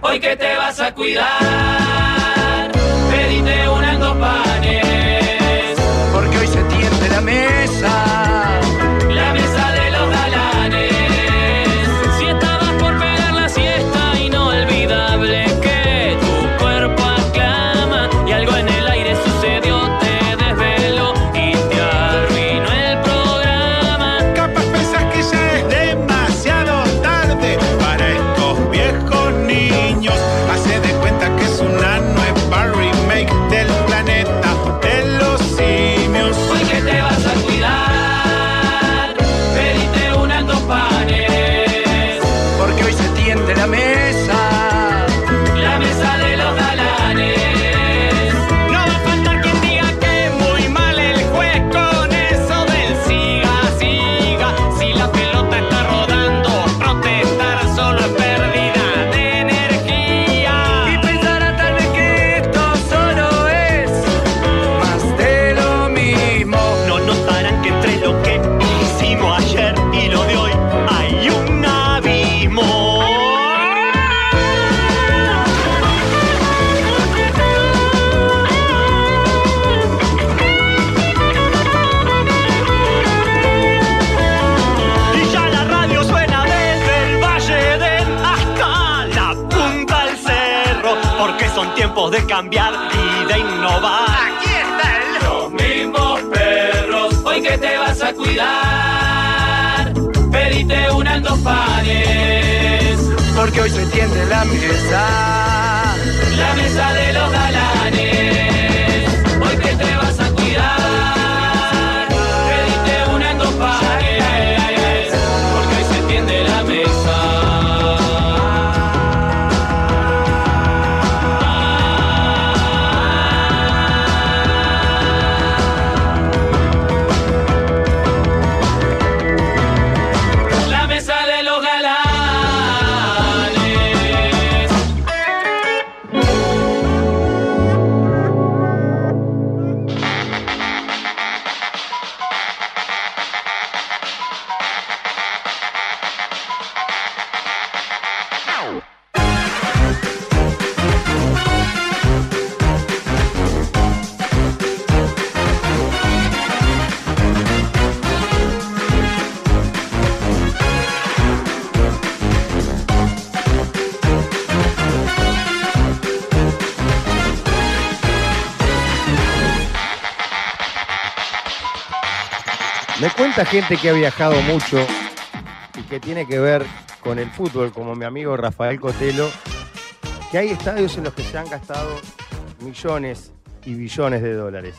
Hoy que te vas a cuidar, pedite unas dos panes. Porque hoy se tiende la mesa. La mesa de los galanes. Si estabas por pegar la siesta, inolvidable que tu cuerpo aclama. Y algo en el aire sucedió, te desveló y te arruinó el programa. Capaz pensás que ya es demasiado tarde para estos viejos niños. Hace de cuenta que es una nueva remake del planeta de los simios. Hoy que te vas a cuidar, pedite unas dos panes. Porque hoy se tiende la mesa. La mesa de los galanes. No va a faltar quien diga que muy mal el juez con eso del siga, siga. Si la pelota está rodando, protestar solo es pérdida de energía. Y pensará tal vez que esto solo es más de lo mismo. No notarán que entre lo que hicimos ayer y lo de hoy hay un abismo. Y ya la radio suena desde el Valle del hasta la punta del cerro, porque son tiempos de cambiar y de innovar. Los mismos perros, hoy que te vas a cuidar, pedite unas dos panes. Porque hoy se tiende la mesa. La mesa de los galanes, hoy que te vas a cuidar, pediste una en dos pares, porque hoy se tiende la mesa. La mesa de los galanes. Me cuenta gente que ha viajado mucho y que tiene que ver con el fútbol, como mi amigo Rafael Cotelo, que hay estadios en los que se han gastado millones y billones de dólares.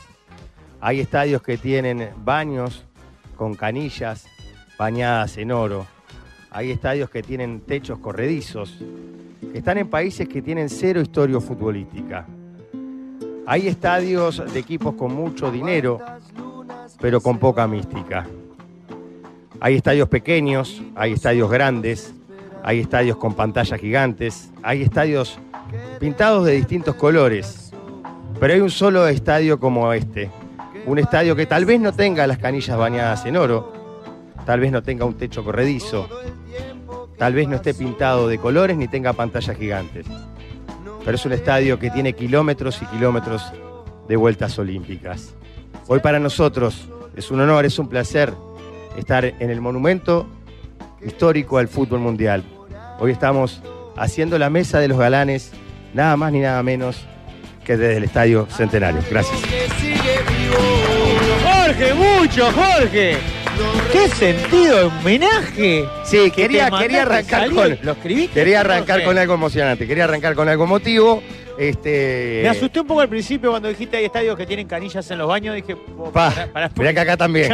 Hay estadios que tienen baños con canillas bañadas en oro. Hay estadios que tienen techos corredizos. Están en países que tienen cero historia futbolística. Hay estadios de equipos con mucho dinero pero con poca mística. Hay estadios pequeños, hay estadios grandes, hay estadios con pantallas gigantes, hay estadios pintados de distintos colores, pero hay un solo estadio como este, un estadio que tal vez no tenga las canillas bañadas en oro, tal vez no tenga un techo corredizo, tal vez no esté pintado de colores ni tenga pantallas gigantes, pero es un estadio que tiene kilómetros y kilómetros de vueltas olímpicas. Hoy para nosotros es un honor, es un placer estar en el monumento histórico al fútbol mundial. Hoy estamos haciendo la mesa de los galanes, nada más ni nada menos que desde el Estadio Centenario. Gracias. Jorge, mucho, Jorge. ¿Qué sentido de homenaje? que Sí, quería, te mandaste quería arrancar salir? con... ¿Lo escribiste? Quería arrancar Jorge? con algo emocionante, quería arrancar con algo emotivo. Este, Me asusté un poco al principio cuando dijiste hay estadios que tienen canillas en los baños. Dije, oh, Pa, pará, pará, mirá que acá también.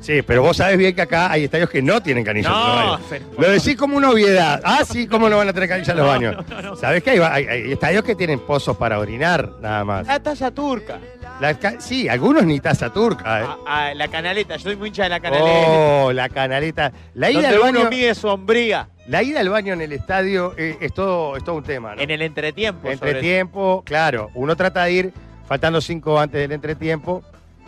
Sí, pero vos sabés bien que acá hay estadios que no tienen canillas No, en los baños. pero- Lo decís como una obviedad. Ah, sí, ¿cómo no van a tener canillas en los No, baños? no, no. ¿Sabés que hay, hay- hay estadios que tienen pozos para orinar, nada más? La taza turca. La ca- sí, algunos ni taza turca. ¿eh? A- a la canaleta, yo soy muy hincha de Ah, la canaleta. Oh, la canaleta. La ida, donde al uno baño, mide su hombría la ida al baño en el estadio eh, es, todo, es todo un tema, ¿no? en el entretiempo. sobre Entretiempo, claro. Uno trata de ir faltando cinco antes del entretiempo,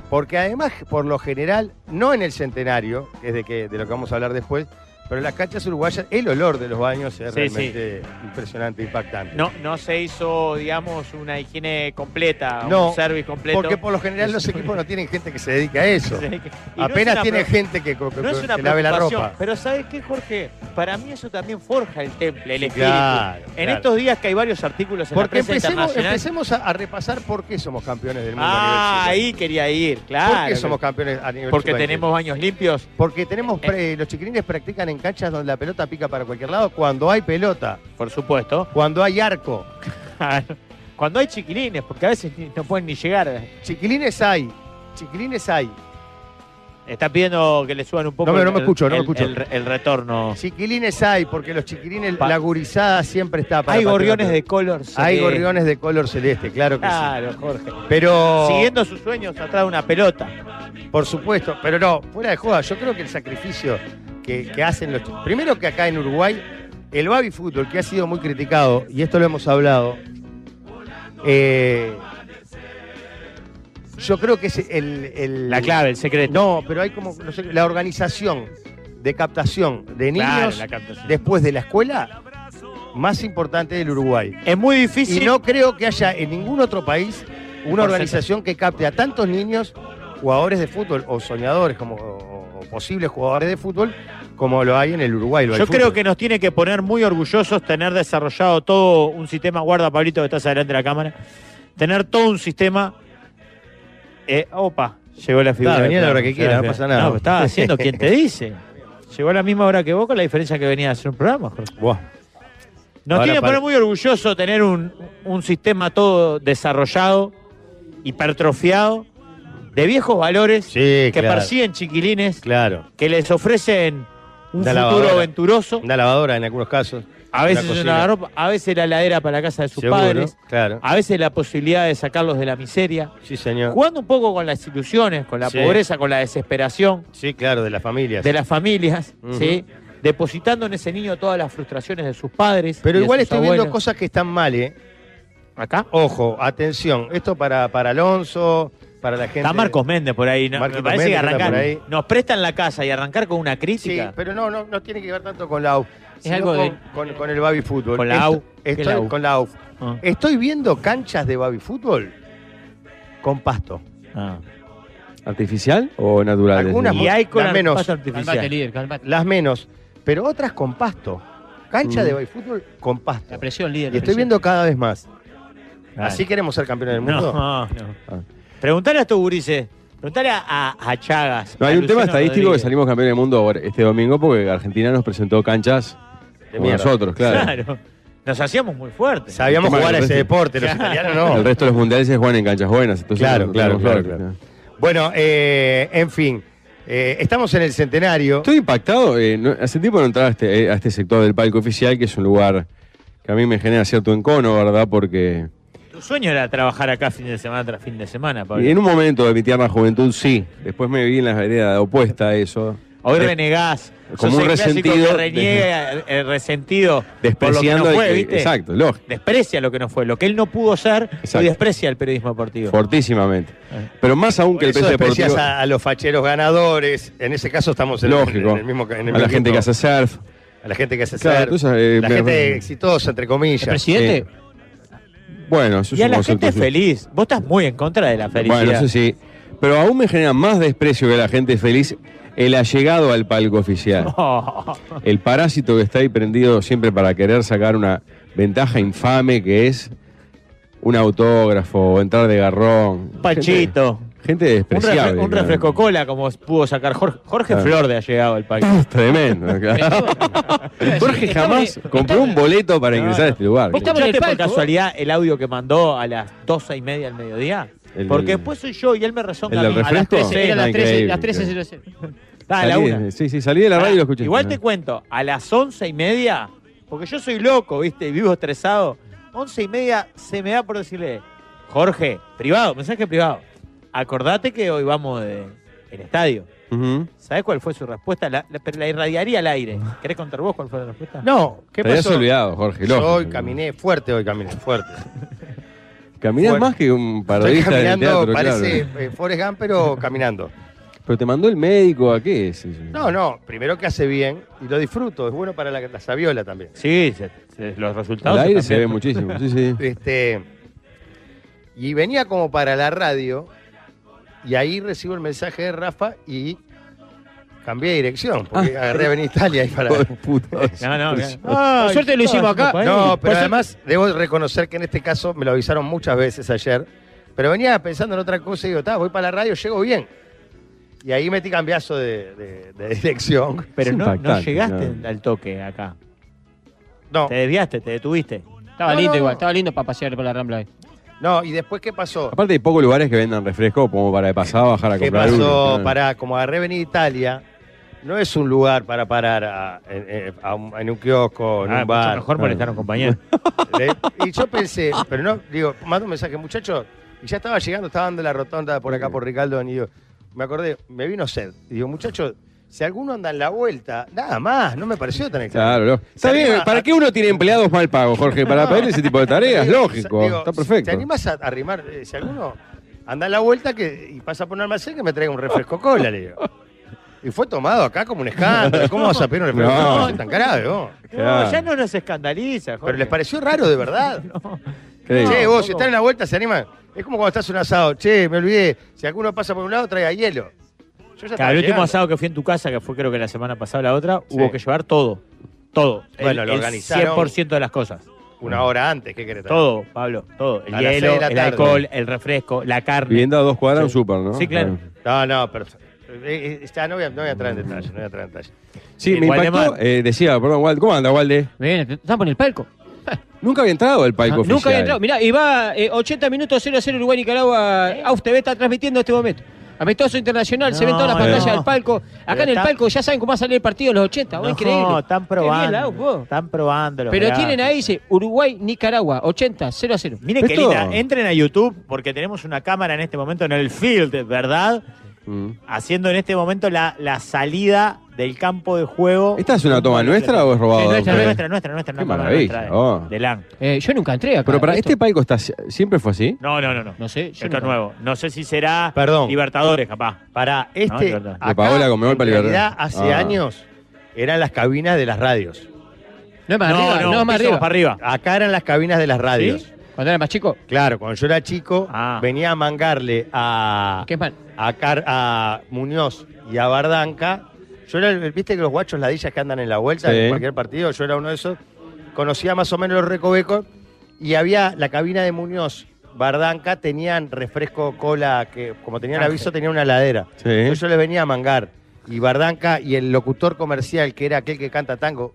porque además, por lo general, no en el centenario, que es de, que, de lo que vamos a hablar después, Pero en las canchas uruguayas, el olor de los baños es Sí, realmente impresionante, impactante. No, no se hizo, digamos, una higiene completa, No, un service completo. Porque por lo general los equipos no tienen gente que se dedique a eso. Y no es Apenas una tiene pro- gente que, co- No es que una lave la preocupación, ropa. pero ¿sabes qué, Jorge? Para mí eso también forja el temple, el Sí, espíritu. claro, en claro. estos días que hay varios artículos en la Porque prensa empecemos, internacional. empecemos a, a repasar por qué somos campeones del mundo ah, a nivel ahí quería ir, sub-20. claro. ¿Por qué somos campeones a nivel Porque sub-20? tenemos baños limpios. Eh. Porque tenemos pre- los chiquilines practican en canchas donde la pelota pica para cualquier lado, cuando hay pelota, Por supuesto. cuando hay arco. Cuando hay chiquilines, porque a veces ni- no pueden ni llegar. Chiquilines hay, chiquilines hay. Está pidiendo que le suban un poco No me- no el- me escucho, no me el- escucho. el- el retorno. Chiquilines hay, porque los chiquilines, Pa- la gurizada siempre está para Hay patear la gorriones de pelota. color. Hay celeste. gorriones de color celeste, claro que sí. Claro, Jorge. Pero, Siguiendo sus sueños atrás de una pelota. por supuesto, pero no, fuera de joda, yo creo que el sacrificio que, que hacen los... chi- Primero que acá en Uruguay, el baby fútbol, que ha sido muy criticado, y esto lo hemos hablado, eh, yo creo que es el... el- La clave, el secreto. No, pero hay como, no sé, la organización de captación de niños Claro, la captación. después de la escuela más importante del Uruguay. Es muy Y difícil. no creo que haya en ningún otro país una organización que capte a tantos niños jugadores de fútbol o soñadores como o- o posibles jugadores de fútbol como lo hay en el Uruguay. Yo creo que nos tiene que poner muy orgullosos tener desarrollado todo un sistema, guarda Pablito que estás adelante de la cámara, tener todo un sistema... Eh, opa, llegó la figura. Está, venía a la Claro, hora que llegó quiera, no figura. pasa nada. No, estaba haciendo quien te dice. Llegó a la misma hora que vos con la diferencia que venía a hacer un programa. Jorge. Nos Ahora tiene que para- poner muy orgulloso tener un, un sistema todo desarrollado, hipertrofiado, de viejos valores Sí, que claro. persiguen chiquilines, Claro. que les ofrecen un futuro Una lavadora. aventuroso. Una lavadora en algunos casos. A veces Una una, cocina. ropa, a veces la ladera para la casa de sus seguro. padres, Claro. a veces la posibilidad de sacarlos de la miseria, Sí, señor. jugando un poco con las ilusiones, con la Sí. pobreza, con la desesperación Sí, claro, de las familias. de las familias, Ujú. ¿sí? depositando en ese niño todas las frustraciones de sus padres. Pero y de igual sus estoy viendo abuelos. cosas que están mal, ¿eh? acá. Ojo, atención. Esto para, para Alonso, para la gente. Está Marcos Méndez por ahí, ¿no? Marquitos me parece Méndez que que está arrancar, por ahí. nos prestan la casa y arrancar con una Sí, crítica. pero no, no, no tiene que ver tanto con la U. sino algo con, de- con- con el baby fútbol. Con la Esto- AU. ¿Qué estoy- es la AU? Con la AU. Ah, Estoy viendo canchas de baby fútbol con pasto. ah. ¿Artificial o natural? Algunas Desde- Y hay con Las menos. pasto artificial. líder, calmate. Las menos, pero otras con pasto. Cancha Mm. de baby fútbol con pasto. presión, líder. Y estoy viendo cada vez más. Claro. ¿Así queremos ser campeones del No, mundo? no. Preguntale a estos gurises. Preguntale a, a- a Chagas. No, a hay un Luciano tema estadístico que Rodríguez. salimos campeón del mundo ahora, este domingo porque Argentina nos presentó canchas De como mierda. nosotros, claro. Claro. Nos hacíamos muy fuertes. Sabíamos Qué jugar a mal, ese sí. deporte, los italianos no. El resto de los mundiales se juegan en canchas buenas. Entonces Claro, no claro, tenemos claro, suerte, claro. ¿no? Bueno, eh, en fin. eh, estamos en el centenario. Estoy impactado. eh, no- hace tiempo no entraba a este, eh, a este sector del palco oficial, que es un lugar que a mí me genera cierto encono, ¿verdad? Porque Tu sueño era trabajar acá fin de semana tras fin de semana, Pablo. en un momento de mi tierna juventud sí. Después me vi en la vereda opuesta a eso. Hoy De- renegás. eh, como Sos un el clásico resentido Que reniega el resentido despreciando por lo que no de fue, que- ¿viste? Exacto, lógico. Desprecia lo que no fue. Lo que él no pudo ser, Exacto. lo desprecia el periodismo deportivo. Fortísimamente. Eh. Pero más aún Por que el eso peso desprecias deportivo. a, a los facheros ganadores. En ese caso estamos en, Lógico. en el mismo en el a la mismo gente que grupo. hace surf. a la gente que hace Claro, surf, tú sabes, eh, la me- gente exitosa entre ¿El comillas. presidente? Bueno, eso Y a es un la concepto gente suyo. feliz. Vos estás muy en contra de la felicidad. Bueno, eso sí. Pero aún me genera más desprecio que la gente feliz el allegado al palco oficial. Oh, El parásito que está ahí prendido siempre para querer sacar una ventaja infame que es un autógrafo o entrar de garrón. Panchito. Gente, gente Un, refre- despreciable. un refresco cola como pudo sacar Jorge, Jorge Claro. Flor de ha llegado al país. Tremendo. claro. Jorge jamás compró un boleto para ingresar a este lugar. Vos estamos en el ¿Escuchaste por palco. casualidad el audio que mandó a las doce y media del mediodía? El Porque del- después soy yo y él me rezonga ¿El a del mí. A las refresco? 13, Era No, las 13, increíble, las increíble. 13.00. Ah, a la Salí- una. Sí, sí, salí de la radio y lo escuché. Igual te cuento, a las once y media, porque yo soy loco, ¿viste? Y vivo estresado. Once y media se me da por decirle, Jorge, privado, mensaje privado. Acordate que hoy vamos de, el estadio. Ujú. ¿Sabés cuál fue su respuesta? La, la- pero la irradiaría al aire. ¿Querés contar vos cuál fue la respuesta? No, ¿qué Te habías pasó? olvidado, Yo Jorge. Eh, lógico. hoy caminé fuerte, hoy caminé fuerte. Caminás Bueno. más que un Estoy parodista de caminando, teatro, parece claro. eh, Forrest Gump, pero caminando. ¿Pero te mandó el médico a qué es eso? No, no, primero que hace bien y lo disfruto, es bueno para la, la saviola también. Sí, se- se- los resultados. Al aire están se ve viendo. muchísimo, sí, sí. Este, y venía como para la radio y ahí recibo el mensaje de Rafa y cambié de dirección, porque agarré a venir Italia y para... Ah. Joder, puta. No, no, mira. Por suerte lo hicimos acá. No, Por pero su- además debo reconocer que en este caso me lo avisaron muchas veces ayer, pero venía pensando en otra cosa y digo, "Ta, voy para la radio, llego bien. Y ahí metí cambiazo de, de- de dirección. Pero Es no, no impactante, llegaste claro. al toque acá. No, Te desviaste, te detuviste. Estaba No, lindo no. igual, estaba lindo para pasear por la Rambla hoy. no, y después ¿qué pasó? Aparte hay pocos lugares que vendan refresco como para de pasada bajar a ¿Qué comprar pasó? uno, Ah. claro. Pará, como agarré venir Italia, no es un lugar para parar a- en, en- a un- en un kiosco, en Ah, un bar. mucho mejor molestar a un compañero. Le- Y yo pensé, pero no, digo, mando un mensaje, muchachos, y ya estaba llegando, estaba dando la rotonda por acá por Ricardo, y digo, me acordé, me vino sed. Y digo, muchachos, si alguno anda en la vuelta, nada más, no me pareció tan extraño. Claro, lógico. Está Se bien, anima ¿para a- qué uno tiene empleados mal pagos, Jorge? Para pedir ese tipo de tareas, Digo, lógico. digo, está ¿Te perfecto. animás a arrimar? Eh, Si alguno anda en la vuelta que, y pasa por un almacén que me traiga un refresco cola, le digo. Y fue tomado acá como un escándalo. ¿Cómo vas a pedir un refresco No. cola? Es tan grave, vos. Claro. No, ya no nos escandaliza, Jorge. Pero les pareció raro, de verdad. Increíble. che, vos, si ¿cómo? están en la vuelta, se animan. Es como cuando estás en un asado. Che, me olvidé. Si alguno pasa por un lado, traiga hielo. Yo ya estaba Claro, el último llegando. asado que fui en tu casa, que fue creo que la semana pasada o la otra, Sí. hubo que llevar todo. Todo. Bueno, el, lo el organizaron. 100% de las cosas. Una hora antes, ¿qué querés? Todo, Pablo. Todo. El A las hielo, seis de la el tarde. alcohol, el refresco, la carne. Viviendo a dos cuadras, un Sí. súper, ¿no? Sí, claro. No, no, perfecto. Eh, eh, está, no, voy a, no voy a entrar en detalle, no voy a entrar en detalle. Sí, me Waldemar. impactó. eh, decía, perdón, Walde, ¿cómo anda, Walde? Eh, Me viene, estamos en el palco. Nunca había entrado al palco oficial. Ah, Nunca había entrado. Mirá, y va eh, 80 minutos 0 0 Uruguay-Nicaragua. ¿Eh? AUF TV está transmitiendo este momento. Amistoso internacional, se ven todas las No, pantallas no. del palco. Pero Acá en el está- palco ya saben cómo va a salir el partido en los 80. vos, No, increíble. están Qué bien probando. la AUF, vos. están probándolo. Pero mirá. tienen ahí, dice Uruguay-Nicaragua, 80 0 0. Miren qué Esto- linda. Entren a YouTube porque tenemos una cámara en este momento en el field, ¿verdad? Mm. Haciendo en este momento la, la salida del campo de juego. ¿Esta es una toma Bueno, nuestra o es robado? Sí, nuestra, de Nuestra, ustedes? nuestra, nuestra, nuestra. Qué una cámara maravilla, nuestra de- oh. de LAN. Eh, yo nunca entré acá. Pero para esto. este palco está, siempre fue así. No, no, no, no. No sé, yo Esto es no- nuevo. No sé si será Perdón. Libertadores, capaz. Para No, este. es verdad. acá, Paola Conmebol en para liberar. realidad, hace Ah. años eran las cabinas de las radios. No es más arriba, no, es más piso arriba. para arriba. Acá eran las cabinas de las radios. Cuando era más chico, Claro, cuando yo era chico, Ah. venía a mangarle a, ¿qué es mal? a, Car- a Muñoz y a Bardanca. Yo era, el- viste que los guachos ladillas que andan en la vuelta Sí. en cualquier partido, yo era uno de esos. Conocía más o menos los recovecos y había la cabina de Muñoz. Bardanca tenían refresco cola, que como tenían Ah, aviso, tenían una ladera. Sí. Entonces yo les venía a mangar. Y Bardanca y el locutor comercial, que era aquel que canta tango,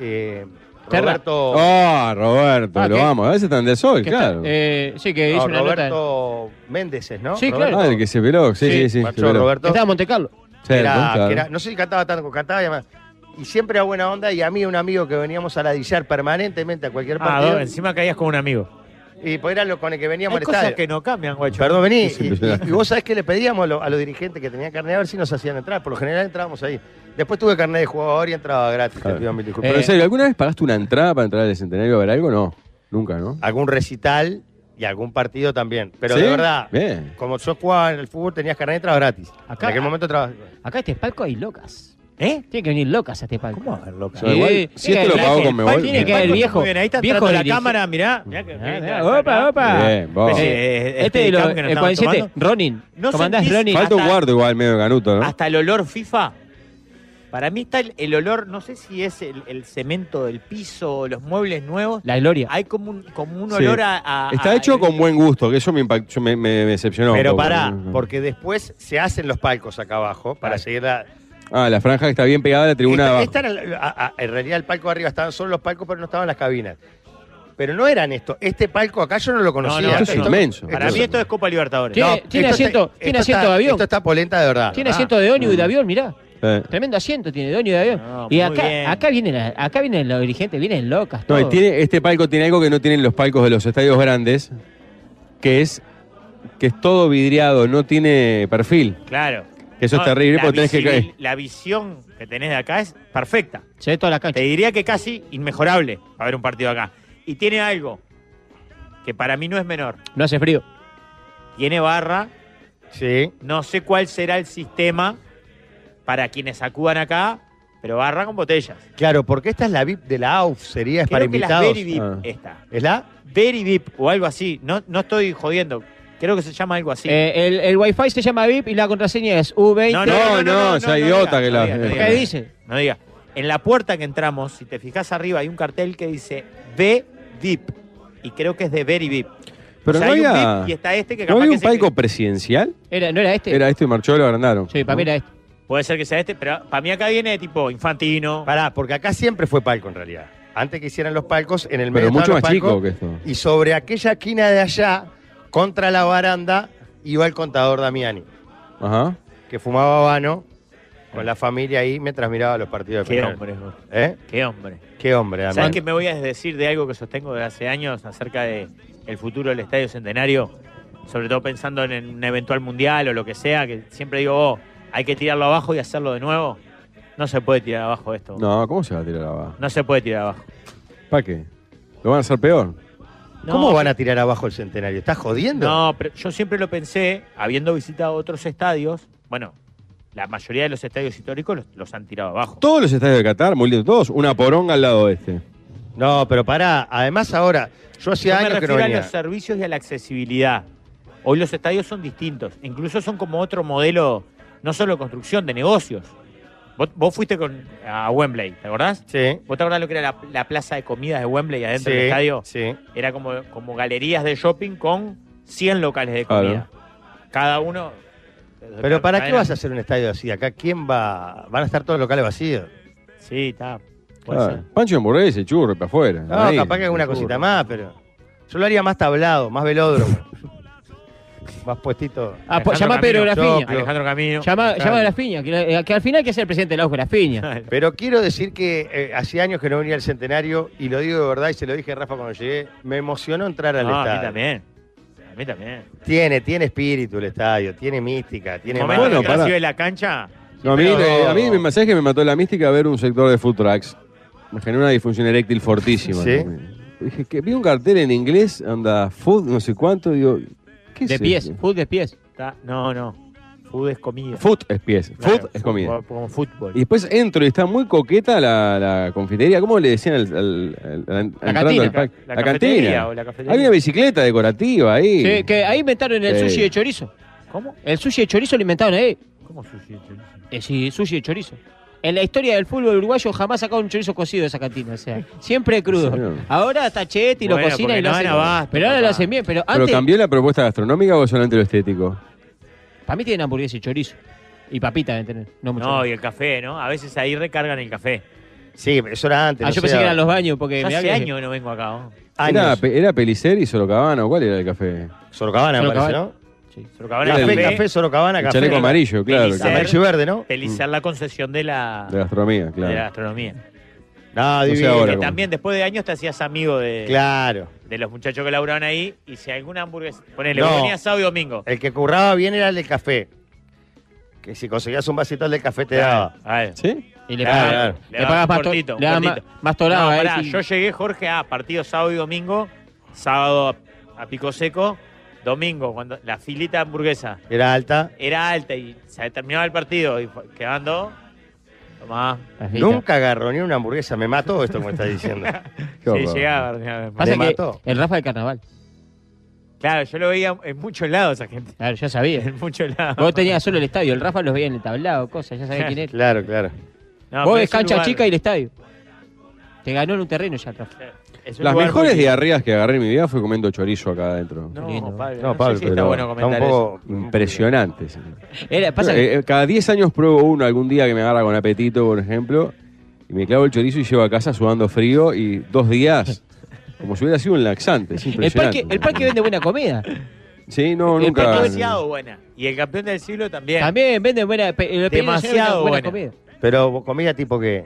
eh, Terra. Roberto. Oh, Roberto, Ah, lo ¿qué? vamos. A veces están de sol, Que claro. está- eh, sí, que hizo No, una nota. Roberto Méndez, ¿no? Sí, Roberto. Ah, el que se peló. Sí, Sí, sí, sí. se Macho, peló. que Roberto. Estaba en Monte Carlo. Sí, era- ¿no? Claro. que era- no sé si cantaba tanto, cantaba y además. Y siempre a buena onda, y a mí un amigo que veníamos a ladillar permanentemente a cualquier Ah, partido. dos, encima caías con un amigo. y pues era lo con el que veníamos Hay al cosas estadio. que no cambian, guacho. Perdón, vení. Es Y, impresionante. y- y vos sabés que le pedíamos a, lo- a los dirigentes que tenían carnet a ver si nos hacían entrar. Por lo general entrábamos ahí. Después tuve carnet de jugador y entraba gratis. te Claro. pido mil disculpas. Pero en Eh. serio, ¿alguna vez pagaste una entrada para entrar al centenario a ver algo? No, nunca, ¿no? Algún recital y algún partido también. Pero ¿Sí? de verdad, Bien. como yo jugaba en el fútbol, tenías carnet de entrada gratis. Acá- en aquel momento trabajaba. Acá este palco hay locas. ¿Eh? Tienen que venir locas a este palco. ¿Cómo va a haber loca? Yo igual, si esto lo pago con Mebol. tiene que haber Bien, viejo. Muy bien, ahí está Viejo entrando la dirige. cámara, mirá. mirá que- Ah, mirá, mirá, opa, está acá. opa. vos. Sí. Eh, este este de los- cambio que nos el estaban 47, tomando. Ronin. No ¿Comandás sentís- Ronin? Falta un Hasta- cuarto igual, medio ganuto, ¿no? Hasta el olor FIFA. Para mí está el, el olor, no sé si es el, el cemento del piso, los muebles nuevos. La gloria. Hay como un, como un Sí. olor a, a- Está a- hecho con buen gusto, que eso me, impactó, yo me, me decepcionó. un Pero poco. pará, porque después se hacen los palcos acá abajo para Claro. seguir la, Ah, la franja que está bien pegada a la tribuna de abajo. Esta- esta era la- a- a- en realidad el palco de arriba estaban solo los palcos, pero no estaban las cabinas. Pero no eran esto. Este palco acá yo no lo conocía. no, esto es esto- inmenso. Para mí esto es Copa Libertadores. Tiene- tiene esto asiento- está- tiene esto asiento está- de avión. Esto está polenta de verdad. Tiene asiento de ónibus y de avión, mirá. Eh. Tremendo asiento tiene de ónibus y de avión. No, y muy bien. acá, acá vienen, la- acá vienen los dirigentes, vienen locas. No, y todo. tiene, este palco tiene algo que no tienen los palcos de los estadios grandes, que es que es todo vidriado, no tiene perfil. Claro. Que eso es terrible, la porque tenés que visibil- caer. La visión que tenés de acá es perfecta. Se ve todas las Te canchas. diría que casi inmejorable haber un partido acá. Y tiene algo que para mí no es menor. No hace frío. Tiene barra Sí. No sé cuál será el sistema para quienes acudan acá, pero barra con botellas. Claro, porque esta es la VIP de la AUF, sería, es Creo para que la invitados. Eh, Very VIP Ah. esta. ¿Es la? Very VIP o algo así. No, no estoy jodiendo. Creo que se llama algo así. Eh, el, el Wi-Fi se llama VIP y la contraseña es U20. no, no, esa diga, idiota que no la- diga, no eh, diga, ¿Qué no diga. dice? No diga. En la puerta que entramos, si te fijas arriba, hay un cartel que dice B VIP. Y creo que es de Very VIP. Pero O sea, no hay un había, VIP y está este que ¿no capaz había que un se- palco presidencial. Era, ¿No era este? Era este y Marchó lo agrandaron. Sí, para mí era este. Puede ser que sea este, pero para mí acá viene tipo infantino. Pará, porque acá siempre fue palco en realidad. Antes que hicieran los palcos, en el medio Pero mucho estaban más los chico palcos, que esto. Y sobre aquella esquina de allá, contra la baranda, iba el contador Damiani, Ajá. que fumaba habano con la familia ahí mientras miraba los partidos de Qué penal. hombre, bro. ¿Eh? qué hombre. Qué hombre, ¿Sabes Damiani. que me voy a desdecir de algo que sostengo desde hace años acerca de el futuro del Estadio Centenario? Sobre todo pensando en un eventual mundial o lo que sea, que siempre digo, oh, hay que tirarlo abajo y hacerlo de nuevo. No se puede tirar abajo esto. No, ¿cómo se va a tirar abajo? No se puede tirar abajo. ¿Para qué? ¿Lo van a hacer peor? ¿Cómo No, van a tirar abajo el centenario? ¿Estás jodiendo? No, pero yo siempre lo pensé, habiendo visitado otros estadios, bueno, la mayoría de los estadios históricos los, los han tirado abajo. Todos los estadios de Qatar, muy lindos todos, una poronga al lado este. No, pero pará. Además ahora, yo hacía Yo me años que no refiero a venía. los servicios y a la accesibilidad. Hoy los estadios son distintos, incluso son como otro modelo, no solo de construcción, de negocios. Vos, vos fuiste con, a Wembley, ¿te acordás? Sí, ¿Vos te acordás lo que era la, la plaza de comidas de Wembley adentro sí, del estadio? sí. Era como, como galerías de shopping con 100 locales de Claro. comida. Cada uno... Pero ¿para qué Cadena- vas a hacer un estadio así? Acá, ¿quién va? Van a estar todos los locales vacíos. Sí, está. Puede Claro. ser. Ah, Pancho de hamburguesa, y churro para afuera. No, Ahí, capaz que alguna churro. cosita más, pero. Yo lo haría más tablado, más velódromo. más puestito. Ah, po- Alejandro llama a Pedro Camino, Grafiña. yo, Alejandro Camino. Llama, Claro. llama a Grafiña, que, la- eh, que al final hay que ser el presidente de la UF Grafiña. Pero quiero decir que eh, hace años que no venía al centenario, y lo digo de verdad, y se lo dije a Rafa cuando llegué, me emocionó entrar al No, a mí estadio. también. A mí también. Tiene, tiene espíritu el estadio, tiene mística, En tiene el magia. momento Bueno, que pará. Graci ve la cancha, No, a mí, Pero- eh, a mí me mensaje que me mató la mística ver un sector de food trucks. Me generó una disfunción eréctil fortísima. Sí. Dije, que vi un cartel en inglés, anda food, no sé cuánto, digo, ¿qué es De pies, esto? food de pies. está- no, no. Food es comida. Food es pies, Claro, food es comida. fútbol, Como fútbol. Y después entro y está muy coqueta la, la confitería. ¿Cómo le decían al, al- al- al- entrando cantina. al parque? La La cafetería cantina. o la cafetería. Hay una bicicleta decorativa ahí. Sí, que ahí inventaron el Sí. sushi de chorizo. ¿Cómo? El sushi de chorizo lo inventaron ahí. ¿Cómo sushi? Eh, sí, sushi de chorizo. En la historia del fútbol uruguayo jamás sacaron un chorizo cocido de esa cantina, o sea, siempre crudo. serio? Ahora está Chetti, lo Bueno, cocina porque y lo no hacen. dan abasto, pero ahora lo papá. hacen bien, pero ¿Pero antes cambió la propuesta gastronómica o solamente lo estético? para mí tienen hamburguesa y chorizo y papita deben tener, no mucho. No, más. y el café, ¿no? A veces ahí recargan el café. Sí, eso era antes. Ah, no yo sé, pensé que eran los baños porque Yo mirá hace que- años que no vengo acá. ¿no? ¿Era, años. Pe- era Pelicero y Sorocabana? ¿Cuál era el café? Sorocabana, me parece, Sorocabana. ¿no? Se lo acabaron el Café, Claro, café, café. Sorocabana, El café. chaleco amarillo, claro. Pelicero. claro. Amarillo y verde, ¿no? Mm. Felizar la concesión de la, De gastronomía, de la claro. gastronomía. No, sé Ah, divino. ahora. Que también después de años te hacías amigo de, Claro. de los muchachos que laburaban ahí. Y si alguna hamburguesa. Ponele, No. venía sábado y domingo. El que curraba bien era el del café. Que si conseguías un vasito del café te daba. Ay. ¿Sí? y le Claro, pagas claro. le Le pagas daba un más to- cortito, un le das más, cortito. más eh, torada eh, No, a él pará, y- yo llegué, Jorge, a partido sábado y domingo, sábado a, a pico seco, domingo, cuando la filita de hamburguesa Era alta. era alta y se terminaba el partido y fue- quedando. Tomá. Perfecto. Nunca agarró ni una hamburguesa. Me mató esto como está diciendo. Qué Sí, horror. llegaba. mirá, Pasa Le que mató. el Rafa del carnaval. Claro, yo lo veía en muchos lados, esa gente. Claro, ya sabía. En muchos lados. Vos tenías solo el estadio, el Rafa los veía en el tablado, cosas, ya sabía quién era. claro, claro. Vos No, pero ves es un cancha lugar- chica y el estadio. Te ganó en un terreno ya, Rafa. es un Las lugar mejores muy- diarreas que agarré en mi vida fue comiendo chorizo acá adentro. No, Pablo, No, no sé Pablo, si está pero bueno está un comentar eso. poco Impresionante. sí. Era, pasa que Eh, eh, Cada 10 años pruebo uno algún día que me agarra con apetito, por ejemplo, y me clavo el chorizo y llevo a casa sudando frío y dos días, como si hubiera sido un laxante. Es el parque, impresionante. el parque vende buena comida. Sí, no, el nunca. parque Demasiado buena. Y el campeón del siglo también. También venden buena, pe- el pedido de llevar Demasiado una buena, buena. comida. Pero comida tipo que.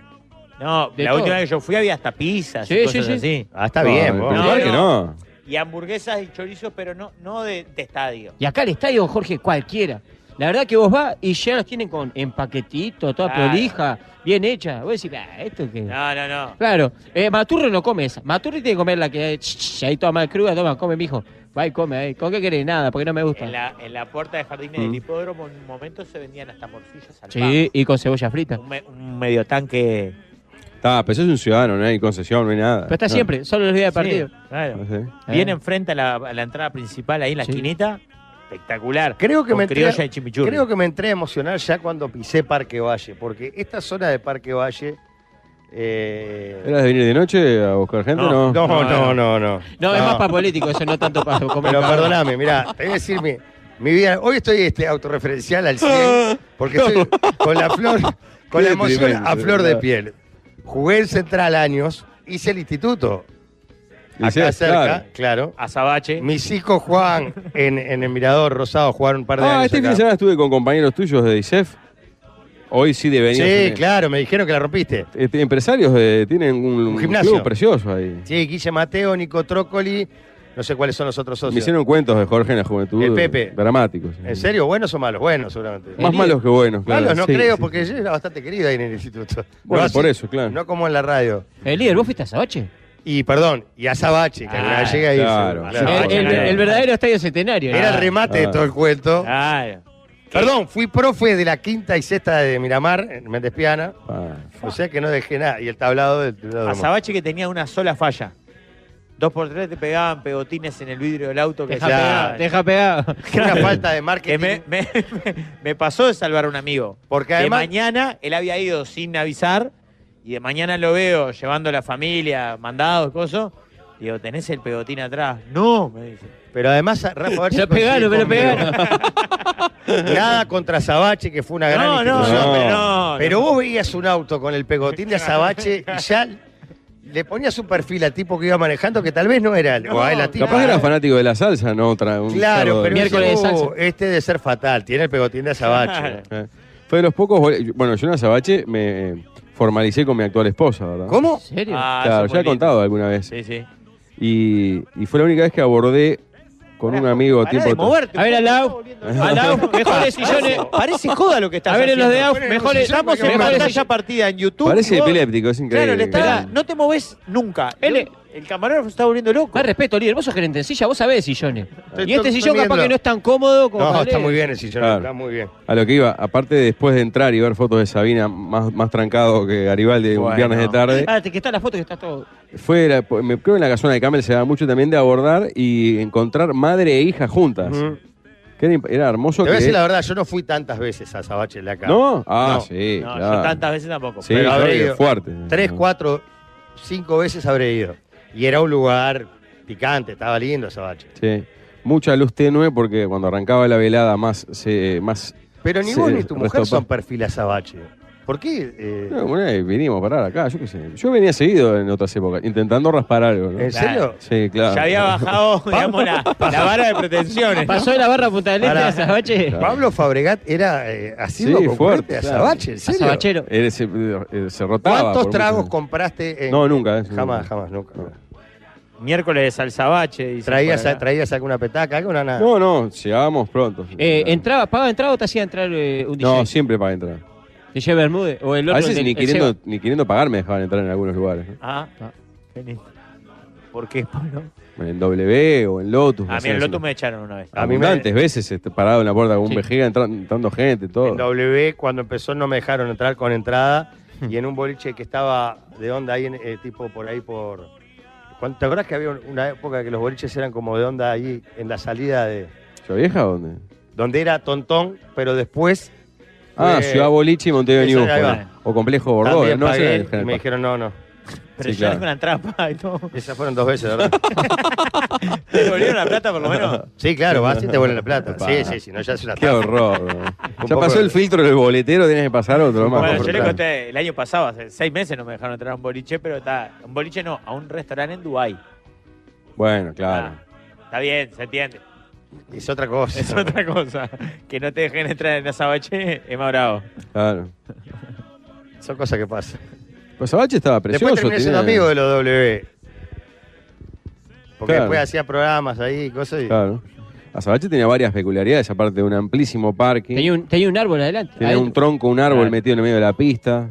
No, De la todo. última vez que yo fui había hasta pizzas Sí, y cosas sí, sí. así. Ah, está No, bien, el vos. No, parque no. no. Y hamburguesas y chorizos, pero no, no de, de estadio. Y acá el estadio, Jorge, cualquiera. La verdad que vos vas y ya los tienen con empaquetito, toda Claro. prolija, bien hecha. Vos decís, "Ah, esto que. No, no, no. Claro, eh, Maturro no come esa. Maturro tiene que comer la que ch, ch, ahí toma cruda, toma, come, mijo. Va y come ahí. ¿Con qué querés? Nada, porque no me gusta. En la, en la puerta de jardines del Mm. hipódromo en un momento se vendían hasta morcillas al Sí, y con cebolla frita. pan. Un, me- un medio tanque. Está, pero sos un ciudadano, no hay concesión, no hay nada. Pero está No, siempre, solo los días de partido. Sí, claro. Ah, no sé. Bien Eh. enfrente a la, a la entrada principal, ahí en la Sí. esquinita. Espectacular. Creo que Con me entré- criolla y chimichurri. Creo que me entré a emocionar ya cuando pisé Parque Valle, porque esta zona de Parque Valle. eh, ¿Era de venir de noche a buscar gente? No. No. No, no, no, no. No, es más para político, eso no tanto para comer. Pero perdóname, mirá, te voy a decir mi, mi vida. Hoy estoy este, autorreferencial al 100, porque estoy con la flor, con la Qué emoción tremendo, a flor de ¿verdad? piel. Jugué en Central años, hice el instituto. Y sí, acá cerca, claro. claro. Azabache. Mis hijos jugaban en, en el Mirador Rosado, jugaron un par de Ah, años. este fin acá. de semana estuve con compañeros tuyos de ISEF. Hoy sí de venir. Sí, claro, me dijeron que la rompiste. Este, empresarios de- tienen un, un gimnasio. club precioso ahí. Sí, Guille Mateo, Nico Trócoli, no sé cuáles son los otros Me socios. hicieron cuentos de Jorge en la juventud. El Pepe. Dramáticos. ¿En serio? ¿Buenos o malos? Buenos, seguramente. Más malos que buenos, claro. malos no Sí, creo, sí, porque sí. yo era bastante querido ahí en el instituto. Bueno, No así- por eso, claro. No como en la radio. El líder, ¿vos fuiste a Sabache? Y, perdón, y Azabache, que alguna Ah, vez llega ahí. claro. se- El, Azabache, el- claro. el verdadero estadio centenario. ¿no? Era el remate de Ah. todo el cuento. Claro. Perdón, fui profe de la quinta y sexta de Miramar, en Méndez Piana. Ah, O sea que no dejé nada. Y el tablado del tablado. Azabache que tenía una sola falla. Dos por tres te pegaban pegotines en el vidrio del auto que Deja Claro. pegado, deja pegado. Una falta de que marketing. me, me- me- me pasó de salvar a un amigo. Porque de además- mañana él había ido sin avisar y de mañana lo veo llevando a la familia, mandados, cosas. Digo, tenés el pegotín atrás. No, me dice. Pero además, Rafa Bache. Me lo pegaron, me lo pegaron. Nada contra Azabache, que fue una gran No, no, institución. no, No. pero no. Pero vos veías un auto con el pegotín de azabache y ya le ponías un perfil al tipo que iba manejando que tal vez no era el. o a la tipa. Capaz era fanático de la salsa, no otra. un Claro, cerdo de- pero Miércoles de decía, "Uh, salsa". este debe ser fatal, tiene el pegotín de azabache. Eh, Fue de los pocos. boli- Bueno, yo en Azabache me eh, formalicé con mi actual esposa, ¿verdad? ¿Cómo? ¿En serio? Ah, Claro, eso ya muy he lindo. contado alguna vez. Sí, sí. Y, y fue la única vez que abordé con un amigo a Pará tiempo. de moverte. A ver, al lado. Al lado, mejores sillones. Parece, parece joda lo que estás A ver, en los de haciendo. AUF, mejores- Estamos en mejores- pantalla partida en YouTube. Parece Vos- epiléptico, es increíble. Claro, le está, no te moves nunca. Él el, el camarógrafo se está volviendo loco. Más respeto, líder. Vos sos gerente de silla, vos sabés de sillones. Estoy- y este estoy- sillón estoy capaz viendo. que no es tan cómodo como. No, para está leer. muy bien el sillón, Claro. está muy bien. A lo que iba, aparte después de entrar y ver fotos de Sabina más, más trancado que Garibaldi un Bueno. viernes de tarde, Ah, te- que está la foto que está todo. fue, la- me, creo que en la casona de Camel se da mucho también de abordar y encontrar madre e hija juntas. Ujú. Que era, imp- era hermoso Te voy a que... decir la verdad, yo no fui tantas veces a azabache de acá. ¿No? Ah, No. sí, no, claro. yo tantas veces tampoco. Sí, Pero claro, habré que ido. fuerte. Tres, ¿no? cuatro, cinco veces habré ido. Y era un lugar picante, estaba lindo azabache. Sí. Mucha luz tenue porque cuando arrancaba la velada más... Se, más Pero ni Sí, vos ni tu mujer restopó. son perfil azabache. ¿Por qué? eh, No, bueno, eh, vinimos a parar acá, yo qué sé. Yo venía seguido en otras épocas, intentando raspar algo. ¿no? ¿En serio? Sí, claro. Ya había bajado, digamos, la, la vara de pretensiones. ¿no? Pasó de la barra Punta del Este Pará. a Sabache. Claro. Pablo Fabregat era eh, asiduo Sí, concurrente fuerte, de claro. Azabache, ¿en A serio? Sabachero. Eh, se, eh, se rotaba. ¿Cuántos por tragos mucho. compraste? en- No, nunca. eh, Jamás, nunca. jamás, nunca. Miércoles de salsabache. dicen ¿Traías, por acá. ¿Traías alguna petaca, alguna nada? No, no, llegábamos pronto. Eh, Claro. ¿Entraba, pagaba entrada o te hacía entrar eh, un DJ? No, siempre para entrar. DJ Bermúdez. O el A otro. veces el del- ni el Seba. queriendo, ni queriendo pagar me dejaban entrar en algunos lugares. ¿no? Ah, qué lindo. ¿Por qué, Pablo? En W o en Lotus. A mí el Lotus me echaron una vez. eh. A mí me- Abundantes veces este, parado en la puerta con un Sí. vejega entra- entrando gente, todo. En W, cuando empezó, no me dejaron entrar con entrada. y en un boliche que estaba de onda ahí, en, eh, tipo por ahí por. ¿Cuán- ¿Te acordás que había un- una época que los boliches eran como de onda ahí en la salida de. ¿Ciudad Vieja o dónde? donde era tontón, pero después. Ah, fue- Ciudad Boliche y Montevideo Eso New Eh, ahí Ojo, O Complejo Bordeaux. También No, eso era pagué en y General me Paz. dijeron, no, no. Pero sí, ya claro. con la trampa y todo. Esas fueron dos veces, ¿verdad? ¿Te devolvieron la plata por lo menos? Sí, claro, vas y te vuelven la plata. Epa. Sí, sí, sí, no, ya es una Qué estafa. horror. ¿no? ya poco pasó de- el filtro del boletero, tienes que pasar otro más. Bueno, yo le Claro. conté el año pasado, hace seis meses no me dejaron entrar a un boliche, pero está. Un boliche no, a un restaurante en Dubái. Bueno, claro. Ah, está bien, se entiende. Es otra cosa. Es otra cosa. Que no te dejen entrar en Azabache es más bravo. claro. Son cosas que pasan. Pues Abache estaba precioso. después terminé siendo tenía- amigo de los W. Porque Claro. después hacía programas ahí y cosas. Y... Claro. Azabache tenía varias peculiaridades, aparte de un amplísimo parque. Tenía Tenía un, tenía un árbol adelante. un, Adentro. tronco, un árbol Claro. metido en el medio de la pista.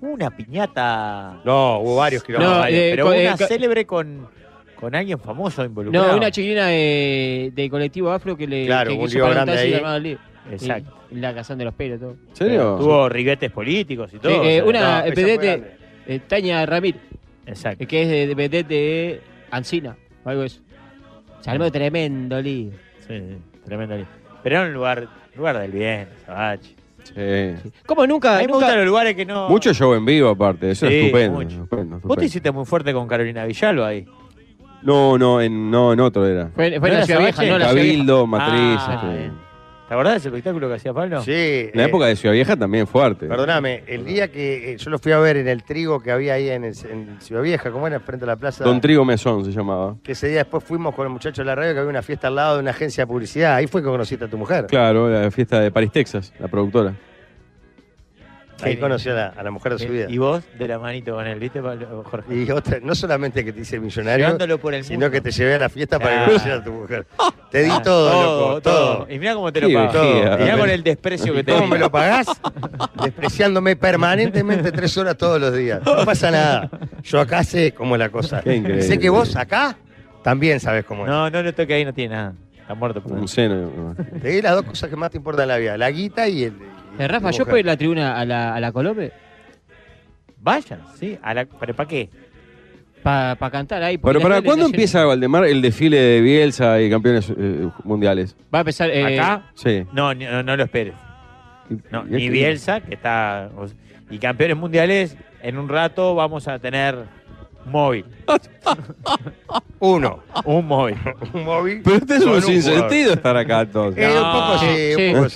Una piñata. No, hubo varios No, kilómetros. No, vale, eh, pero con- una eh, con- célebre con con alguien famoso involucrado. No, una chiquilina de, de colectivo afro que le Claro, que un quiso lío calentarse grande y ahí. armar el lío. Exacto. Y la cazando los pelos todo. ¿En serio? Tuvo riguetes políticos y todo. Eh, eh, o sea, una no, esa vedette, fue grande. eh, Tania Ramírez, Exacto. eh, que es de, de vedette de Ancina, o algo de eso. Se armó tremendo lío. Sí, sí, tremendo. lío. Pero era un lugar, lugar del bien, Sabachi. Sí. ¿Cómo nunca? A mí me nunca- gustan los lugares que no. Mucho show en vivo aparte, eso Sí, es estupendo. mucho. estupendo, Vos te estupendo. hiciste muy fuerte con Carolina Villalba ahí. No, no, en, no, en otro era. Fue, fue ¿No en era la ciudad vieja, Sabache? no en la ciudad vieja. Cabildo, Matriz. Ah, este. bien. ¿Te acordás de ese espectáculo que hacía Pablo? Sí. En la eh, época de Ciudad Vieja también fuerte. Perdóname, el día que eh, yo lo fui a ver en el trigo que había ahí en, el- en Ciudad Vieja, ¿cómo era? Frente a la plaza. Don Trigo Mesón se llamaba. que ese día después fuimos con el muchacho de la radio que había una fiesta al lado de una agencia de publicidad. Ahí fue que conociste a tu mujer. Claro, la fiesta de París, Texas, la productora. Ahí conoció a la, a la mujer de su vida. Eh, Y vos de la manito con él, ¿viste, Pablo? Jorge? Y otra, no solamente que te hice millonario, Llevándolo por el mundo. sino que te llevé a la fiesta para Ah. que conociera a tu mujer. Te di Ah, todo, loco, todo. Y mira cómo te lo Sí, pago. todo. Mirá con el desprecio que te ¿Cómo me di. lo pagás? Despreciándome permanentemente tres horas todos los días. No pasa nada. Yo acá sé cómo es la cosa. Qué increíble. Sé que vos acá también sabés cómo es. No, no lo toque ahí, no tiene nada. Está muerto. pues. por Un dentro. seno. Te di las dos cosas que más te importan en la vida, la guita y el. y Eh, Rafa, tu yo mujer. puedo ir a la tribuna a la, a la Colombe Vayan, sí. A la, ¿Pero para qué? para cantar ahí. porque Pero la para gente cuándo está llena. empieza Valdemar el desfile de Bielsa y campeones eh, mundiales? Va a empezar. eh, ¿Acá? Sí. No, ni- no, no lo esperes. No, Y- y- este ni Bielsa, que está. o sea, Y campeones mundiales, en un rato vamos a tener móvil. Uno, Un móvil. un móvil. Pero este es con un jugador. sinsentido estar acá entonces. Eh, No, un poco sí, sí. un poco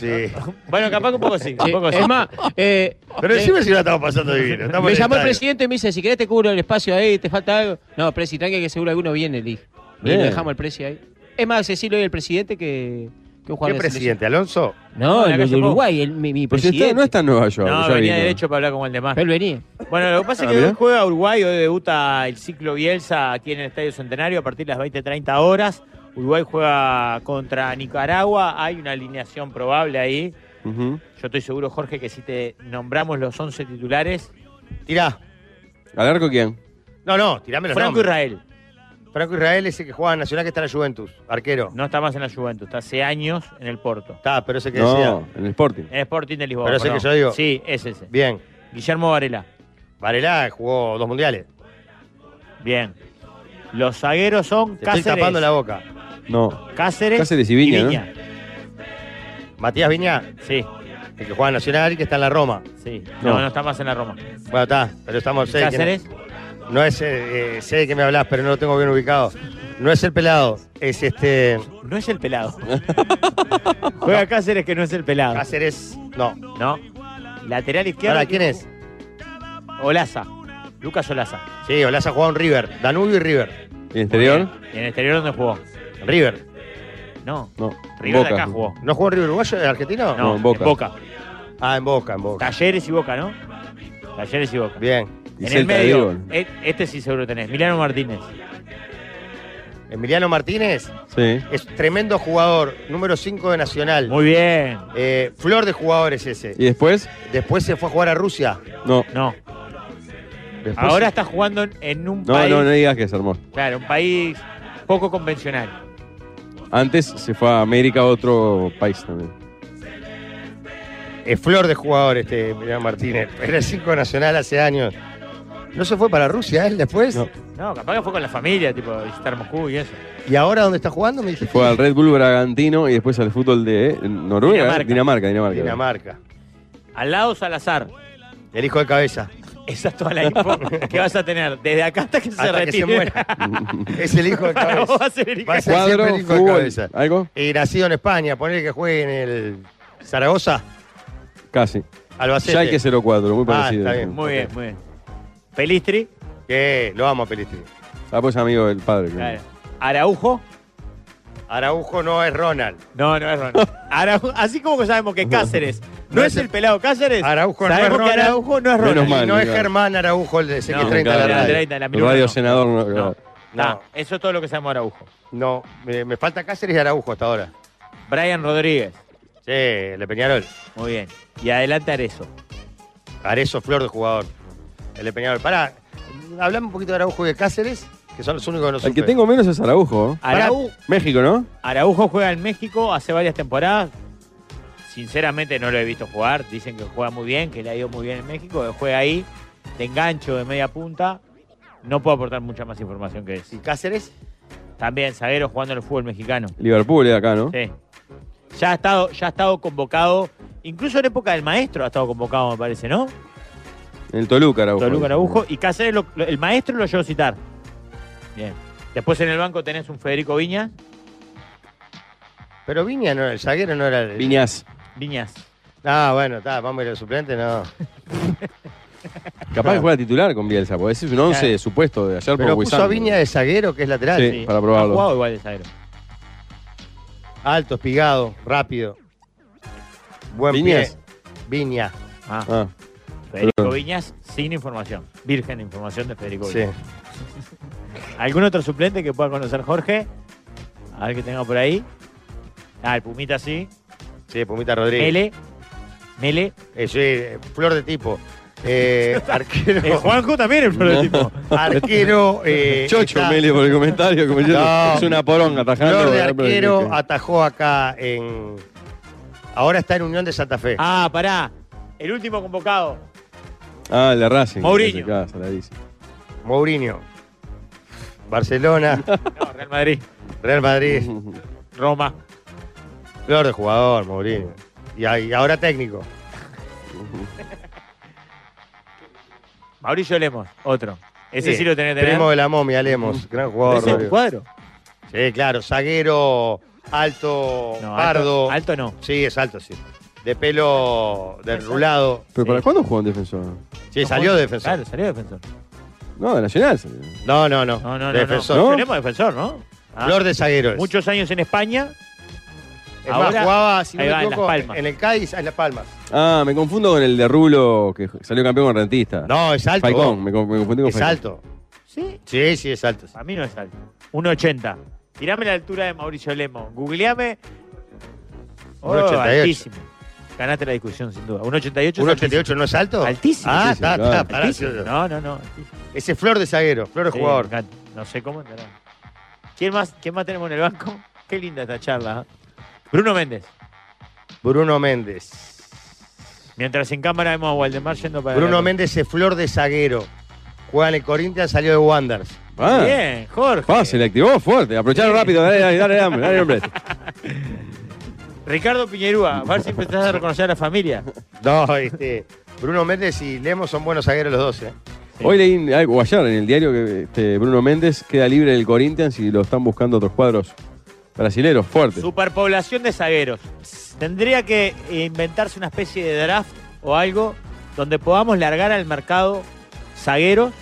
sí. Bueno, capaz que un poco sí. Un eh, poco sí. es más, eh, Pero eh, decime si la estamos pasando divino. estamos me en llamó el estadio. presidente y me dice: si querés te cubro el espacio ahí, te falta algo. No, Presi, tranqui que seguro alguno viene, le dije. Y Bien. lo dejamos el Presi ahí. Es más accesible hoy el presidente que, que un ¿Qué jugador de selección. presidente, Alonso? No, No, la el calle de Pou. Uruguay, el, mi, mi Pero si está- presidente. no está en Nueva York. No, ya venía vino. derecho para hablar como el demás. Él venía. Bueno, lo que pasa Ah, es que mirá. hoy juega Uruguay, hoy debuta el ciclo Bielsa aquí en el Estadio Centenario a partir de las 20.30 horas. Uruguay juega contra Nicaragua, hay una alineación probable ahí. Ujú. Yo estoy seguro, Jorge, que si te nombramos los 11 titulares, Tirá. ¿Al arco quién? No, no, tirame los Franco nombres. Israel Franco Israel ese que juega en Nacional que está en la Juventus, arquero. no está más en la Juventus, está hace años en el Porto. Está, pero ese que No, decía. en el Sporting. En Sporting de Lisboa. Pero ese que perdón. yo digo. Sí, es ese. Bien. Guillermo Varela. Varela jugó dos mundiales. Bien. Los zagueros son Te Cáceres, estoy tapando la boca. No. Cáceres, Cáceres y Viña, ¿no? Matías Viña, Sí, el que juega en Nacional y que está en la Roma. sí. No, No. no, está más en la Roma. Bueno, está, pero estamos sé de quién- Cáceres. No es, eh, eh, sé de qué me hablas, pero no lo tengo bien ubicado. No es el pelado, es este. No es el pelado. Juega Cáceres que no es el pelado. Cáceres. No. No. Lateral izquierdo. Ahora, ¿quién es? Olaza. Lucas Olaza. Sí, Olaza ha jugado en River. Danubio y River. ¿Y el exterior? ¿Y en el exterior dónde jugó? River. No. No. River de acá jugó. ¿No jugó en River Uruguayo, en Argentino? No, No, en en Boca. Boca. Ah, en Boca, en Boca. Talleres y Boca, ¿no? Talleres y Boca. Bien. Y en el Celta de medio, Vigo. e- este sí seguro tenés. Milano Martínez. Emiliano Martínez Sí. es tremendo jugador, número 5 de Nacional. Muy bien. Eh, flor de jugadores ese. ¿Y después? Después se fue a jugar a Rusia. No. No. Después- Ahora está jugando en- en un No, país. no, no digas que es hermoso. Claro, un país poco convencional. Antes se fue a América, otro país también. Es flor de jugador este Emiliano Martínez. Era el 5 de Nacional hace años. ¿No se fue para Rusia él después? No. No, capaz que fue con la familia, tipo, a visitar Moscú y eso. ¿Y ahora dónde está jugando? Me dijiste. Fue al Red Bull Bragantino y después al fútbol de eh, Noruega. Dinamarca. Dinamarca, Dinamarca. Dinamarca. Al lado Salazar. El hijo de cabeza. Esa es toda la info que vas a tener desde acá hasta que se Hasta que retire. se muera. es el hijo de Para vos cabeza. va a ser el Va a Icardi. ser siempre Cuadro, el hijo de fútbol, cabeza. ¿Algo? Y nacido en España, poner que juegue en el Zaragoza, Casi. Albacete. Schalke 04, muy Ah, parecido. está bien. Muy bien, muy bien. Pelistri. Que lo amo a Pelistri. Ah, pues amigo del padre. creo. Claro. Araujo. Araujo no es Ronald. No, no es Ronald. Araujo- Así como que sabemos que Cáceres no es el pelado Cáceres, Araujo no sabemos es que Ronald. Araujo no es Menos Ronald. mal, Y no es claro. Germán Araujo el de ese que No, 30 claro, la radio. el treinta, la El milonga radio no. senador. no- No. No. Ah, eso es todo lo que sabemos de Araujo. No, me, me falta Cáceres y Araujo hasta ahora. Brian Rodríguez. Sí, el de Peñarol. Muy bien. Y adelante Arezo. Arezo, flor de jugador. El de Peñarol. Pará, hablame un poquito de Araujo y de Cáceres. que son los únicos que no El que supe. tengo menos es Araujo. ¿eh? Arau- México, ¿no? Araujo juega en México hace varias temporadas. Sinceramente no lo he visto jugar. Dicen que juega muy bien, que le ha ido muy bien en México. que Juega ahí, de engancho, de media punta. No puedo aportar mucha más información que ¿Y eso. Cáceres? También, zaguero jugando en el fútbol mexicano. Liverpool es acá, ¿no? Sí. Ya ha estado, ya ha estado convocado. Incluso en época del maestro ha estado convocado, me parece, ¿no? En el Toluca, Araujo. Toluca Araujo. Y Cáceres, lo- lo- el maestro lo llevó a citar. Bien. Después en el banco tenés un Federico Viñas. Pero Viña no era, el zaguero no era el. Viñas. Viñas. Ah, bueno, está, vamos a ir al suplente, no. Capaz que juega titular con Bielsa, porque ese es un 11 Claro. supuesto de ayer Pero por puso Huizán. a Viña de zaguero, que es lateral. Sí, para probarlo. Ha jugado igual de zaguero. Alto, espigado, rápido. Buen Viñas. pie. Viña. Ah. Ah, Federico Perdón. Viñas sin información. Virgen de información de Federico Sí. Viñas. ¿Algún otro suplente que pueda conocer Jorge? A ver que tenga por ahí. Ah, el Pumita sí. Sí, Pumita Rodríguez. Mele. Mele. Eh, sí, eh, flor de tipo. Eh, Eh, arquero. Juanjo también el prototipo. arquero. eh, Chocho, está- Meli, por el comentario. como diciendo, No. Es una poronga atajando. Flor de ¿verdad? Pero- arquero atajó acá en. Ahora está en Unión de Santa Fe. Ah, pará. El último convocado. Ah, el de Racing. Mourinho. Acá, saladísimo. Mourinho. Barcelona, No, Real Madrid. Real Madrid. Roma. Flor de jugador, Mourinho. Y, ahí- y ahora técnico. Mauricio Lemos. Otro. Ese sí, Sí, lo tenés que tener. Primo de la momia, Lemos. Gran jugador. ¿Ese es un Rodrigo. cuadro? Sí, claro. Zaguero, alto, No, pardo. alto, alto no. Sí, es alto, sí. De pelo derrulado. ¿Pero Sí. para cuándo jugó en defensor? Sí, salió de defensor. Claro, salió defensor. No, de Nacional. salió. No, no, no. No, no, no. defensor. No. ¿No? Tenemos defensor, ¿no? Ah, Flor de zaguero. es. Muchos años en España. Es más, ahora- jugaba, si no ahí me va, en Las equivoco, Palmas. en el Cádiz, en Las Palmas. Ah, me confundo con el de Rulo, que salió campeón con Rentista. No, es alto. Falcón, me, con- me confundí con Es Falcón. alto. Sí. Sí, sí, es alto. sí. A mí no es alto. 1,80. Tirame la altura de Mauricio Lemos. Googleame. Oh, 1,88. altísimo. Ganaste la discusión, sin duda. 1,88 es altísimo. 1,88 no es alto. Altísimo. Ah, Altísimo, está, claro. está. pará, Altísimo. sí, No, no, no. altísimo. Ese es flor de zaguero, flor de Sí, jugador. me encanta. No sé cómo entrará. ¿Quién más, ¿Quién más tenemos en el banco? Qué linda esta charla. ¿eh? Bruno Méndez. Bruno Méndez. Mientras en cámara vemos a Waldemar yendo para Bruno la- Méndez es flor de zaguero. Juega en el Corinthians, salió de Wanders. Ah, Bien, Jorge. pa, se le activó fuerte. Aprovecharon rápido. Dale, dale, dale, hombre, dale, hombre. Ricardo Piñerúa. A ver si empezás a reconocer a la familia. No, este. Bruno Méndez y Lemos son buenos zagueros los dos, ¿eh? Hoy leí, ah, o ayer en el diario, que este, Bruno Méndez queda libre del Corinthians y lo están buscando otros cuadros brasileros fuertes. Superpoblación de zagueros. Tendría que inventarse una especie de draft o algo donde podamos largar al mercado zagueros,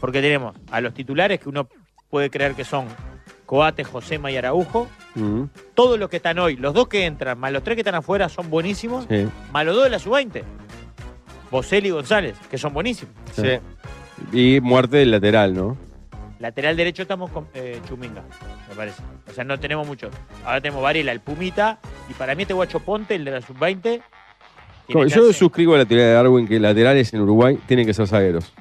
porque tenemos a los titulares que uno puede creer que son Coate, Josema y Araujo. Mm, Todos los que están hoy, los dos que entran, más los tres que están afuera, son buenísimos. sí. Más los dos de la sub-20, Boselli y González, que son buenísimos. Sí. Sí. Y muerte del lateral, ¿no? Lateral derecho estamos con eh, Chuminga, me parece. O sea, no tenemos mucho. Ahora tenemos Varela, el Pumita, y para mí este guacho Ponte, el de la sub-20. tiene Yo chance. suscribo a la teoría de Darwin que laterales en Uruguay tienen que ser zagueros.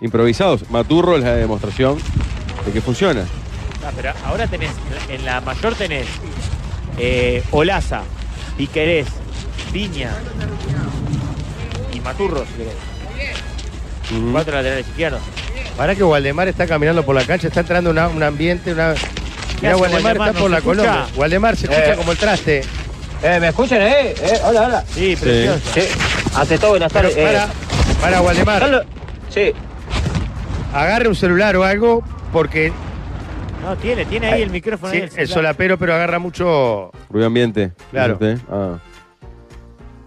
Improvisados. Maturro es la demostración de que funciona. Ah, pero ahora tenés, en la mayor tenés eh, Olaza, Piquerés, Piña y Maturro, si querés. Mm. Cuatro laterales izquierdos. Para que Waldemar está caminando por la cancha, está entrando una- un ambiente, una. Mirá, hace Waldemar Waldemar? está por ¿No la se escucha? Colombia. Waldemar se escucha como el traste. Eh, ¿Me escuchan? Eh, eh, hola, hola. Sí, precioso. Sí, ante todo, buenas Pero tardes. eh, para, para Waldemar, Carlos- sí, agarre un celular o algo, porque No, tiene, tiene ahí el micrófono. sí, ahí, el celular. solapero, pero agarra mucho. Ruido ambiente. Claro. ¿Viste? Ah.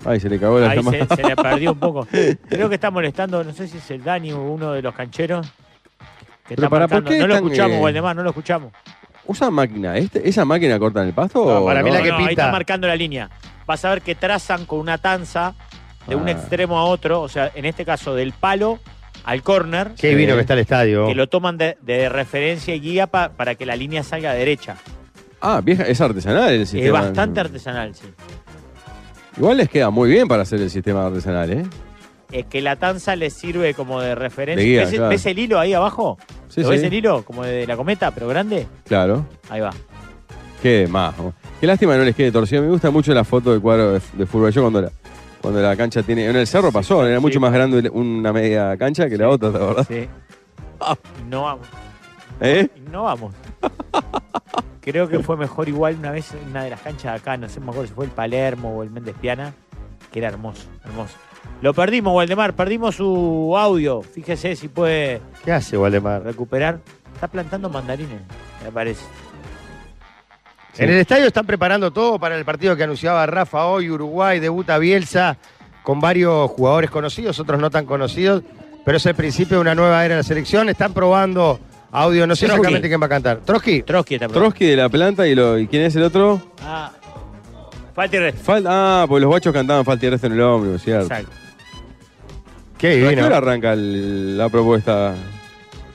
Ay, se le cagó la Ahí llamada. se, se le perdió un poco. Creo que está molestando, no sé si es el Dani o uno de los cancheros. Que Pero está para, ¿por marcando. qué no lo están, escuchamos, eh, Waldemar, no lo escuchamos. Ah, ¿Usa máquina? Este, ¿Esa máquina corta en el pasto? No, o para mí la No, que no, pinta. ahí está marcando la línea. Vas a ver que trazan con una tanza de un Ah. extremo a otro, o sea, en este caso del palo al córner, Qué Sí. vino que está el estadio. que lo toman de, de referencia y guía pa- para que la línea salga derecha. Ah, vieja, es artesanal el Es sistema. bastante artesanal, sí. Igual les queda muy bien para hacer el sistema artesanal, ¿eh? Es que la tanza les sirve como de referencia. De guía, ¿Ves, claro. ves el hilo ahí abajo? Sí, ¿Lo ves sí. el hilo? Como de la cometa, pero grande. Claro. Ahí va. Qué más. ¿no? Qué lástima que no les quede torcido. Me gusta mucho la foto del cuadro de, de fútbol. Yo cuando la, cuando la cancha tiene. En el cerro pasó, era mucho más grande una media cancha que la otra, la verdad. Sí. No vamos. ¿Eh? No vamos. Creo que fue mejor igual una vez en una de las canchas de acá, no sé, me acuerdo si fue el Palermo o el Méndez Piana, que era hermoso, hermoso. Lo perdimos, Waldemar, perdimos su audio. Fíjese si puede ¿Qué hace Waldemar? recuperar. Está plantando mandarines, me parece. En el estadio están preparando todo para el partido que anunciaba Rafa hoy. Uruguay debuta Bielsa con varios jugadores conocidos, otros no tan conocidos, pero es el principio de una nueva era en la selección. Están probando audio, no sé Trotsky. exactamente quién va a cantar. Trotsky. Trotsky está Trotsky de la planta y, lo, y quién es el otro? Ah. Falta y resto. Fal- ah, pues los guachos cantaban falta y resto en el hombro, ¿cierto? Exacto. Qué ¿A qué hora divino. arranca el- la propuesta?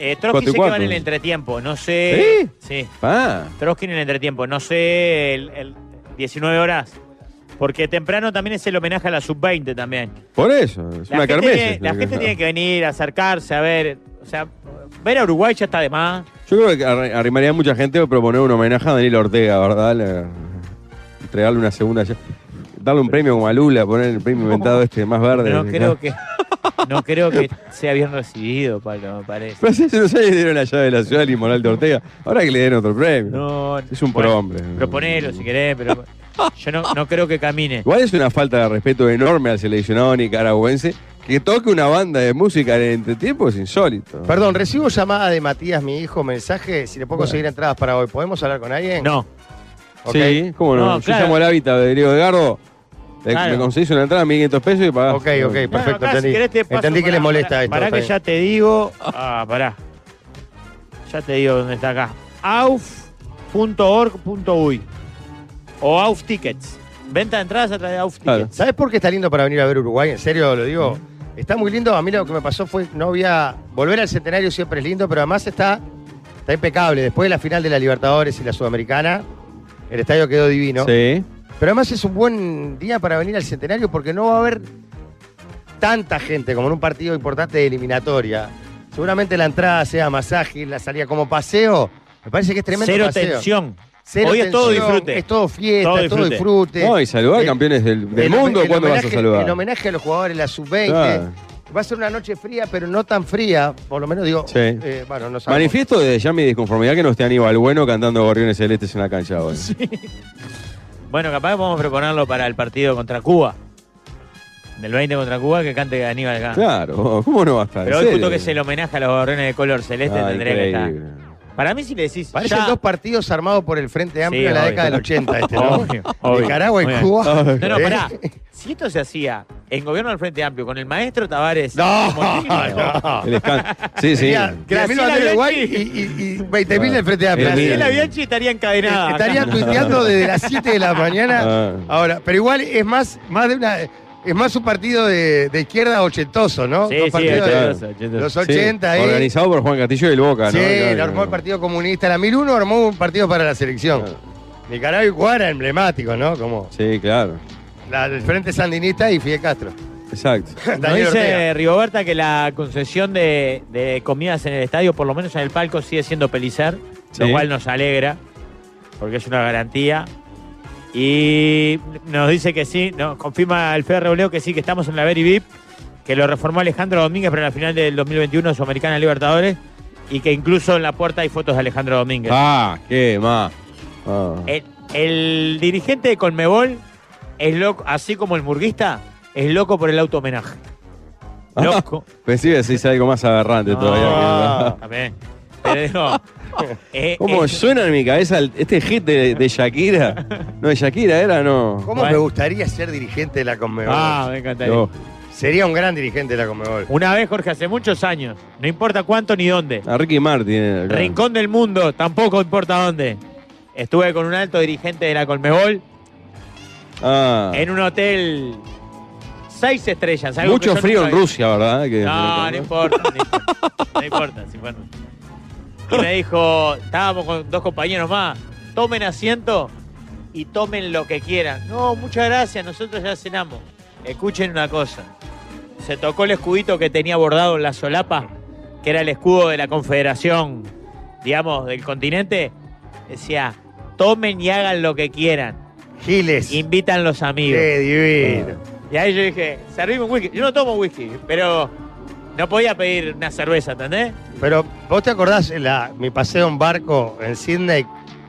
Eh, Cuatro y Trotsky se cuatro. queda en el entretiempo, no sé. ¿Sí? Ah, Trotsky en el entretiempo, no sé, el, el 19 horas. Porque temprano también es el homenaje a la sub-20 también. por eso. Es una gente, carmesa. tiene, la gente tiene que venir, acercarse, a ver. O sea, ver a Uruguay ya está de más. Yo creo que arri- arrimaría mucha gente proponer un homenaje a Daniel Ortega, ¿verdad? Le- entregarle una segunda. ya- Darle un premio como a Lula, poner el premio inventado este más verde. No Oh. creo que, no creo que sea bien recibido, Pablo, me parece. Pero hace unos años dieron la llave de la ciudad limoral de Ortega. Ahora que le den otro premio. No, Es un prohombre. Proponelo si querés, pero yo no, no creo que camine. Igual es una falta de respeto enorme al seleccionado nicaragüense que toque una banda de música en el entretiempo es insólito. Perdón, recibo llamada de Matías, mi hijo, mensaje, si le puedo conseguir entradas para hoy. ¿Podemos hablar con alguien? No, Ok. Sí, cómo no. No, Yo claro. llamo al hábitat de Diego de Gardo. le- Claro. Me conseguís una entrada, 1500 pesos y pagás. Ok, ok, perfecto, acá, si entendí. querés, te paso entendí que para- les molesta para- esto. Pará está que bien. ya te digo. Ah, pará. Ya te digo dónde está acá. auf.org.uy o auf tickets. Venta de entradas a través de auf Claro. tickets. Mm. ¿Sabes por qué está lindo para venir a ver Uruguay? En serio, lo digo. Está muy lindo. A mí lo que me pasó fue no había. Volver al centenario siempre es lindo, pero además está, está impecable. Después de la final de la Libertadores y la Sudamericana, el estadio quedó divino. Sí. Pero además es un buen día para venir al centenario porque no va a haber tanta gente como en un partido importante de eliminatoria. Seguramente la entrada sea más ágil, la salida como paseo. Me parece que es tremendo Cero paseo. tensión. Cero Hoy es todo tensión, disfrute. Es todo fiesta, Todo es todo disfrute. disfrute. Eh, No, y saludar El- campeones del, del el mundo, home- el ¿cuándo vas a homenaje- saludar? Ah, El homenaje a los jugadores de la sub-20. Claro. Va a ser una noche fría, pero no tan fría, por lo menos digo. Sí. eh, bueno, no sabemos. Manifiesto desde ya mi disconformidad que no esté Aníbal Bueno cantando Gorriones Celestes en la cancha hoy. Bueno, capaz podemos proponerlo para el partido contra Cuba. Del 20 contra Cuba, que cante Aníbal acá. Claro, ¿cómo no va a estar? Pero ¿En hoy serio? justo que es el homenaje a los gorriones de color celeste, Ah, tendría que estar. increíble. Para mí si le decís... Parecen ya- dos partidos armados por el Frente Amplio Sí, en la obvio. década del 80, este, ¿no? Obvio, obvio. Nicaragua y Muy bien. Cuba. No, no, ¿Eh? pará. Si esto se hacía en gobierno del Frente Amplio con el maestro Tavares. No, como técnico, no. El escándalo. Sí, sí. Tenía 10.000 Graciela banderas de ¿Eh? Uruguay y, Bianchi. y- y 20.000 del Frente Amplio. Graciela Graciela Bianchi estaría encadenada. Estarían tuiteando desde las 7 de la mañana. Ah. Ahora, pero igual es más, más de una. Es más un partido de, de izquierda ochentoso, ¿no? Sí, Dos sí, partidos de- ochentoso, ochentoso. los ¿eh? Sí, 80 ahí. Organizado por Juan Castillo y el Boca, Sí, ¿no? lo armó el Partido Comunista. La 1001 armó un partido para la selección. Claro. Nicaragua y Cuba era emblemático, ¿no? Como Sí, claro. la del Frente Sandinista y Fidel Castro. Exacto. Nos Daniel Ortega. dice Rigoberta que la concesión de, de comidas en el estadio, por lo menos en el palco, sigue siendo Pelicer, Sí. lo cual nos alegra, porque es una garantía. Y nos dice que sí, nos confirma el Fede Reboleo que sí, que estamos en la Very VIP, que lo reformó Alejandro Domínguez para la final del 2021 Sudamericana Libertadores, y que incluso en la puerta hay fotos de Alejandro Domínguez. Ah, qué más. Ah. El, el dirigente de Colmebol es loco, así como el murguista, es loco por el auto homenaje. Loco. Pensé que decís algo más aberrante No, todavía. también. Pero digo, eh, ¿Cómo eh, suena en mi cabeza el- este hit de, de Shakira? No, de Shakira era, no. ¿Cómo Bueno. me gustaría ser dirigente de la Conmebol? Ah, me encantaría. No. Sería un gran dirigente de la Conmebol. Una vez, Jorge, hace muchos años, no importa cuánto ni dónde, A Ricky Martin. era, Ah, claro. rincón del mundo, tampoco importa dónde. Estuve con un alto dirigente de la Colmebol Ah. en un hotel seis estrellas. algo que yo Mucho nunca frío en vi. Rusia, ¿verdad? Que- No, no importa. No importa, no importa, sí, bueno. Y me dijo, estábamos con dos compañeros más, tomen asiento y tomen lo que quieran. No, muchas gracias, nosotros ya cenamos. Escuchen una cosa. Se tocó el escudito que tenía bordado en la solapa, que que era el escudo de la confederación, digamos, del continente, decía, tomen y hagan lo que quieran, Giles. invitan los amigos. Qué divino. Y ahí yo dije, servime un whisky. Yo no tomo whisky, pero no podía pedir una cerveza, ¿entendés? Pero, ¿vos te acordás la, mi paseo en barco en Sydney?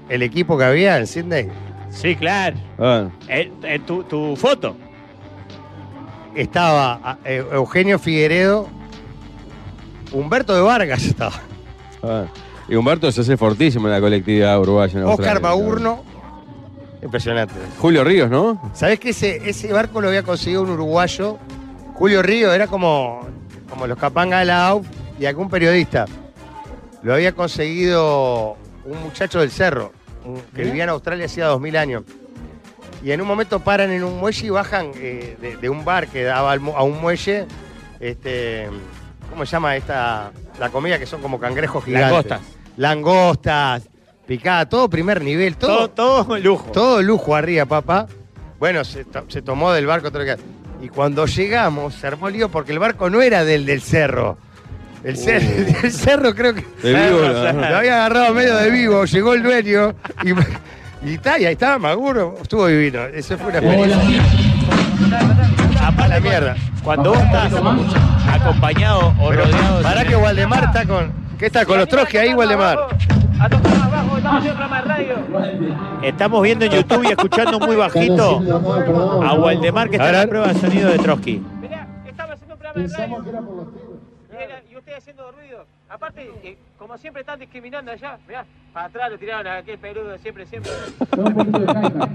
El equipo que había en Sydney Sí, claro. Ah, Eh, eh, tu, tu foto. estaba ah, eh, Eugenio Figueredo, Humberto de Vargas estaba, ah. Y Humberto se hace fortísimo en la colectividad uruguaya. en Australia. Oscar Baurno. Impresionante. Julio Ríos, ¿no? ¿Sabés que ese, ese barco lo había conseguido un uruguayo? Julio Río, era como, como los Capanga de la AUF y algún periodista. Lo había conseguido un muchacho del cerro, un- que vivía en Australia hacía 2000 años. Y en un momento paran en un muelle y bajan eh, de, de un bar que daba al mu- a un muelle. Este, ¿Cómo se llama esta? La comida que son como cangrejos gigantes. Langostas. Langostas, picada, todo primer nivel, Todo, todo, todo con lujo. todo lujo arriba, papá. Bueno, se, to- se tomó del barco todo lo que- Y cuando llegamos, se armó lío porque el barco no era del del cerro. Uh. El, cer- el del cerro creo que De víbora. lo había agarrado medio de vivo. Llegó el dueño y, y, ta, y ahí estaba Maguro. Estuvo divino. Eso fue una experiencia. A la mierda. Cuando vos estás acompañado o Pero rodeado de para que Waldemar está con. ¿Qué está? Con los trojes ahí, Waldemar. A tocar más abajo, estamos en otra más radio. Estamos viendo en YouTube y escuchando muy bajito a Waldemar que está en A la ver. prueba de sonido de Trotsky. Mirá, estaba haciendo un programa de radio. Era- y usted haciendo ruido. Aparte, eh, como siempre están discriminando allá, mirá, para atrás lo tiraron a aquel peludo, siempre, siempre. Increíble.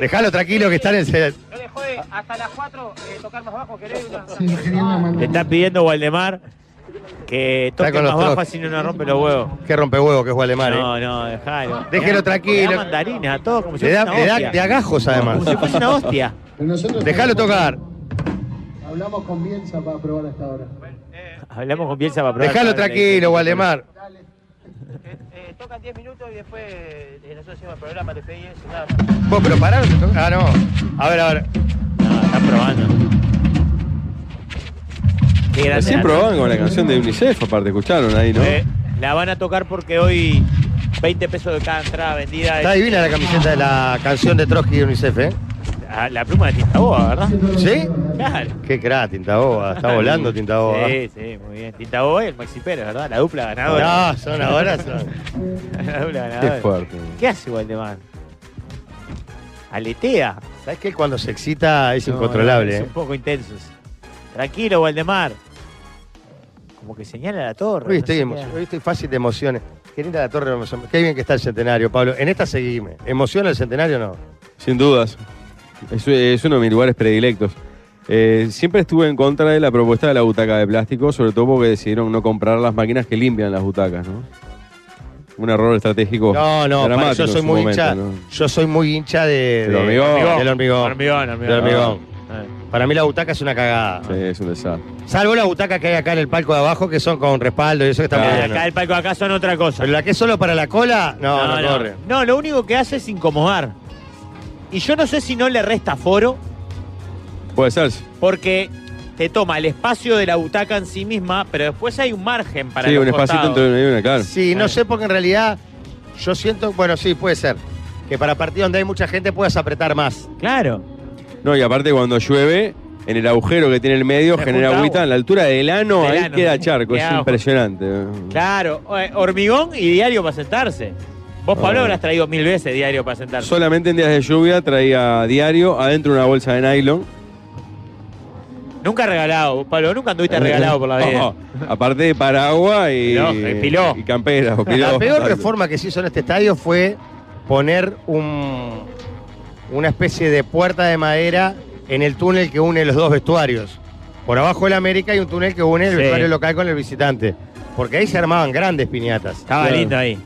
Dejalo tranquilo que están en. el- No le jode hasta las 4 eh, tocar más bajo, querés una. Ah. Le está pidiendo Waldemar que toque con más los bajo Trotsky. así no nos rompe los huevos. Qué rompehuevo que es Waldemar, ¿eh? No, no, dejalo. Déjelo Le da- tranquilo. Le da mandarina, todo como si Le fuese da, Pues una le da hostia. de agajos además. Como si fuese una hostia. Déjalo tocar. Hablamos con Bielsa para probar hasta ahora. Hablamos con Bielsa para probar. Déjalo tranquilo, Waldemar. Eh, eh, tocan 10 minutos y después eh, nosotros hacemos el programa, te pedí eso, nada más. Vos, pero pararon. de tocar. Ah, no. A ver, a ver. No, está probando. Qué grande Recién la- probaban con la canción de UNICEF, aparte, escucharon ahí, ¿no? Eh, la van a tocar porque hoy 20 pesos de cada entrada vendida. Está es- divina la camiseta de la canción de Trotsky y UNICEF, ¿eh? Ah, La pluma de tinta boa, ¿verdad? ¿Sí? Claro. Qué crack, Tinta Boba. Está volando Tinta Boba. Sí, sí, muy bien. Tinta boa y el Maxi Pérez, ¿verdad? La dupla ganadora. No, son ahora. Son. la dupla ganadora. Qué fuerte. ¿Qué hace Waldemar? Aletea. ¿Sabes que cuando se excita es No, incontrolable? Es ¿eh? un poco intenso. sí. Tranquilo, Waldemar. Como que señala la torre. Hoy no estoy, sé emo- qué. hoy estoy fácil de emociones. Qué linda la torre de emoción. Qué bien que está el centenario, Pablo. En esta seguime. ¿Emociona el centenario o no? Sin dudas. Es, es uno de mis lugares predilectos. Eh, siempre estuve en contra de la propuesta de la butaca de plástico, sobre todo porque decidieron no comprar las máquinas que limpian las butacas, ¿no? Un error estratégico. No, no, dramático Pablo, yo en soy su muy momento, hincha. ¿no? Yo soy muy hincha de, Del de- hormigón. del hormigón. Hormigón, hormigón. Del hormigón. Ah, Para mí la butaca es una cagada. Sí, es un desastre. Salvo la butaca que hay acá en el palco de abajo, que son con respaldo y eso que está Ah, muy ah, bien. Acá el palco acá son otra cosa. Pero la que es solo para la cola, no, no, corre. No, lo único que hace es incomodar. Y yo no sé si no le resta foro, Puede ser. porque te toma el espacio de la butaca en sí misma, pero después hay un margen para sí, los un espacito costados. entre una y una, claro. Sí, no Claro. sé porque en realidad yo siento, bueno, sí, puede ser. Que para partidos donde hay mucha gente puedas apretar más. Claro. No, y aparte cuando llueve, en el agujero que tiene el medio Se genera junta agüita agua. en la altura del ano, Del ahí ano. queda charco, Queda es agua. impresionante. Claro, eh, hormigón y diario para sentarse. Vos, Pablo, Ah. habrás traído mil veces diario para sentarse. Solamente en días de lluvia traía diario adentro una bolsa de nylon. Nunca regalado, vos, Pablo, nunca anduviste regalado por la vida. No, aparte de paraguas y, Piló, eh, piló. y camperas. o piló. La peor reforma que se hizo en este estadio fue poner un, una especie de puerta de madera en el túnel que une los dos vestuarios. Por abajo del América hay un túnel que une Sí. el vestuario local con el visitante. Porque ahí se armaban grandes piñatas. Estaba Claro. lindo ahí.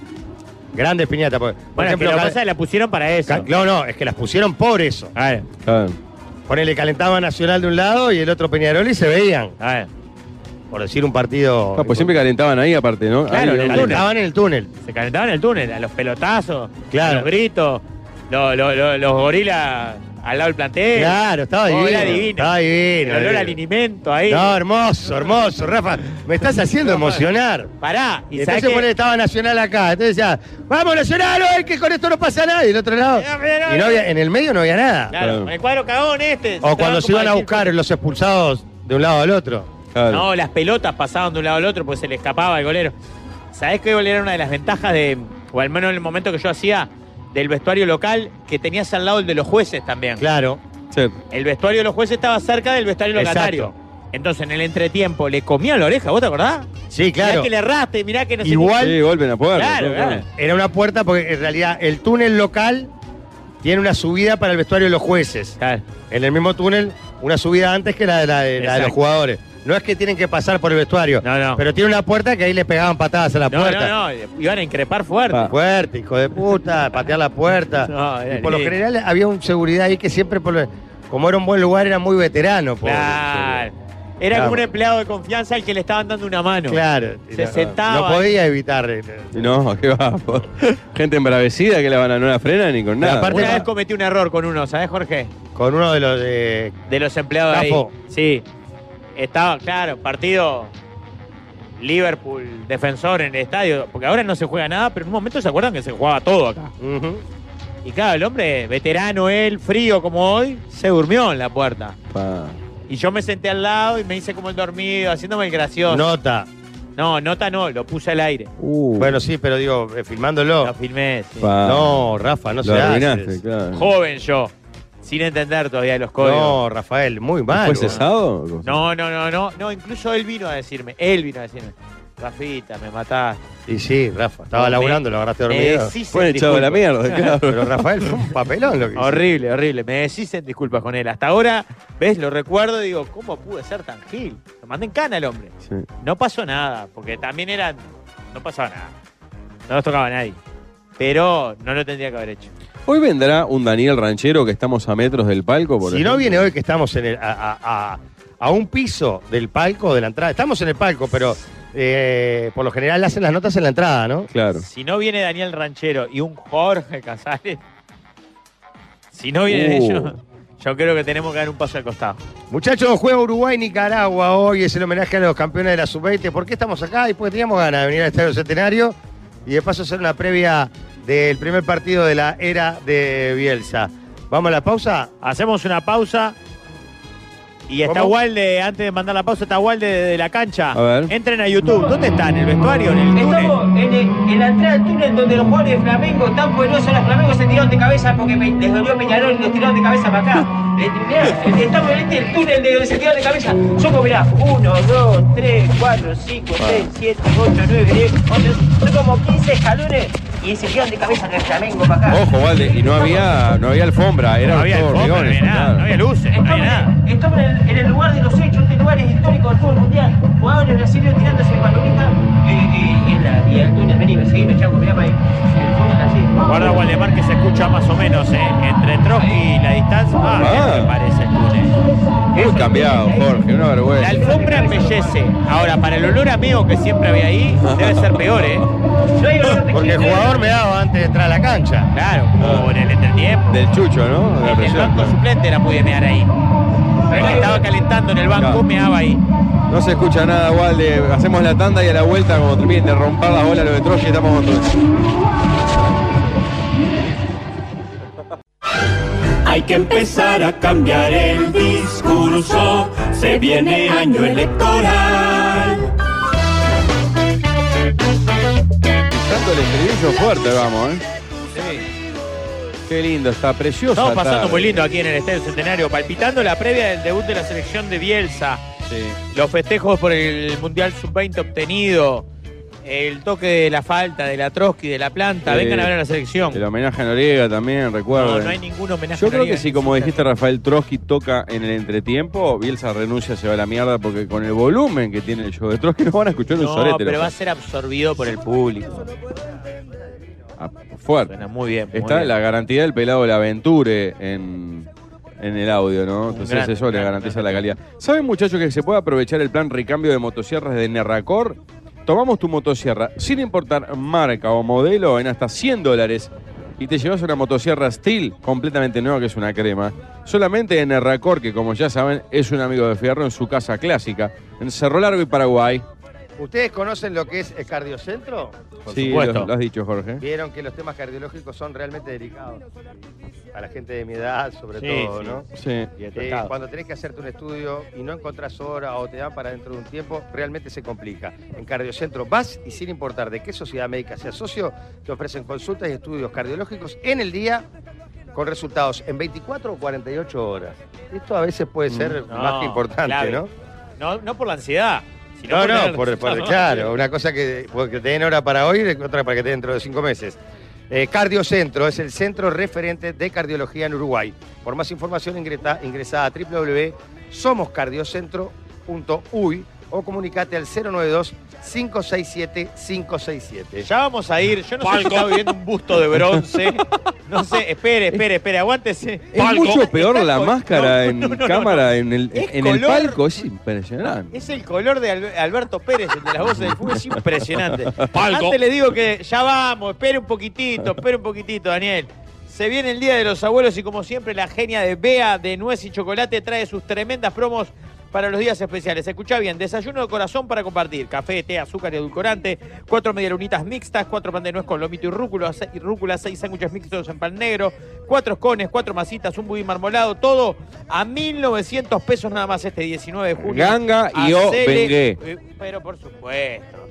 Grandes piñatas. porque, Por, Bueno, es que lo ejemplo, que ca- pasa es que la pusieron para eso. ca- no, no, es que las pusieron por eso. A ver, Claro. Ponele, calentaba Nacional de un lado y el otro Peñarol y se veían. a ver. Por decir un partido. Ah, pues siempre calentaban ahí aparte, ¿no? Claro, Ahí, en el ahí. túnel. Calentaban en el túnel. Se calentaban en el túnel, a los pelotazos, Claro. a los gritos, lo- lo- lo- los gorilas al lado del plantel. Claro, estaba Oh, divino. era divino. Estaba divino. El olor divino. al linimento ahí. No, hermoso, hermoso, Rafa. Me estás haciendo emocionar. Pará. Y ¿Y sabés entonces qué? pone, estaba Nacional acá. Entonces decía, vamos Nacional, a ver que con esto no pasa nada. Y del otro lado. Y no había- en el medio no había nada. Claro, Claro. con el cuadro cagón este. O cuando se iban a Estaba buscar los expulsados de un lado al otro. Claro. No, las pelotas pasaban de un lado al otro porque se le escapaba el golero. ¿Sabés qué era una de las ventajas de, o al menos en el momento que yo hacía, del vestuario local, que tenías al lado el de los jueces también? Claro. Sí. El vestuario de los jueces estaba cerca del vestuario Exacto. locatario. Entonces, en el entretiempo, le comía la oreja, ¿vos te acordás? Sí, claro. Mirá que le erraste, eh, mirá que no sé Igual- Sí, golpe en la puerta. Claro, todo, claro. Era una puerta porque en realidad el túnel local tiene una subida para el vestuario de los jueces. qué. Claro. En el mismo túnel, una subida antes que la de, la de- la de los Exacto. jugadores. No es que tienen que pasar por el vestuario. No, no. Pero tiene una puerta que ahí le pegaban patadas a la No, puerta. no, no, iban a increpar fuerte. Ah. Fuerte, hijo de puta, patear la puerta. No, era y por lo lindo. general había un seguridad ahí que siempre, por lo- como era un buen lugar, era muy veterano. pobre. Claro. Era Claro. como un empleado de confianza al que le estaban dando una mano. Claro. Se No- sentaba. No podía evitar. eh, Y No, qué va. po. Gente embravecida que la van a no la frenan ni con Pero nada. aparte- Una vez cometí un error con uno, ¿sabes, Jorge? Con uno de los. eh, De los empleados Capo. ahí. Sí. Estaba, claro, partido Liverpool, defensor en el estadio. Porque ahora no se juega nada, pero en un momento se acuerdan que se jugaba todo acá. ujú. Y claro, el hombre, veterano él, frío como hoy, se durmió en la puerta. Pa. Y yo me senté al lado y me hice como el dormido, haciéndome el gracioso. No, Nota. nota no, lo puse al aire. Uh, Bueno, sí, pero digo, eh, filmándolo. Lo filmé. sí. pa. No, Rafa, no se lo arruinaste, hace. claro. Joven yo, sin entender todavía los códigos. No, Rafael, muy mal. ¿Fue boludo. cesado? No, no, no, no, no. Incluso él vino a decirme, él vino a decirme, Rafita, me mataste. Y sí, Rafa, estaba No, laburando, me- Eh, lo agarraste Me dormido. decís en Fue echado de la disculpas. mierda, claro. Pero Rafael fue un papelón lo que hizo. Horrible, horrible. Me decís en disculpas con él. Hasta ahora, ves, lo recuerdo y digo, ¿cómo pude ser tan gil? Lo mandé en cana al hombre. Sí. No pasó nada, porque también eran. No pasaba nada. No nos tocaba a nadie. Pero no lo tendría que haber hecho. Hoy vendrá un Daniel Ranchero que estamos a metros del palco. Por Si ejemplo. no viene hoy que estamos en el- a, a- a- a un piso del palco, de la entrada. Estamos en el palco, pero eh, por lo general hacen las notas en la entrada, ¿no? Claro. Si no viene Daniel Ranchero y un Jorge Casares, si no vienen Uh. ellos, yo creo que tenemos que dar un paso al costado. Muchachos, juega Uruguay-Nicaragua hoy. Es el homenaje a los campeones de la sub-20. ¿Por qué estamos acá? Y porque teníamos ganas de venir al Estadio Centenario y de paso hacer una previa del primer partido de la era de Bielsa. ¿Vamos a la pausa? Hacemos una pausa. Y está ¿Cómo? Walde, antes de mandar la pausa, está Walde de, de la cancha. A ver. Entren a YouTube. ¿Dónde está? ¿En el vestuario? ¿En el túnel? Estamos en, el- en la entrada del túnel donde los jugadores de Flamengo, tan poderosos los Flamengo, se tiraron de cabeza porque pe- les dolió Peñarol y los tiraron de cabeza para acá. Eh, mirá, estamos en este túnel de donde se tiraron de cabeza. Somos, mirá, 1, 2, 3, 4, 5, Ah. 6, 7, 8, 9, 10, 11, son como 15 escalones y se tiraron de cabeza del Flamengo para acá. Ojo, Valde, y no había, no había alfombra, era No había todo alfombra, no hormigones, había nada, claro. no había luces, no había nada. en- estamos en, el, en el lugar de los hechos, este lugar es histórico del fútbol mundial. Jugadores brasileños tirándose palomitas y, y, y, en la- y el túnel, vení, seguime, chango, mirá para ahí. El fútbol así. Guarda Waldemar que se escucha más o menos, ¿eh? Entre Trotsky y la distancia. Ah, Ah. bien me parece el túnel. Muy cambiado, Jorge, una La vergüenza. alfombra embellece. Ahora, para el olor a mío que siempre había ahí, debe ser peor, ¿eh? No hay olor de Porque el gente. jugador me daba antes de entrar a la cancha. Claro, como en el entretiempo. Ah. Del chucho, ¿no? De la En el presión. banco suplente era pude mear ahí. El que estaba calentando en el banco Claro. meaba ahí. No se escucha nada, Walde. Hacemos la tanda y a la vuelta, cuando terminen de romper las bolas los de Troya, estamos otra vez. Hay que empezar a cambiar el discurso. Se viene año electoral. Tanto el estribillo fuerte, vamos, ¿eh? Qué lindo, está precioso. Estamos pasando muy lindo aquí en el Estadio Centenario, palpitando la previa del debut de la selección de Bielsa. Sí. Los festejos por el Mundial Sub-20 obtenido. El toque de la falta, de la Trotsky, de la planta. Sí. Vengan a ver a la selección. Eh, El homenaje a Noriega también, recuerdo. No, no hay ningún homenaje. Yo a creo Noriega que si, en como ese dijiste, caso. Rafael Trotsky toca en el entretiempo, Bielsa renuncia, se va a la mierda, porque con el volumen que tiene el show de Trotsky no van a escuchar un No, sorete. pero loco. va a ser absorbido por el público. Ah, Fuerte. Suena muy bien. muy Está bien. la garantía del pelado de la Aventure en, en el audio, ¿no? Entonces gran- eso le gran- garantiza gran- la calidad. ¿Saben, muchachos, que se puede aprovechar el plan recambio de motosierras de Nerracor? Tomamos tu motosierra, sin importar marca o modelo, en hasta 100 dólares. y te llevas una motosierra Steel completamente nueva que es una crema. Solamente en Erracor, que como ya saben es un amigo de Fierro en su casa clásica, en Cerro Largo y Paraguay. ¿Ustedes conocen lo que es el cardiocentro? sí, supuesto. Lo, lo has dicho ¿eh? Jorge. Vieron que los temas cardiológicos son realmente delicados. A la gente de mi edad, sobre Sí, todo, sí. ¿no? Sí. Y de tu Eh, estado. cuando tenés que hacerte un estudio y no encontrás hora o te dan para dentro de un tiempo, realmente se complica. En Cardiocentro vas y sin importar de qué sociedad médica seas socio, te ofrecen consultas y estudios cardiológicos en el día con resultados en 24 o 48 horas. Esto a veces puede ser Mm. Mm, no, más que importante, clave. ¿no? No, no por la ansiedad. Sino No, no, tener- por, por- claro, una cosa que, porque te den hora para hoy y otra para que te den dentro de cinco meses. Eh, Cardiocentro es el centro referente de cardiología en Uruguay. Por más información ingresa, ingresa a www.somoscardiocentro.uy o comunicate al 092-567-567. Ya vamos a ir. Yo no sé si estaba viendo un busto de bronce. No sé, espere, espere, espere, aguántese. Es mucho peor Está la con- máscara no, en no, no, no, cámara, en, el, Es en el color- palco, es impresionante. Es el color de Albe- Alberto Pérez, el de las voces del fútbol, es impresionante. Antes le digo que ya vamos, espere un poquitito, espere un poquitito, Daniel. Se viene el Día de los Abuelos y como siempre la genia de Bea de Nuez y Chocolate trae sus tremendas promos para los días especiales. Escucha bien, desayuno de corazón para compartir, café, té, azúcar y edulcorante, cuatro medialunitas mixtas, cuatro pan de nuez con lomito y rúcula, se- y rúcula seis sándwiches mixtos en pan negro, cuatro escones, cuatro masitas, un budín marmolado, todo a 1.900 pesos nada más este 19 de junio. Ganga y o Hacele- bengué. Eh, Pero por supuesto.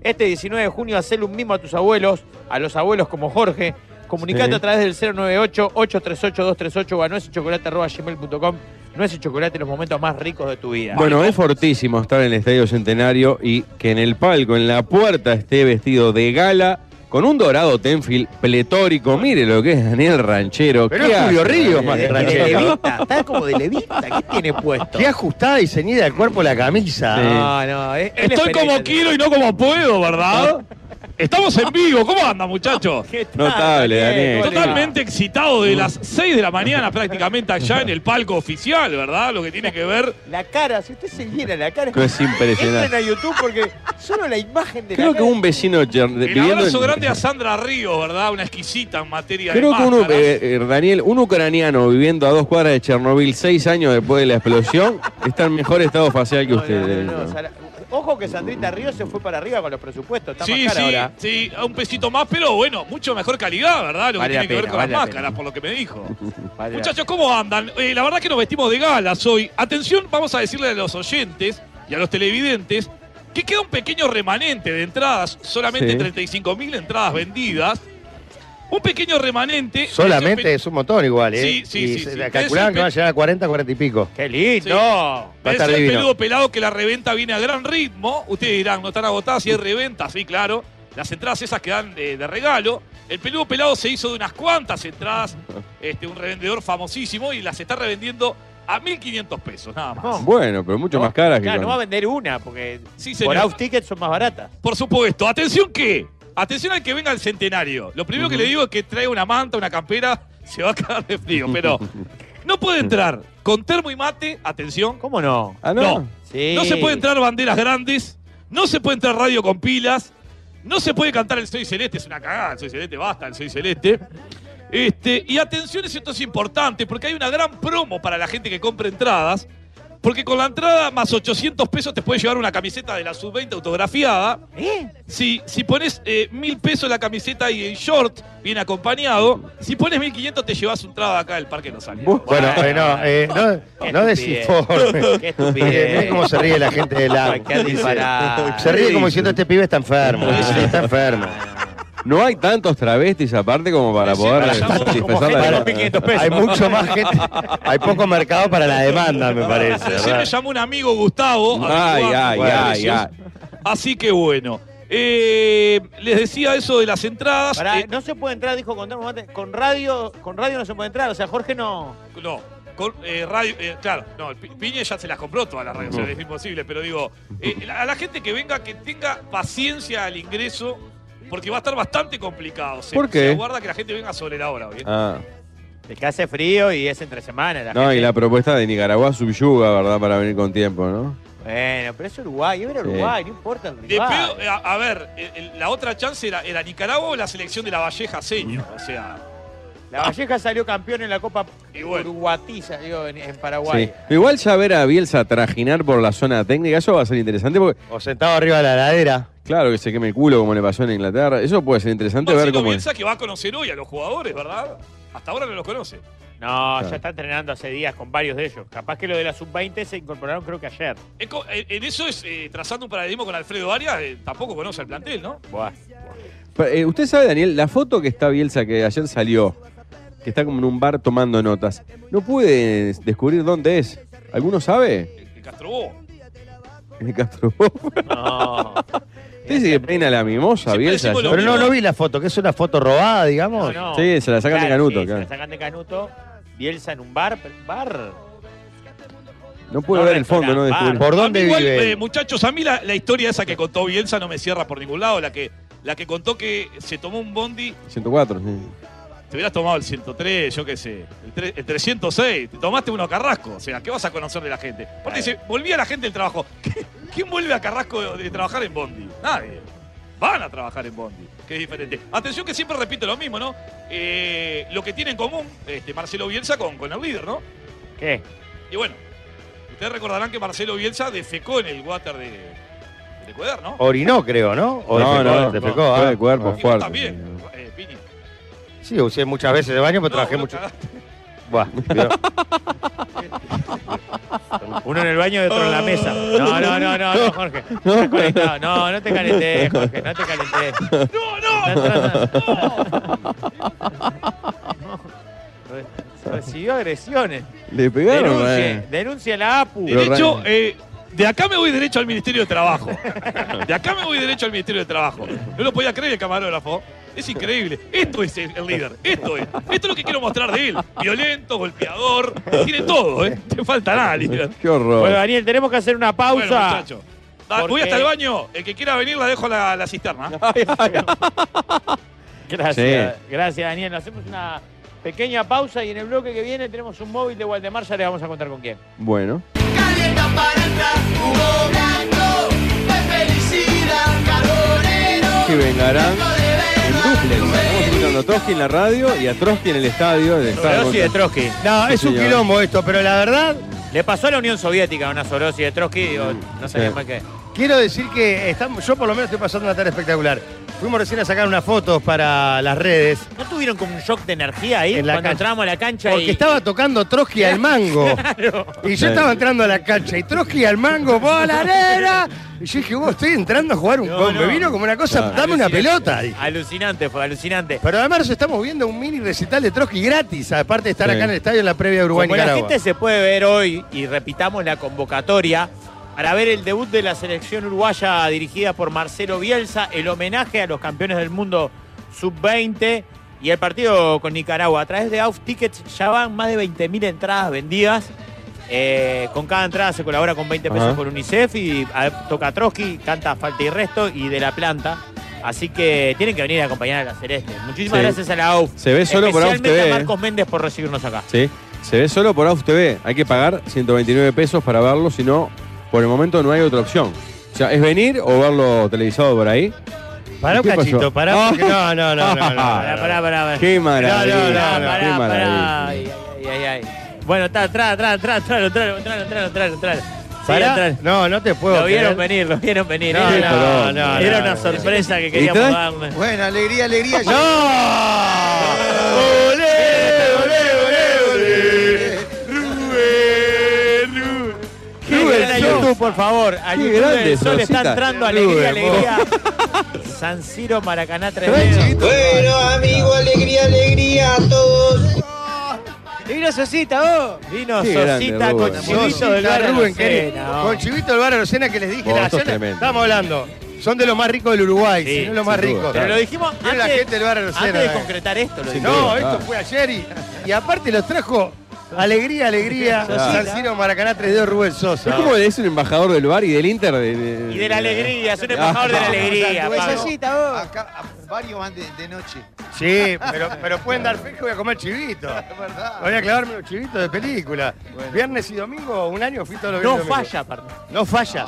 Este 19 de junio, hacele un mimo a tus abuelos, a los abuelos como Jorge. Comunicate Sí. a través del 098-838-238 o a nuezechocolate.com. Nuez y chocolate, los momentos más ricos de tu vida. Bueno, es fortísimo estar en el Estadio Centenario y que en el palco, en la puerta, esté vestido de gala con un dorado Tenfield pletórico. Mire lo que es Daniel Ranchero. Pero ¿Qué es Julio hace, Ríos más que Daniel? Y de ranchero. levita, está como de levita, ¿qué tiene puesto? Qué ajustada y ceñida el cuerpo la camisa. Sí. No, no, es- él es Estoy como periodista. quiero y no como puedo, ¿verdad? Estamos en vivo, ¿cómo anda muchachos? ¿Qué tal, Notable, Daniel. ¿Cómo le va? Totalmente excitado de las 6 de la mañana prácticamente allá en el palco oficial, ¿verdad? Lo que tiene que ver La cara, si usted se viera la cara. Esto es impresionante. Entren a YouTube porque solo la imagen de Creo la que cara- un vecino yer- de- el viviendo abrazo en- grande a Sandra Ríos, ¿verdad? Una exquisita en materia de Creo que uno, máscaras. eh, eh, Daniel, un ucraniano viviendo a dos cuadras de Chernobyl seis años después de la explosión está en mejor estado facial que No, no, usted. no, no, ¿no? Sara- Ojo que Sandrita Ríos se fue para arriba con los presupuestos. Está Sí, más cara sí, ahora. sí, a un pesito más, pero bueno, mucho mejor calidad, ¿verdad? Lo Vale que la tiene que ver pena, con vale la las máscaras, pena. por lo que me dijo. Vale. Muchachos, ¿cómo andan? Eh, la verdad que nos vestimos de galas hoy. Atención, vamos a decirle a los oyentes y a los televidentes que queda un pequeño remanente de entradas, solamente Sí. 35.000 entradas vendidas. Un pequeño remanente. Solamente es un montón igual, ¿eh? Sí, sí, Y sí, se- sí. Calculaban Ese que van a pe- llegar a 40, 40 y pico. ¡Qué lindo! Va a Es estar el divino. peludo pelado que la reventa viene a gran ritmo. Ustedes dirán, no están agotadas si hay reventa, sí, claro. Las entradas esas que dan de, de regalo. El peludo pelado se hizo de unas cuantas entradas, este, un revendedor famosísimo, y las está revendiendo a 1.500 pesos, nada más. No. Bueno, pero mucho más caras que Claro, con- no va a vender una porque Sí, por señor. out tickets son más baratas. Por supuesto. Atención que. Atención al que venga al centenario. Lo primero que le digo es que traiga una manta, una campera, se va a cagar de frío. Pero no puede entrar con termo y mate, atención. ¿Cómo no? Ah, no. No. Sí. No se puede entrar banderas grandes, no se puede entrar radio con pilas, no se puede cantar el Soy Celeste, es una cagada, el Soy Celeste, basta, el Soy Celeste. Este, y atención, esto es importante, porque hay una gran promo para la gente que compra entradas, porque con la entrada más 800 pesos te puedes llevar una camiseta de la Sub-20 autografiada. ¿Eh? Si, si pones eh, mil pesos la camiseta y el short, bien acompañado, si pones 1500 te llevas un trago acá del Parque Los Ángeles. Bueno, eh, no, eh, no, Qué no estupidez. desinforme. Qué Mire, mire estupidez. cómo se ríe la gente del Ay, agua. qué disparate. Se ríe como diciendo este pibe está enfermo. Sí, está enfermo. No hay tantos travestis aparte como para Sí, poder para satisfacer como- como gente la con demanda. 500 pesos. Hay mucho más gente. Hay poco mercado para la demanda, me parece. Recién me ¿verdad? llamó un amigo Gustavo. Ay, averiguando ay, precios. ay, ay. Así que bueno. Eh, les decía eso de las entradas. Pará, Eh, no se puede entrar, dijo con, termo, mate. con radio, con radio no se puede entrar, o sea, Jorge no. no. con, eh, radio, eh, claro, no, el Pi- Piñe ya se las compró todas las redes, o sea, es imposible, pero digo, eh, la- a la gente que venga, que tenga paciencia al ingreso, porque va a estar bastante complicado. Se, ¿Por qué? se aguarda que la gente venga sobre la hora, ¿bien? Ah, El que hace frío y es entre semanas. no, y la propuesta de Nicaragua subyuga, ¿verdad? Para venir con tiempo, ¿no? Bueno, pero es Uruguay, yo era Sí. Uruguay, no importa el Le rival. pido- eh, a, a ver, el- el- la otra chance era, era Nicaragua o la selección de la Valleja Senior. O sea, La Valleja salió campeón en la Copa Uruguatiza, digo, en, en Paraguay. Sí. Igual ya ver a Bielsa trajinar por la zona técnica, eso va a ser interesante porque. O sentado arriba de la ladera. Claro, que se queme el culo como le pasó en Inglaterra. Eso puede ser interesante ver Marcelo cómo es. piensa que va a conocer hoy a los jugadores, ¿verdad? Hasta ahora no los conoce. No, Claro. ya está entrenando hace días con varios de ellos. Capaz que lo de la sub-20 se incorporaron creo que ayer. Es co- En en eso es, eh, trazando un paralelismo con Alfredo Arias, eh, tampoco conoce al plantel, ¿no? Buah. Pero, eh, Usted sabe, Daniel, la foto que está Bielsa que ayer salió, que está como en un bar tomando notas, no pude descubrir dónde es. ¿Alguno sabe? El Castrobó. En el Castro Bo. No. Usted dice que peina la mimosa, Bielsa. Pero no, no vi la foto, que es una foto robada, digamos. No, no. Oh, Sí, se la sacan de Claro, Canuto, sí, claro. Se la sacan de Canuto. Bielsa en un bar. pero- ¿Bar? No pude No, ver el fondo, no restaurante, descubrí. ¿Por dónde A mí igual, vive? eh, muchachos, a mí la, la historia esa que contó Bielsa no me cierra por ningún lado. La que, la que contó que se tomó un bondi, 104, sí. te hubieras tomado el 103, yo qué sé, el, tre- el 306, te tomaste uno a Carrasco. O sea, ¿qué vas a conocer de la gente? Aparte, dice, volvía la gente del trabajo. ¿Quién vuelve a Carrasco de, de trabajar en bondi? Nadie. Van a trabajar en bondi, que es diferente. Atención que siempre repito lo mismo, ¿no? Eh, lo que tiene en común este, Marcelo Bielsa con, con el líder, ¿no? ¿Qué? Y bueno, ustedes recordarán que Marcelo Bielsa defecó en el water de, de Ecuador, ¿no? Orinó, creo, ¿no? O No, defecó, no, defecó, fue ah. de cuerpo, Y vos fuerte. también, eh, Pini. Sí, usé muchas veces el baño, pero No, trabajé vos mucho. cagaste. Buah, cuidado. Uno en el baño y otro en la mesa. No, no, no, no, no, Jorge. Está conectado. No, no te calentés, Jorge, no te calentés. No, No, no. no, no. Re- Recibió agresiones. Le pegaron, Denuncie, eh. denuncie a la APU. Pero Derecho, Ryan- eh, de acá me voy derecho al Ministerio de Trabajo. De acá me voy derecho al Ministerio de Trabajo. No lo podía creer el camarógrafo. Es increíble. Esto es el, el líder. Esto es. Esto es lo que quiero mostrar de él. Violento, golpeador. Tiene todo, ¿eh? Te falta nada, líder. Qué horror. eh, Bueno, Daniel, tenemos que hacer una Bueno, pausa. muchacho. Da- Porque- voy hasta el baño. El que quiera venir la dejo a la, la cisterna. gracias, gracias, Daniel. Hacemos una pequeña pausa y en el bloque que viene tenemos un móvil de Waldemar. Ya le vamos a contar con quién. Bueno. Caleta para atrás, jugo blanco, de felicidad, carbonero. Que vengarán en duplex. Estamos escuchando a Trotsky en la radio y a Trotsky en el estadio. de Estadio Sorosi de Trotsky. No, es un señor. quilombo esto, pero la verdad, Le pasó a la Unión Soviética una Sorosi de Trotsky. digo, no sabía Sí. más qué. quiero decir que estamos, yo por lo menos estoy pasando una tarde espectacular. Fuimos recién a sacar unas fotos para las redes. ¿No tuvieron como un shock de energía ahí En la cuando cancha. entramos a la cancha? Porque y- estaba tocando Trotsky al mango. Y yo estaba entrando a la cancha y Trotsky al mango, bola arena. Y yo dije, vos estoy entrando a jugar un No, con- Me no. vino como una cosa, Claro. dame una pelota. dije. Alucinante, fue alucinante. Pero además nos estamos viendo un mini recital de Trotsky gratis, aparte de estar Sí. acá en el estadio en la previa de Uruguay Como la Nicaragua. gente se puede ver hoy, y repitamos la convocatoria, para ver el debut de la selección uruguaya dirigida por Marcelo Bielsa, el homenaje a los campeones del mundo sub-20 y el partido con Nicaragua. A través de Off Tickets ya van más de 20.000 entradas vendidas. Eh, con cada entrada se colabora con 20 pesos Ajá. por UNICEF y a- toca Trotsky, canta Falta y Resto y de la planta. Así que tienen que venir a acompañar a la Celeste. Muchísimas Sí. gracias a la AUF. Se ve solo por AUF Especialmente TV, a eh. Marcos Méndez por recibirnos acá. Sí, se ve solo por AUF TV. Hay que pagar 129 pesos para verlo, si no, por el momento no hay otra opción. O sea, es venir o verlo televisado por ahí. Pará un ¿Qué pasó? cachito, pará. porque- No, no, no, no. no, no, Pues Ah. Pará, no. pará, pará. pará. ¡Qué No, maravilla! no, no, no, Pará, ¡Qué pará, maravilla! pará. Ay, ay, ay, ay. Bueno, está, tra, tra, tra, tralo, tralo, tralo, tralo, tralo, tralo. Sí, Pará. tralo. No, no te puedo. Lo vieron creer. venir, lo vieron venir. No, Era- no, no, Era no, una no. sorpresa que queríamos trae? darle. Bueno, alegría, alegría. ¡No! Qué Rubén grande Sol. YouTube, por favor. A Qué YouTube grande, del Sol Solcita. está entrando alegría, alegría. San Ciro, Maracaná, tremendo. Bueno, amigo, alegría, alegría a todos. Divino Sosita, vos. Vino Qué grande, Sosita con Rubén. Chivito del Rosita, Barrio Rubén, Lucena, querido. no. Con Chivito del Bar Arocena que les dije, Vos la sos cena, tremendo. estamos hablando. Son de los más ricos del Uruguay, Sí, si no los más sin duda, ricos. claro. Pero lo dijimos Mira antes, la gente del Barrio antes Lucena, de eh. concretar esto. Lo Sin dijimos. Ah. No, duda, esto claro. fue ayer y, y aparte los trajo alegría, alegría. San Siro, Maracaná 3D, Rubén Es Sosa. como es un embajador del bar y del Inter. de- de- Y eh. Ah, de la alegría, es un embajador de la alegría. Pues Pablo. así, Sosita, vos. Acá a- varios van de, de noche. Sí, pero, pero pueden dar fe que voy a comer chivito. Voy a clavarme los chivitos de película. Viernes y domingo, un año fui todos los No viernes y domingo. falla, aparte. No falla.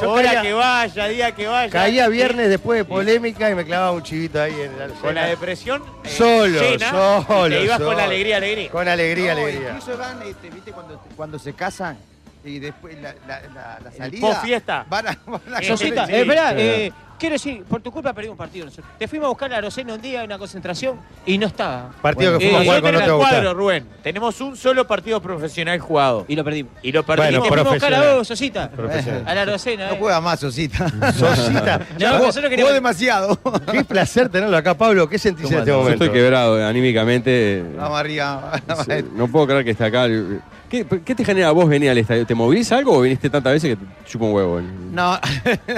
Yo Hora caía- que vaya, día que vaya. Caía viernes después de polémica y me clavaba un chivito ahí en la Con la depresión. eh, Solo, llena, solo, y Te ibas solo. con la alegría, alegría. Con alegría, No, alegría. Incluso van, este, viste, cuando, cuando se casan y después la, la, la, la salida. post-fiesta. Van a, van a Sosita, Sí. eh, esperá, Claro. eh, quiero decir, por tu culpa perdí un partido. nosotros. Te fuimos a buscar a Arocena un día en una concentración y no estaba. Partido que fuimos a eh, jugar yo con te la otro Boca. cuadro, Rubén. Tenemos un solo partido profesional jugado. Y lo perdimos. Y lo perdimos. Te fuimos a buscar a vos, Sosita. Profesional. A la Arocena. No juega más, Sosita. Sosita. No, Vos- nosotros queríamos- vos demasiado. Qué placer tenerlo acá, Pablo. ¿Qué sentís en este Yo momento? Ah, estoy quebrado eh, anímicamente. eh, Vamos arriba. sí, No puedo creer que está acá. el- ¿Qué, qué te genera vos venir al estadio? ¿Te moviliza algo o viniste tantas veces que te chupa un huevo? No,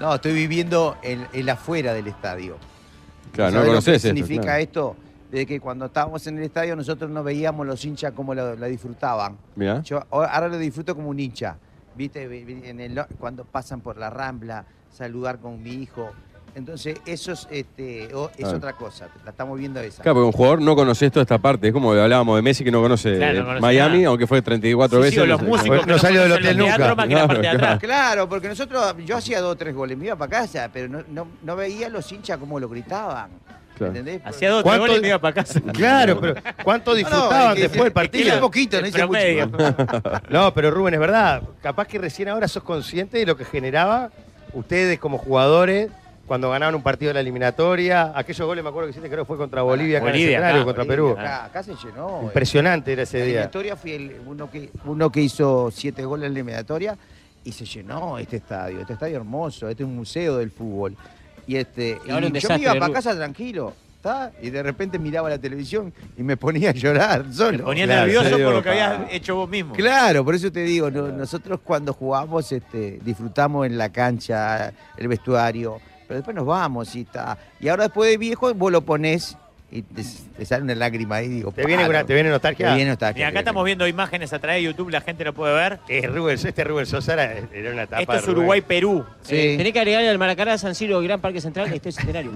no, estoy viviendo el, el afuera del estadio. Claro, no ¿Sabés lo que conoces esto, significa claro. esto? De que cuando estábamos en el estadio nosotros no veíamos los hinchas como la, la disfrutaban. Mirá. Yo ahora ahora lo disfruto como un hincha. ¿Viste? Vi- vi- en el- cuando pasan por la rambla, saludar con mi hijo. Entonces, eso es, este, o- es Claro. otra cosa. La estamos viendo esa. Ah. Claro, porque un jugador no conoce toda esta parte. Es como hablábamos de Messi que no conoce, Claro, no eh, conoce Miami, nada. aunque fue 34 veces. sé. Claro, claro. Claro, porque nosotros, yo hacía dos o tres goles, me iba para casa, pero no, no, no veía a los hinchas como lo gritaban. ¿Entendés? Hacía dos tres goles y me iba para casa. Claro, pero ¿cuánto disfrutaban después del partido? El promedio. No, pero Rubén, es verdad. Capaz que recién ahora sos consciente de lo que generaba ustedes como jugadores cuando ganaban un partido de la eliminatoria. Aquellos goles, me acuerdo que hiciste, creo que fue contra Bolivia, acá en el Bolivia, Centenario, acá, contra Bolivia, Perú. acá, acá se llenó. eh. Impresionante era ese La día. eliminatoria fui el- uno, que, uno que hizo siete goles en la eliminatoria y se llenó este estadio. Este estadio hermoso, este es un museo del fútbol. Y, este, Y eh, ahora y un yo me desastre, iba para Lu. casa tranquilo. ¿tá? Y de repente miraba la televisión y me ponía a llorar solo. Te ponía Claro, nervioso sí, por lo que papá. habías hecho vos mismo. Claro, por eso te digo, no- nosotros cuando jugamos este, disfrutamos en la cancha, el vestuario, pero después nos vamos y está. Y ahora después de viejo vos lo ponés y te, te sale una lágrima ahí y digo, Te viene "Paro". una- te viene nostalgia. Te viene nostalgia. Mira, acá estamos viendo imágenes a través de YouTube, la gente lo puede ver. Es Rubén, este Rubén Sosa era, una etapa. Esto es Uruguay-Perú. Eh, tenés que agregarle al Maracaná, San Siro, Gran Parque Central, este es centenario.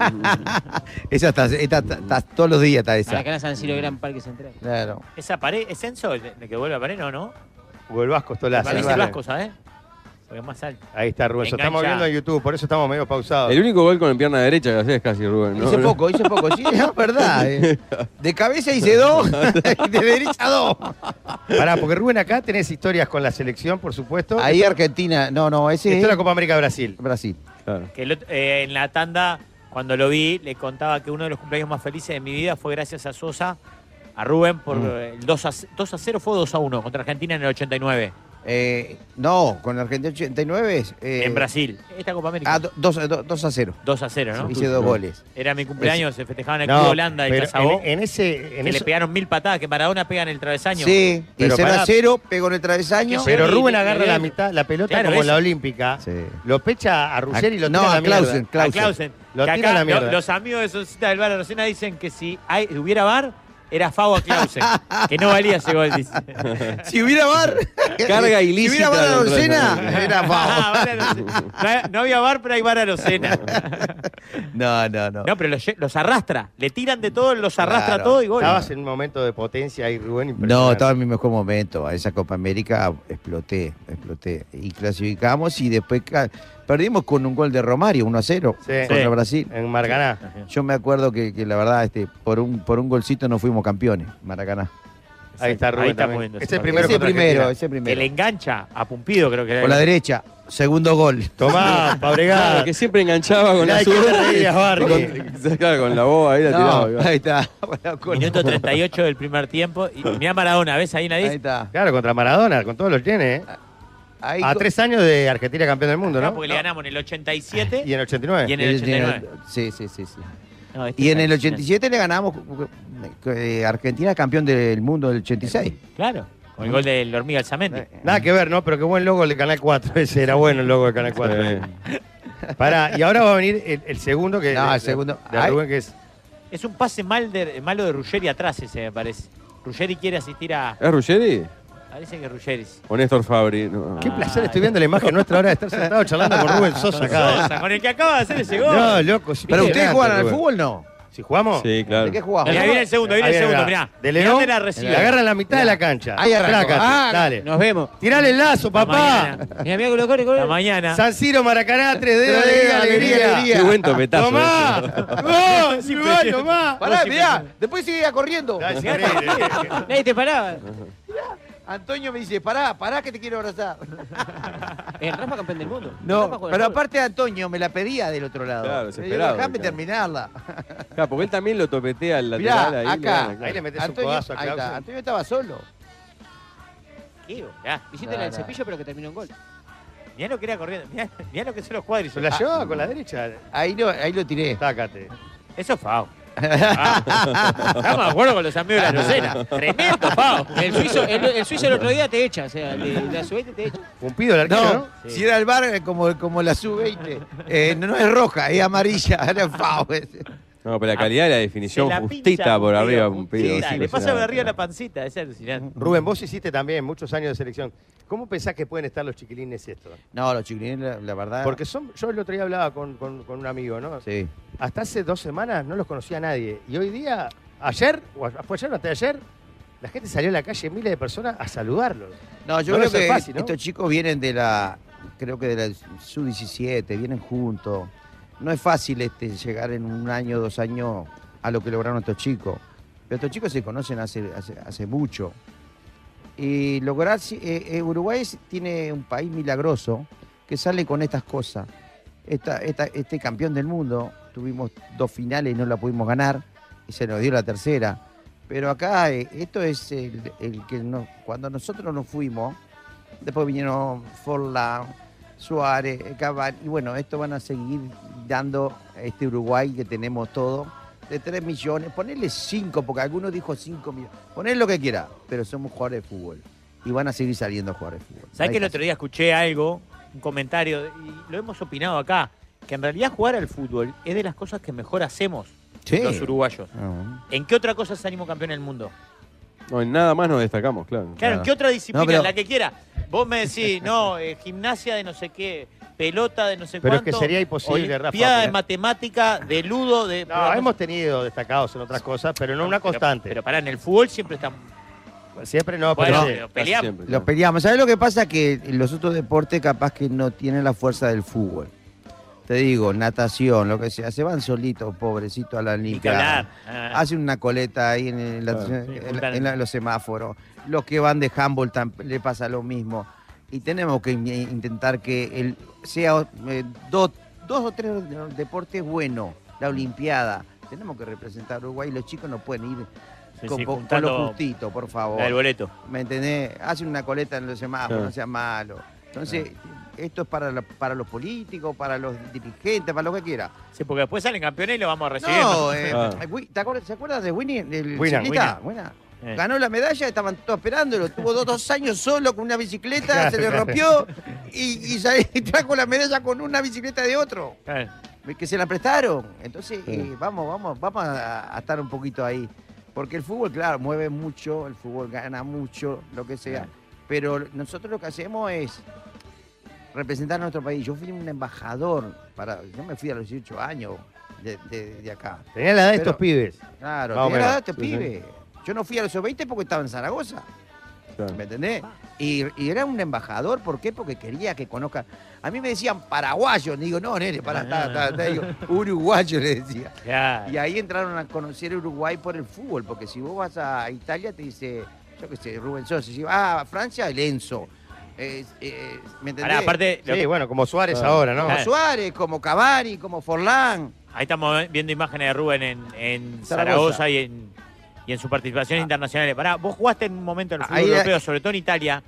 Esa está, esta- esta- está- todos los días está esa. Maracaná, San Siro, Gran Parque Central. Claro. ¿Esa pared es Enzo el el que vuelve a pared? No, no. O el Vasco Estolaza. Parece ¿no? el Vasco, ¿sabes? Porque es más alto. Ahí está Rubén. Sosa. Engancha. Estamos viendo en YouTube, por eso estamos medio pausados. El único gol con la pierna derecha que haces casi, Rubén. ¿no? Hice poco, hice poco, sí, es verdad. eh. De cabeza hice dos, y de derecha dos. Pará, porque Rubén acá tenés historias con la selección, por supuesto. Ahí Argentina, no, no, ese Esto es- es la Copa América de Brasil. Brasil. Que el otro- eh, en la tanda, cuando lo vi, le contaba que uno de los cumpleaños más felices de mi vida fue gracias a Sosa, a Rubén, por Mm. eh, el 2 a, 2 a 0 fue 2 a 1 contra Argentina en el 89, Eh, no, con la Argentina 89 es, eh, en Brasil. Esta Copa América. Ah, 2 a 0. 2 a 0, ¿no? Hice dos goles. Era mi cumpleaños, se festejaban aquí No, en Holanda y pero Casabó. en- en ese, que le pegaron mil patadas, que Maradona pega en el travesaño. Sí, y pero 0 pará. a 0, pegó en el travesaño. Pero Rubén agarra la mitad, la pelota Claro, como en la eso. olímpica. Lo pecha a Ruggeri y lo Ah, no, tira a la a Clausen, mierda. A Clausen. Lo Que tira acá a la mierda. lo- los amigos de Sosita del Bar Arocena dicen que si hay- hubiera bar, era Favo a Clausen. que no valía ese gol, dice. Si hubiera bar. Carga Si ilícita hubiera bar a dentro de la Arocena, era Ah, Pau. bar Arocena. No hay- No había bar, pero hay bar Arocena. No, no, no. No, pero los, lle- los arrastra. Le tiran de todo, los arrastra Claro. todo y gol. Estabas en un momento de potencia ahí, Rubén. No, impresionante. estaba en mi mejor momento. A esa Copa América exploté, exploté. Y clasificamos y después ca- perdimos con un gol de Romario, 1 a 0, Sí. contra Sí, Brasil. en Maracaná. Sí. Yo me acuerdo que, que la verdad, este, por un, por un golcito no fuimos campeones, Maracaná. Ahí está Rubén. Ahí está también. moviéndose. Ese primero Ese contra primero, Argentina. ese Que le primero. engancha a Pumpido, creo que era. Con la derecha, segundo gol. Tomá, Fabregada. Claro, que siempre enganchaba con Mirá, la ¿de qué te zurda. reías, Barry? Con, claro, con la boba ahí la No, tiraba. ahí está. Minuto 38 del primer tiempo. Y mirá Maradona, ¿ves ahí nadie? Ahí está. Claro, contra Maradona, con todos los genes. ¿eh? Ahí A go- tres años de Argentina campeón del mundo, ¿no? Porque le ganamos en el 87 Y en el 89. y en el Y en el- 89. Sí, sí, sí. sí. No, este Y en es el alucinante. 87 le ganamos. eh, Argentina campeón del mundo del 86. Claro, con el gol del hormiga Alzamendi. Nada que ver, ¿no? Pero qué buen logo el de Canal 4. Ese era bueno el logo de Canal eh. 4. Pará, y ahora va a venir el, el segundo que. No, de- el segundo. De, de Ay. Rubén, que es. Es un pase mal de- malo de Ruggeri atrás ese, me parece. Ruggeri quiere asistir a... ¿Es Ruggeri? Parece que Ruggeri. ¿O Néstor Fabri? No. Qué Ah. placer, estoy viendo la imagen nuestra ahora de estar sentado charlando con Rubén Sosa acá. ¿eh? Sosa, con el que acaba de hacer ese gol. No, loco. sí, ¿Pero impresionante, ustedes jugaron al Rubén. fútbol no? Si jugamos. Sí, claro. ¿De qué jugamos? Mirá, viene el segundo, viene el segundo, mirá. De Mirá León, dónde la recibe. la agarra en la mitad Mirá. de la cancha. Ahí arrancó. Trácate, Ah, dale. nos vemos. Tirale el lazo, papá. Mira, mira, lo corre, corre. La mañana. San Ciro, Maracaná, 3 d Tres dedos, alegría. alegría. Qué buen topetazo Tomá. No, No, Uruguay, tomá. Pará, mirá, después seguía corriendo. Nadie te paraba. Antonio me dice, pará, pará que te quiero abrazar. El Rafa campeón del mundo. El Rafa No, juega pero al fútbol. aparte Antonio me la pedía del otro lado. Claro, Le digo, desesperado, Dejame claro. terminarla. Claro, porque él también lo topetea al Mirá, lateral. ahí, acá. claro. Antonio, ahí está, Antonio estaba solo. ¿Qué? Mirá. Hiciste la del cepillo, pero que terminó en gol. Mirá lo que era corriendo. Mirá, mirá lo que son los cuadros. ¿La llevaba con la derecha? Ahí lo, ahí lo tiré. Tácate. Eso es FAO. Ah, Estamos de acuerdo con los amigos de la Lucena. Tremendo FAO. El suizo, el, el suizo el otro día te echa, o sea, le- la subiste y te echa. Cumplido el arquero, ¿no? Sí. Si era el bar, eh, como, como la sub-20. eh, no, no es roja, es amarilla. Era FAO. No, pero la calidad de la definición Se la pincha justita por un arriba, pido, un pido. Dale, le sí, pasa por impresionante. arriba la pancita, es alucinante. Rubén, vos hiciste también muchos años de selección. ¿Cómo pensás que pueden estar los chiquilines estos? No, los chiquilines, la, la verdad. Porque son, yo el otro día hablaba con, con- con un amigo, ¿no? Ah. Sí. Hasta hace dos semanas no los conocía nadie. Y hoy día, ayer, o a- fue ayer o antes de ayer, la gente salió a la calle, miles de personas, a saludarlos. No, yo No creo les es que fácil, ¿no? estos chicos vienen de la, creo que de la sub-17, vienen juntos. No es fácil este, llegar en un año, dos años a lo que lograron estos chicos. Pero estos chicos se conocen hace, hace, hace mucho. Y lograr, si- eh, eh, Uruguay es- tiene un país milagroso que sale con estas cosas. Esta, esta- este campeón del mundo, tuvimos dos finales y no la pudimos ganar, y se nos dio la tercera. Pero acá, eh, esto es el, el que no- cuando nosotros nos fuimos, después vinieron Forlán, Suárez, Cabal, y bueno, esto van a seguir dando a este Uruguay que tenemos todo, de 3 millones, ponerle 5, porque algunos dijo 5 millones, poner lo que quiera, pero somos jugadores de fútbol. Y van a seguir saliendo jugadores de fútbol. ¿Sabes Ahí que el está. otro día escuché algo, un comentario, y lo hemos opinado acá? Que en realidad jugar al fútbol es de las cosas que mejor hacemos Sí. los uruguayos. No. ¿En qué otra cosa salimos campeón del mundo? No, en nada más nos destacamos, claro. Claro, ¿en qué otra disciplina? Ah. No, pero- La que quiera. Vos me decís, no, eh, gimnasia de no sé qué, pelota de no sé Pero es cuánto. que sería imposible, Rafa, Olimpiada de poner- matemática, de ludo, de... No, hemos tenido destacados en otras cosas, pero no una Pero- constante. Pero, pará, en el fútbol siempre estamos... Siempre no, Bueno, pero- pero peleamos. Los peleamos. ¿Sabes lo que pasa? Que los otros deportes capaz que no tienen la fuerza del fútbol. Te digo, natación, lo que sea, se van solitos, pobrecitos, a la hablar. Olimpiada. Ah. Hacen una coleta ahí en, el- la- Claro. en- Sí, en juntan- la- en los semáforos. Los que van de handball tam- le pasa lo mismo. Y tenemos que in- intentar que el, sea eh, do- dos o tres deportes buenos. La Olimpiada. Tenemos que representar a Uruguay. Los chicos no pueden ir Sí, con, sí, con- con juntando lo justito, por favor. la del boleto. ¿Me entendés? Hacen una coleta en los semáforos, Claro. no sea malo. Entonces, esto es para, la- para los políticos, para los dirigentes, para lo que quiera. Sí, porque después salen campeones y lo vamos a recibir. No, eh, Ah. Wi- ¿te acuerdas, ¿se acuerdan de Winnie? El Winner, ciclista? Winner. Buena. Eh. Ganó la medalla, estaban todos esperándolo. Tuvo dos, dos años solo con una bicicleta, Claro, se le claro. rompió y, y sal- y trajo la medalla con una bicicleta de otro. Claro. Que se la prestaron. Entonces, Sí. eh, vamos, vamos, vamos a, a estar un poquito ahí. Porque el fútbol, claro, mueve mucho, el fútbol gana mucho, lo que sea. Pero nosotros lo que hacemos es representar a nuestro país. Yo fui un embajador, para, yo me fui a los 18 años de, de- de acá. Tenía la edad de estos Pero- pibes. Claro, Más o tenía la edad de estos menos. Sí, sí. pibes. Yo no fui a los 20 porque estaba en Zaragoza. Claro. ¿Me entendés? Y, y era un embajador, ¿por qué? Porque quería que conozca. A mí me decían paraguayo, le digo, no, nene, para, está, está, está. Digo, uruguayo le decía. Claro. Y ahí entraron a conocer Uruguay por el fútbol, porque si vos vas a Italia te dice, yo qué sé, Rubén Sosa, si vas a Francia, el Enzo. Eh, eh, ¿Me entendés? Pará, aparte, lo Sí, que- bueno, como Suárez ahora, ¿no? Como Suárez, como Cavani, como Forlán. Ahí estamos viendo imágenes de Rubén en, en Zaragoza. Ah. Zaragoza y en, y en su participación internacional. Pará, vos jugaste en un momento en el fútbol Ahí- europeo, sobre todo en Italia,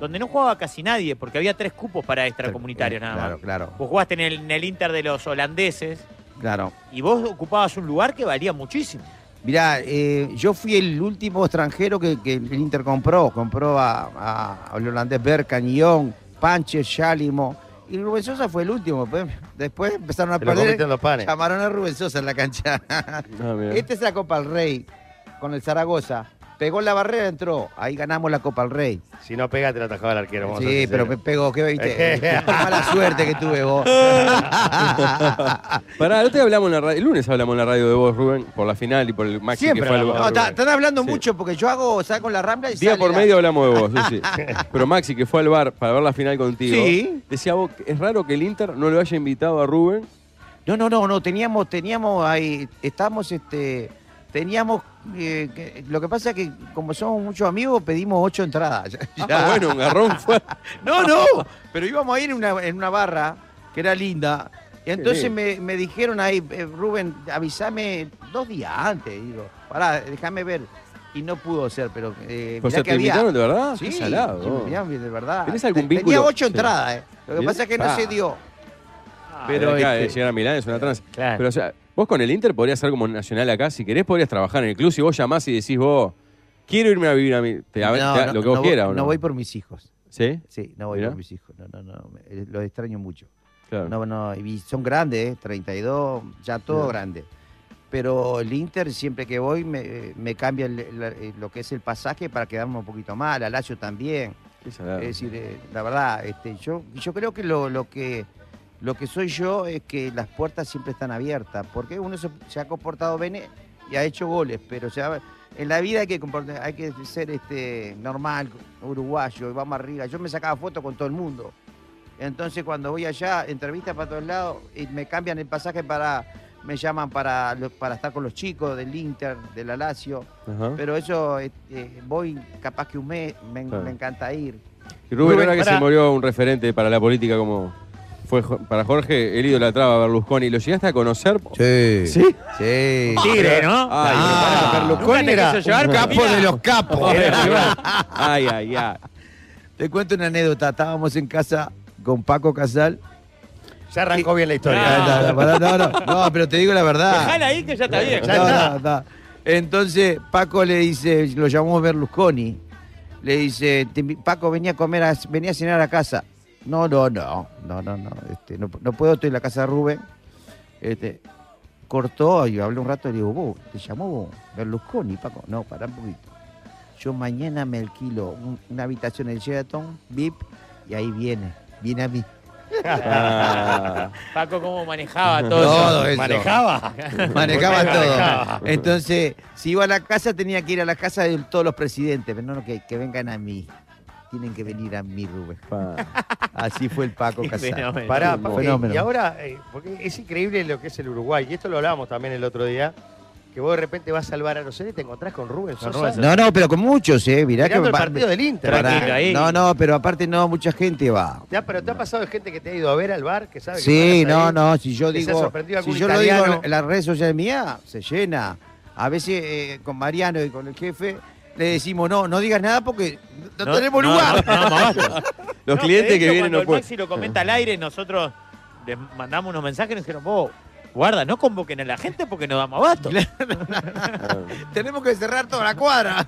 donde no jugaba casi nadie, porque había tres cupos para extracomunitarios nada más. Claro, claro, Vos jugaste en el, en el Inter de los holandeses claro. y vos ocupabas un lugar que valía muchísimo. Mirá, eh, yo fui el último extranjero que, que el Inter compró. Compró a, a- al holandés Berkan, Young, Panche, Yalimo. Y Rubén Sosa fue el último. Después- Después empezaron a Te lo perder. comiste en los panes. Llamaron a Rubén Sosa en la cancha. Este Ah, mirá. Esta es la Copa del Rey con el Zaragoza. Pegó la barrera, entró. Ahí ganamos la Copa al Rey. Si no pega, te la atajaba el arquero. vamos a Sí, ser pero me sinceros. pegó, ¿qué viste? Qué mala suerte que tuve vos. Pará, el otro día hablamos en la radio, el lunes hablamos en la radio de vos, Rubén, por la final y por el máximo que Siempre. fue al- hablamos. No, está- están hablando mucho porque yo hago, saco la rambla y Día sale por la- medio hablamos de vos, sí, sí. Pero Maxi, que fue al bar para ver la final contigo, Sí. decía vos, es raro que el Inter no lo haya invitado a Rubén. No, no, no, no, teníamos, teníamos ahí, estamos, este, teníamos, eh, que- lo que pasa es que como somos muchos amigos, pedimos ocho entradas. Ah, bueno, un garrón fue. No, no, pero íbamos a ir en una, en una barra que era linda. Y entonces lindo. me, me dijeron ahí, eh, Rubén, avísame dos días antes. Y Digo, pará, déjame ver. Y no pudo ser, pero. eh, O mirá sea, que Pues ¿te había- invitaron de verdad? Sí, Qué salado, sí, vos. mirá, de verdad. ¿Tenés algún Tenía vínculo? ocho Sí. entradas, eh. Lo que Mirá, Ah. pasa es que no pa. se dio. Pero Pero, acá, este, eh, llegar a Milán es una trans. Pero, o sea, vos con el Inter podrías ser como nacional acá. Si querés, podrías trabajar en el club. Si vos llamás y decís, vos, quiero irme a vivir a mi. Te, a- No, te- no, lo que vos no voy- quieras, ¿o no? no voy por mis hijos. ¿Sí? Sí, no voy Mirá. por mis hijos. No, no, no. me- eh, Los extraño mucho. Claro. No, no, y son grandes, eh, 32, ya todo Claro. grande. Pero el Inter, siempre que voy, me, eh, me cambia el- la- eh, lo que es el pasaje para quedarme un poquito mal. A Lazio también. Qué Es salado. decir, eh, la verdad, este, yo, yo creo que lo, lo que lo que soy yo es que las puertas siempre están abiertas, porque uno se, se ha comportado bien y ha hecho goles, pero se ha- en la vida hay que comportar- hay que ser este normal, uruguayo, y vamos arriba. Yo me sacaba fotos con todo el mundo. Entonces cuando voy allá, entrevistas para todos lados, y me cambian el pasaje para, me llaman para, lo- para estar con los chicos del Inter, de la Lazio. Ajá. Pero eso, este, voy capaz que un mes, me, Claro. me encanta ir. Y Rubén, Rubén, ahora que pará. se murió un referente para la política como fue Jo- para Jorge, él idolatraba a Berlusconi. ¿Lo llegaste a conocer? Sí. ¿Sí? Sí. Tigre, ¿no? Ay, Ah, pero pará, nunca te quiso llevar, un pero capo mira. de los capos. Era rival. ay, ay, ay. Te cuento una anécdota. Estábamos en casa con Paco Casal. Ya arrancó bien la historia. No, no, pará, no, no, no, pero te digo la verdad. Dejala ahí que ya está bien. No, no, no. Entonces Paco le dice, lo llamó Berlusconi. Le dice, "Te invi- Paco, venía a comer, a- venía a cenar a casa. No, no, no, no, no, no, este, no, no puedo, estoy en la casa de Rubén. Este, cortó y hablé un rato y le digo, vos, te llamó Berlusconi, Paco. No, pará un poquito. Yo mañana me alquilo un- una habitación en el Sheraton, VIP, y ahí viene, viene a mí. Ah. Paco, ¿cómo manejaba todo, Todo eso. ¿Manejaba? Manejaba Manejaba. todo. Entonces, si iba a la casa, tenía que ir a la casa de todos los presidentes. Pero no, no, que, que vengan a mí. Tienen que venir a mí, Rubén. Así fue el Paco Qué Casal. fenómeno. Pará, Paco, Fenómeno. y ahora, eh, porque es increíble lo que es el Uruguay, y esto lo hablábamos también el otro día, que vos de repente vas a salvar a los y te encontrás con Rubén Sosa. No, no, pero con muchos, ¿eh? Mirá Mirando que el partido del Inter. Pará. Tranquilo, ahí. No, no, pero aparte no, mucha gente va. Ya, pero te ha pasado de gente que te ha ido a ver al bar, que sabe que Sí, van a no, salir, no, si yo que se ha digo, sorprendido si algún yo lo digo italiano. en las redes sociales mías, se llena. A veces eh, con Mariano y con el jefe le decimos, no, no digas nada porque no, No, tenemos no, lugar. no, no, no, basta. Los No, clientes de hecho, que vienen cuando no el pueden. Maxi lo comenta al aire, nosotros les mandamos unos mensajes y nos dijeron, vos, guarda, no convoquen a la gente porque nos damos abasto. tenemos que cerrar toda la cuadra.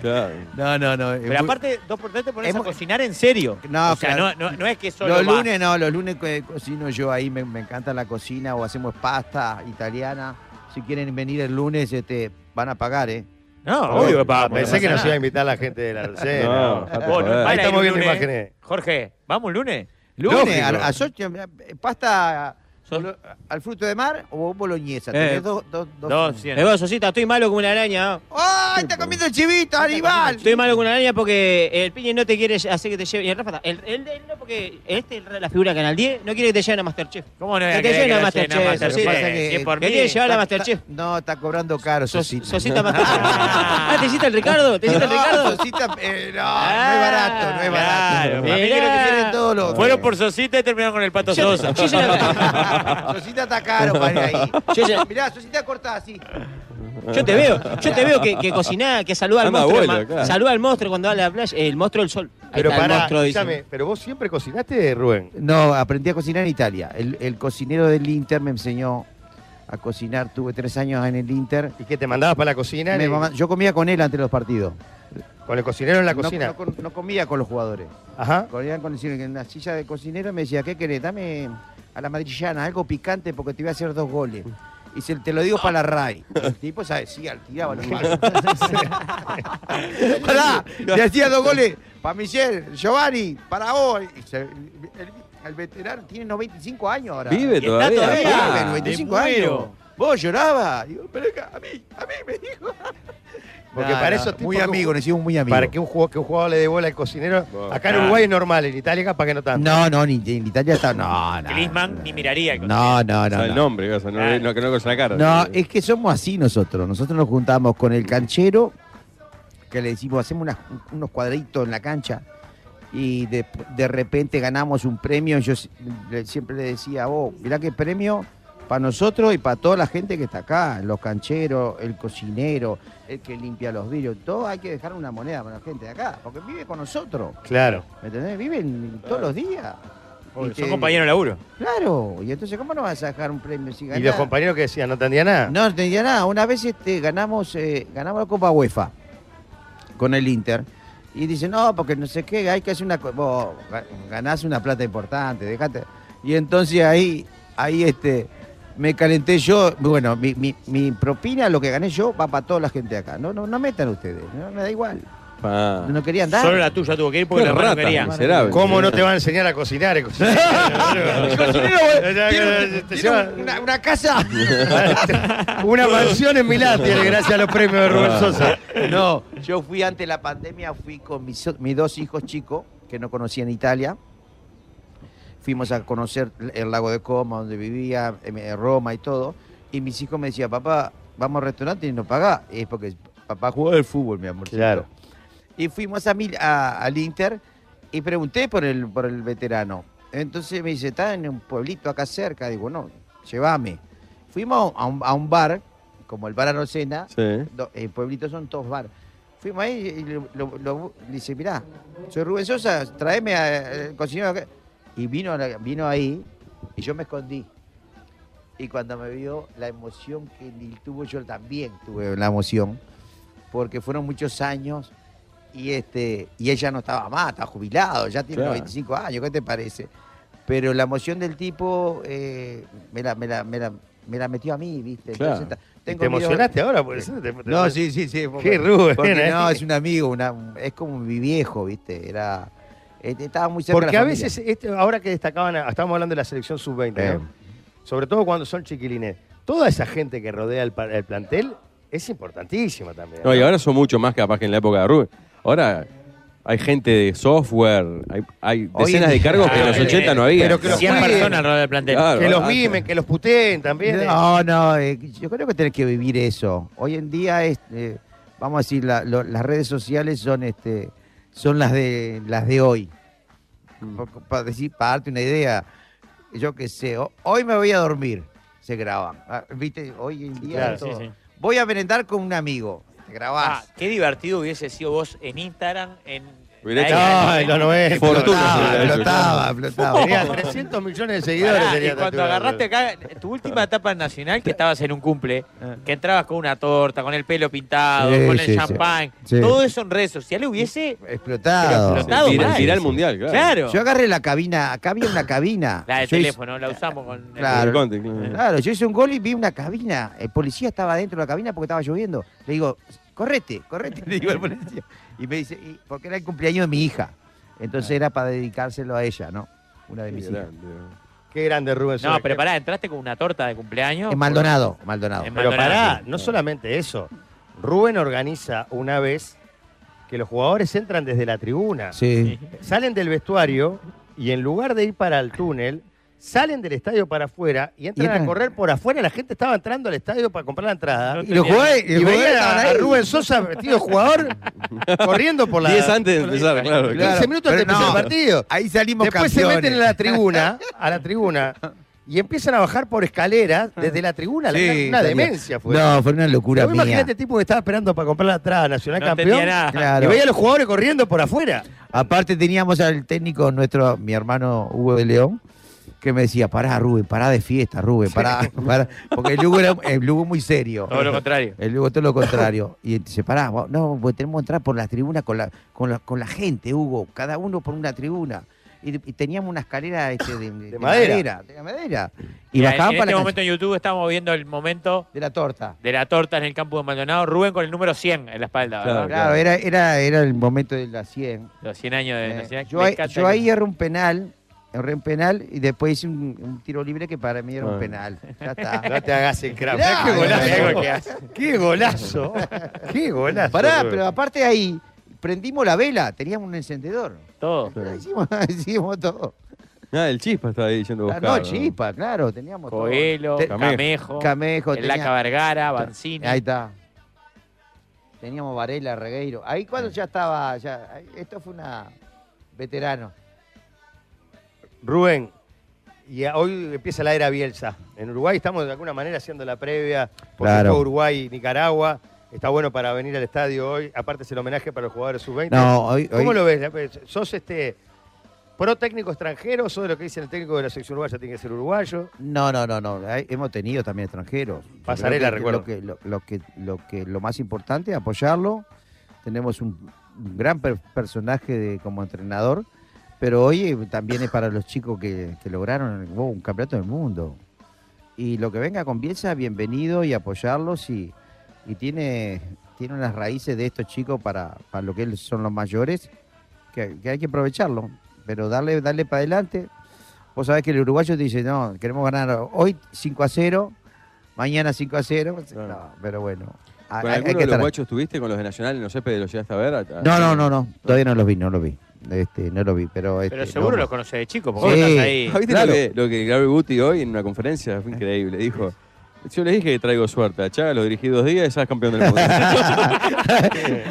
Claro. No, no, no. Pero aparte, dos por tres te pones Hemos- a cocinar en serio. No, o sea, claro. no, no, no es que solo Los vas. lunes no, los lunes co- eh, cocino yo ahí, me, me encanta la cocina o hacemos pasta italiana. Si quieren venir el lunes, este, van a pagar, ¿eh? No, Ah, obvio que ah, pagamos. Pensé no que pasa nos iba nada. a invitar la gente de la cena. No, Ah, Vos, no es para Ahí ir estamos un viendo lunes. imágenes. Jorge, ¿vamos un lunes? Lunes, Lógico. a, las ocho, eh, pasta bolo- al fruto de mar o boloñesa. Eh, Tenés dos, dos, dos- Dos, cien. Eh, vos, Sosita, estoy malo como una araña. ¿no? ¡Ay, está comiendo el chivito, animal! Estoy malo con una araña porque el piñe no te quiere hacer que te lleve. Y el Rafa, el, el, el no, porque este es la figura de Canal 10, no quiere que te lleven a Masterchef. ¿Cómo no voy a Que te querer lleven a que lo lleven Masterchef, a Masterchef? Sosita. Pasa que- Que que por te mí- quiere Eh, llevar a Está- Masterchef. está- No, está cobrando caro, Sosita. Sosita Masterchef. Ah, ¿te hiciste el Ricardo? ¿Te hiciste el No, Ricardo? Sosita, eh, no, no es barato, no es barato. Ah, Claro, Mirá. para mí creo que Tienen todos los- eh, Fueron por Sosita y terminaron con el pato Yo- Sosa. yo ya la- Sosita está caro para ir ahí. Yo ya- Mirá, Sosita corta así. Yo te veo, yo te veo que, que cocinás, que saluda al Anda, monstruo. abuela, ma- claro. Saluda al monstruo cuando va a la playa. El monstruo del sol. Ahí Pero está el pará, monstruo, dice. escúchame, Eh, pero vos siempre cocinaste, Rubén. No, aprendí a cocinar en Italia. El, el cocinero del Inter me enseñó a cocinar. Tuve tres años en el Inter. ¿Y que te mandabas para la cocina? Me y- mama- yo comía con él antes de los partidos. Con el cocinero en la No- cocina. No, con- no comía con los jugadores. Ajá. Comía con el- en la silla de cocinero me decía, ¿qué querés? Dame a la madrillana, algo picante porque te voy a hacer dos goles. Y se, te lo digo para la RAI. El tipo, ¿sabes? Sí, al- tiraba los palos. Pará, le hacía dos goles para Michel, Giovanni, para vos. Y se- el, el veterano tiene 95 años ahora. Vive Y está todavía, pa. vive, 95 Me años. muero. Vos llorabas. Digo, pero es que a mí, a mí me dijo. Porque No, para no, esos tipos muy que- amigo, necesitamos muy amigo. Para que un jugador, que un jugador le dé bola al cocinero. Acá en claro. Uruguay es normal, en Italia capaz que no Ah, tanto. No, no, ni en Italia está. No, no. Griezmann ni miraría. el No, no, O sea, no. el no. nombre, o sea, no, no, que no conoce la cara. No, es que somos así nosotros. Nosotros nos juntamos con el canchero, que le decimos, hacemos unas- unos cuadritos en la cancha y de, de repente ganamos un premio. Yo si- le- siempre le decía, oh, mirá qué premio para nosotros y para toda la gente que está acá, los cancheros, el cocinero, el que limpia los vidrios, todo hay que dejar una moneda para la gente de acá, porque vive con nosotros. Claro. ¿Me entendés? Viven todos los días. Obvio, Y son que- compañeros de laburo. Claro, y entonces, ¿cómo no vas a dejar un premio si Y ganas? los compañeros que decían, no tendría nada. No, no tenía nada. Una vez este, ganamos, eh, ganamos la Copa UEFA con el Inter. Y dice, no, porque no sé qué, hay que hacer una... co- Vos ga- ganás una plata importante, dejate. Y entonces ahí, ahí este, me calenté yo. Bueno, mi, mi- mi propina, lo que gané yo, va para toda la gente de acá. No, no, no metan ustedes, no, me da igual. Ah. No querían dar. Solo la tuya tuvo que ir porque Qué la hermana no ratas, quería. miserable. ¿Cómo no te van a enseñar a cocinar? El cocinero, boludo? Tiene- Te tiene lleva- una, una casa. Una mansión en Milán tiene, gracias a los premios de Ah. Rubén Sosa. No, yo fui ante la pandemia, fui con mis, so- mis dos hijos chicos que no conocía en Italia. Fuimos a conocer el lago de Coma, donde vivía, em, eh, Roma y todo. Y mis hijos me decían, papá, vamos al restaurante y no pagá. Es porque papá jugó al fútbol, mi amor. Claro. Y fuimos a Mil- a- al Inter y pregunté por el, por el veterano. Entonces me dice, está en un pueblito acá cerca. Digo, no, llévame. Fuimos a un, a un bar, como el bar Arocena, Sí. do- eh, pueblitos son todos bar. Fuimos ahí y lo- lo- lo- le dice, mirá, soy Rubén Sosa, tráeme a- al cocinero acá. Y vino, la- vino ahí y yo me escondí. Y cuando me vio, la emoción que él tuvo yo también tuve la emoción, porque fueron muchos años y este y ella no estaba más, está jubilado, ya tiene Claro. 25 años, ¿qué te parece? Pero la emoción del tipo eh, me, la, me, la, me, la, me la metió a mí, ¿viste? Claro. ta- ¿Y tengo te miedo- emocionaste ahora por eso? Te- te- No, sí, sí, sí. porque- Qué Rubén, porque ¿eh? No, es un amigo, una, es como mi viejo, ¿viste? Era, este, estaba muy cerca de Porque la a familia. veces, este- ahora que destacaban, a- estábamos hablando de la selección sub-20, ¿no? sobre todo cuando son chiquilines, toda esa gente que rodea el, pa- el plantel es importantísima también. No, y ahora son mucho más capaz que en la época de Rubén. Ahora hay gente de software, hay, Hoy hay en decenas de día- cargos que en los Ah, 80 eh, no había. pero que los 100 cuiden. personas alrededor del plantel. Claro, que los antes- mimen, que los puteen también. No, no, eh, yo creo que tenés que vivir eso. Hoy en día, es, eh, vamos a decir, la- lo- las redes sociales son, este, son las, de, las de hoy. Mm. Para, decir, para darte una idea, yo qué sé, ho- hoy me voy a dormir, se graban. Ah, ¿Viste? Hoy en día claro, es todo. sí, sí. voy a merendar con un amigo, te Ah, grabás. qué divertido hubiese sido vos en Instagram, en. Hubiera la hecho- era de- Ay, los 90. Fortuna se hubiera hecho. Explotaba, explotaba. Tenía 300 millones de seguidores. Pará, tenía y cuando Tatura. agarraste acá, eh, tu última etapa en nacional, que estabas en un cumple, que entrabas con una torta, con el pelo pintado, Ah. Sí, con sí, el sí. champán, Sí. todo eso en redes sociales hubiese Explotado. Pero explotado Viral- mal. viral mundial, claro. Claro. Yo agarré la cabina, acá había una cabina. la de Yo hice- teléfono, la usamos con. Claro. El Conte, claro. Claro, yo hice un gol y vi una cabina. El policía estaba dentro de la cabina porque estaba lloviendo. Le digo, correte, correte, le digo al policía. Y me dice, "Y- porque era el cumpleaños de mi hija. Entonces era para dedicárselo a ella, ¿no? Una de mis hijas. Qué grande Rubén Sosa. No, pero pará, entraste con una torta de cumpleaños. En Maldonado, Maldonado. En Pero Maldonado, pará, sí. no solamente eso. Rubén organiza una vez que los jugadores entran desde la tribuna. Sí. Salen del vestuario y en lugar de ir para el túnel, salen del estadio para afuera y entran, Y entran. a correr por afuera. La gente estaba entrando al estadio para comprar la entrada. Y los jugadores- Y los veían jugadores a, estaban a ahí. Rubén Sosa vestido jugador corriendo por la. 10 antes de empezar, claro. 15 Pero minutos antes de empezar no, el partido. Ahí salimos Después campeones. se meten en la tribuna, a la tribuna, y empiezan a bajar por escaleras desde la tribuna. la- Sí, una salió. demencia fue. No, fue una locura Pero vos mía. Imagínate el tipo que estaba esperando para comprar la entrada Nacional No Campeón. entendía nada. Claro. Y veía a los jugadores corriendo por afuera. Aparte teníamos al técnico nuestro, mi hermano Hugo de León, que me decía, pará, Rubén, pará de fiesta, Rubén, pará, pará. Porque el Lugo era el Lugo muy serio. Todo lo contrario. El Hugo todo lo contrario. Y dice, pará, pues vos- no, porque tenemos que entrar por las tribunas con la, con la, con la gente, Hugo, cada uno por una tribuna. y, y teníamos una escalera este, de, de madera. de madera. Y Y Mira, en bajaban este para la momento en YouTube estamos viendo el momento de la torta. De la torta en el campo de Maldonado. Rubén con el número 100 en la espalda, Claro, ¿verdad? era, era, era el momento de la 100. Los 100 años de Eh, nacional. yo, ahí- yo ahí er- erré un penal, erré un penal y después hice un, un tiro libre que para mí era un Ah. penal. Ya está. No te hagas el crap. Mirá, Qué golazo. mirá lo que hace. Qué golazo. Qué golazo. Pará, Rubén. pero aparte ahí prendimos la vela, teníamos un encendedor. Todo. Hicimos, hicimos todo. Nada, Ah, el chispa estaba ahí yendo a Ah, buscar. no, chispa, claro, teníamos todo. Coelho, Te- Camejo, Camejo, el tenía- Laca Vergara, Banzini. Ahí está. Teníamos Varela, Regueiro. Ahí cuando ya estaba, ya, esto fue una veterano. Rubén, y a- hoy empieza la era Bielsa. En Uruguay estamos de alguna manera haciendo la previa. Por Claro. ejemplo, Uruguay, Nicaragua. Está bueno para venir al estadio hoy. Aparte es el homenaje para los jugadores sub-20. No, hoy- ¿Cómo hoy- lo ves? ¿Sos este pro técnico extranjero? ¿Sos de lo que dice el técnico de la sección uruguaya? Tiene que ser uruguayo. No, no, no, no. Hay- hemos tenido también extranjeros. Yo Pasarela, creo recuerdo. que- Lo que, lo, que, lo, que, lo más importante es apoyarlo. Tenemos un, un gran per- personaje de- como entrenador, pero hoy eh, también es para los chicos que, que lograron wow, un campeonato del mundo. Y lo que venga con Bielsa, bienvenido y apoyarlos. Y, y tiene, tiene unas raíces de estos chicos para, para lo que son los mayores, que, que hay que aprovecharlo. Pero darle, darle para adelante, Vos sabés que el uruguayo te dice, no, queremos ganar hoy 5 a 0, mañana 5 a 0. No, pero bueno. Ah, hay- ¿Con hay- hay alguno que de los estar- guachos estuviste con los de Nacional? No sé, pero los llegaste a ver. No, no, no, no. Todavía no los vi, no los vi. Este, no los vi, pero. Este, Pero seguro no. los conocés de chico, porque Vos vos estás estás ahí. Ah, ¿Viste lo, que, lo que Gaby Guti hoy en una conferencia? Fue increíble. Dijo: Yo les dije que traigo suerte. A Chaga lo dirigí dos días y ya es campeón del mundo.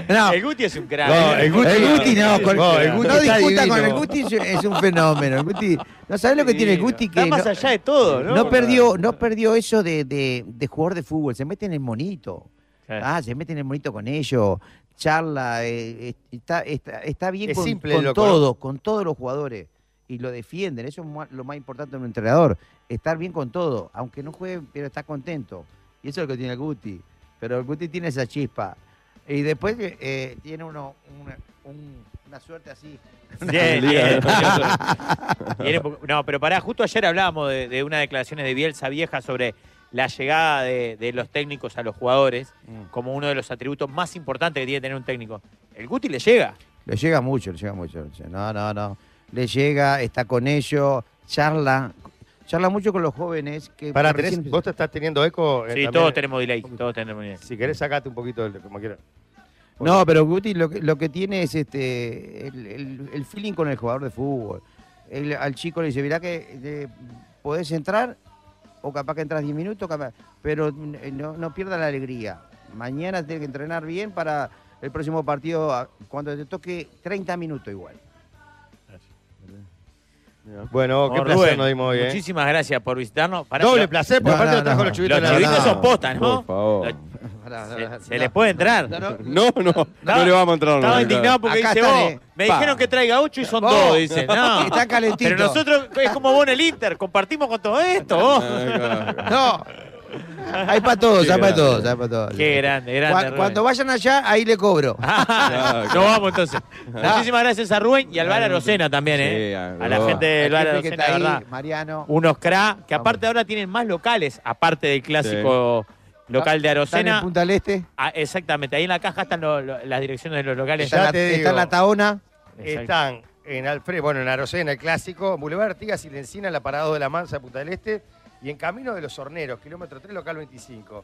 No. El Guti es un crack. el Guti no, con- No, el Guti no está discuta divino. con el Guti, es- es un fenómeno. El Guti, no sabés lo que tiene el Guti que Está más no- allá de todo, ¿no? No perdió, no perdió eso de, de- de jugador de fútbol, se mete en el monito. Ah, se mete en el monito con ellos, charla, eh, eh, está, está, está bien Es con, simple, con loco, ¿no? todos, con todos los jugadores. Y lo defienden, eso es mu- lo más importante de un entrenador, estar bien con todo, aunque no juegue, pero está contento. Y eso es lo que tiene el Guti. Pero el Guti tiene esa chispa. Y después eh, tiene uno, una, un- una suerte así. Bien, bien, porque- Viene porque- No, pero pará, justo ayer hablábamos de, de unas declaraciones de Bielsa Vieja sobre la llegada de, de los técnicos a los jugadores Mm. como uno de los atributos más importantes que tiene que tener un técnico. El Guti le llega. Le llega mucho, le llega mucho. le llega. No, no, no. Le llega, está con ellos, charla. Charla mucho con los jóvenes. que Para, que tenés, recién- vos te estás teniendo eco. Sí, eh, también. todos tenemos delay, todos tenemos delay. Si querés, sacate un poquito del, como quieras. No, pero Guti lo que, lo que tiene es este el, el- el feeling con el jugador de fútbol. El- al chico le dice, mirá que eh, podés entrar, o capaz que entras 10 minutos, capaz- pero eh, no, no pierdas la alegría. Mañana tienes que entrenar bien para el próximo partido, a- cuando te toque 30 minutos igual. Bueno, qué Bueno, placer Rubén, nos dimos hoy, eh. Muchísimas gracias por visitarnos. Pará, Doble pero- placer, porque No, aparte no, nos trajo no. los chubitos Los de la- chubitos No, son postas, ¿no? por favor. Se, se les Eh, puede entrar. No, no, no, le vamos a entrar. no, Estaba claro. indignado porque Acá dice están, vos, eh. me Pa. dijeron que traiga ocho y son Vos. dos, dice. No. Está calentito. Pero nosotros es como vos en el Inter, compartimos con todo esto, vos. No. Hay para todos, Qué hay para grande. todos, hay para todos. Qué grande, grande. Cua- Rubén. cuando vayan allá, ahí le cobro. Nos vamos entonces. Ah. Muchísimas gracias a Rubén y al Bar Arocena también, ¿eh? a la gente del Bar Al jefe que Arocena, está la ahí, verdad. Mariano. Unos cra que aparte ahora tienen más locales, aparte del clásico local Están de en Arocena. Punta del Este. Ah, exactamente, ahí en la caja están lo- lo- las direcciones de los locales. Ya te digo. Taona. Exacto. Están en Alfred, bueno, en Arocena, el clásico, Boulevard Artigas y Lencina, en la Parado de la Mansa, Punta del Este, y en Camino de los Horneros, kilómetro 3, local 25.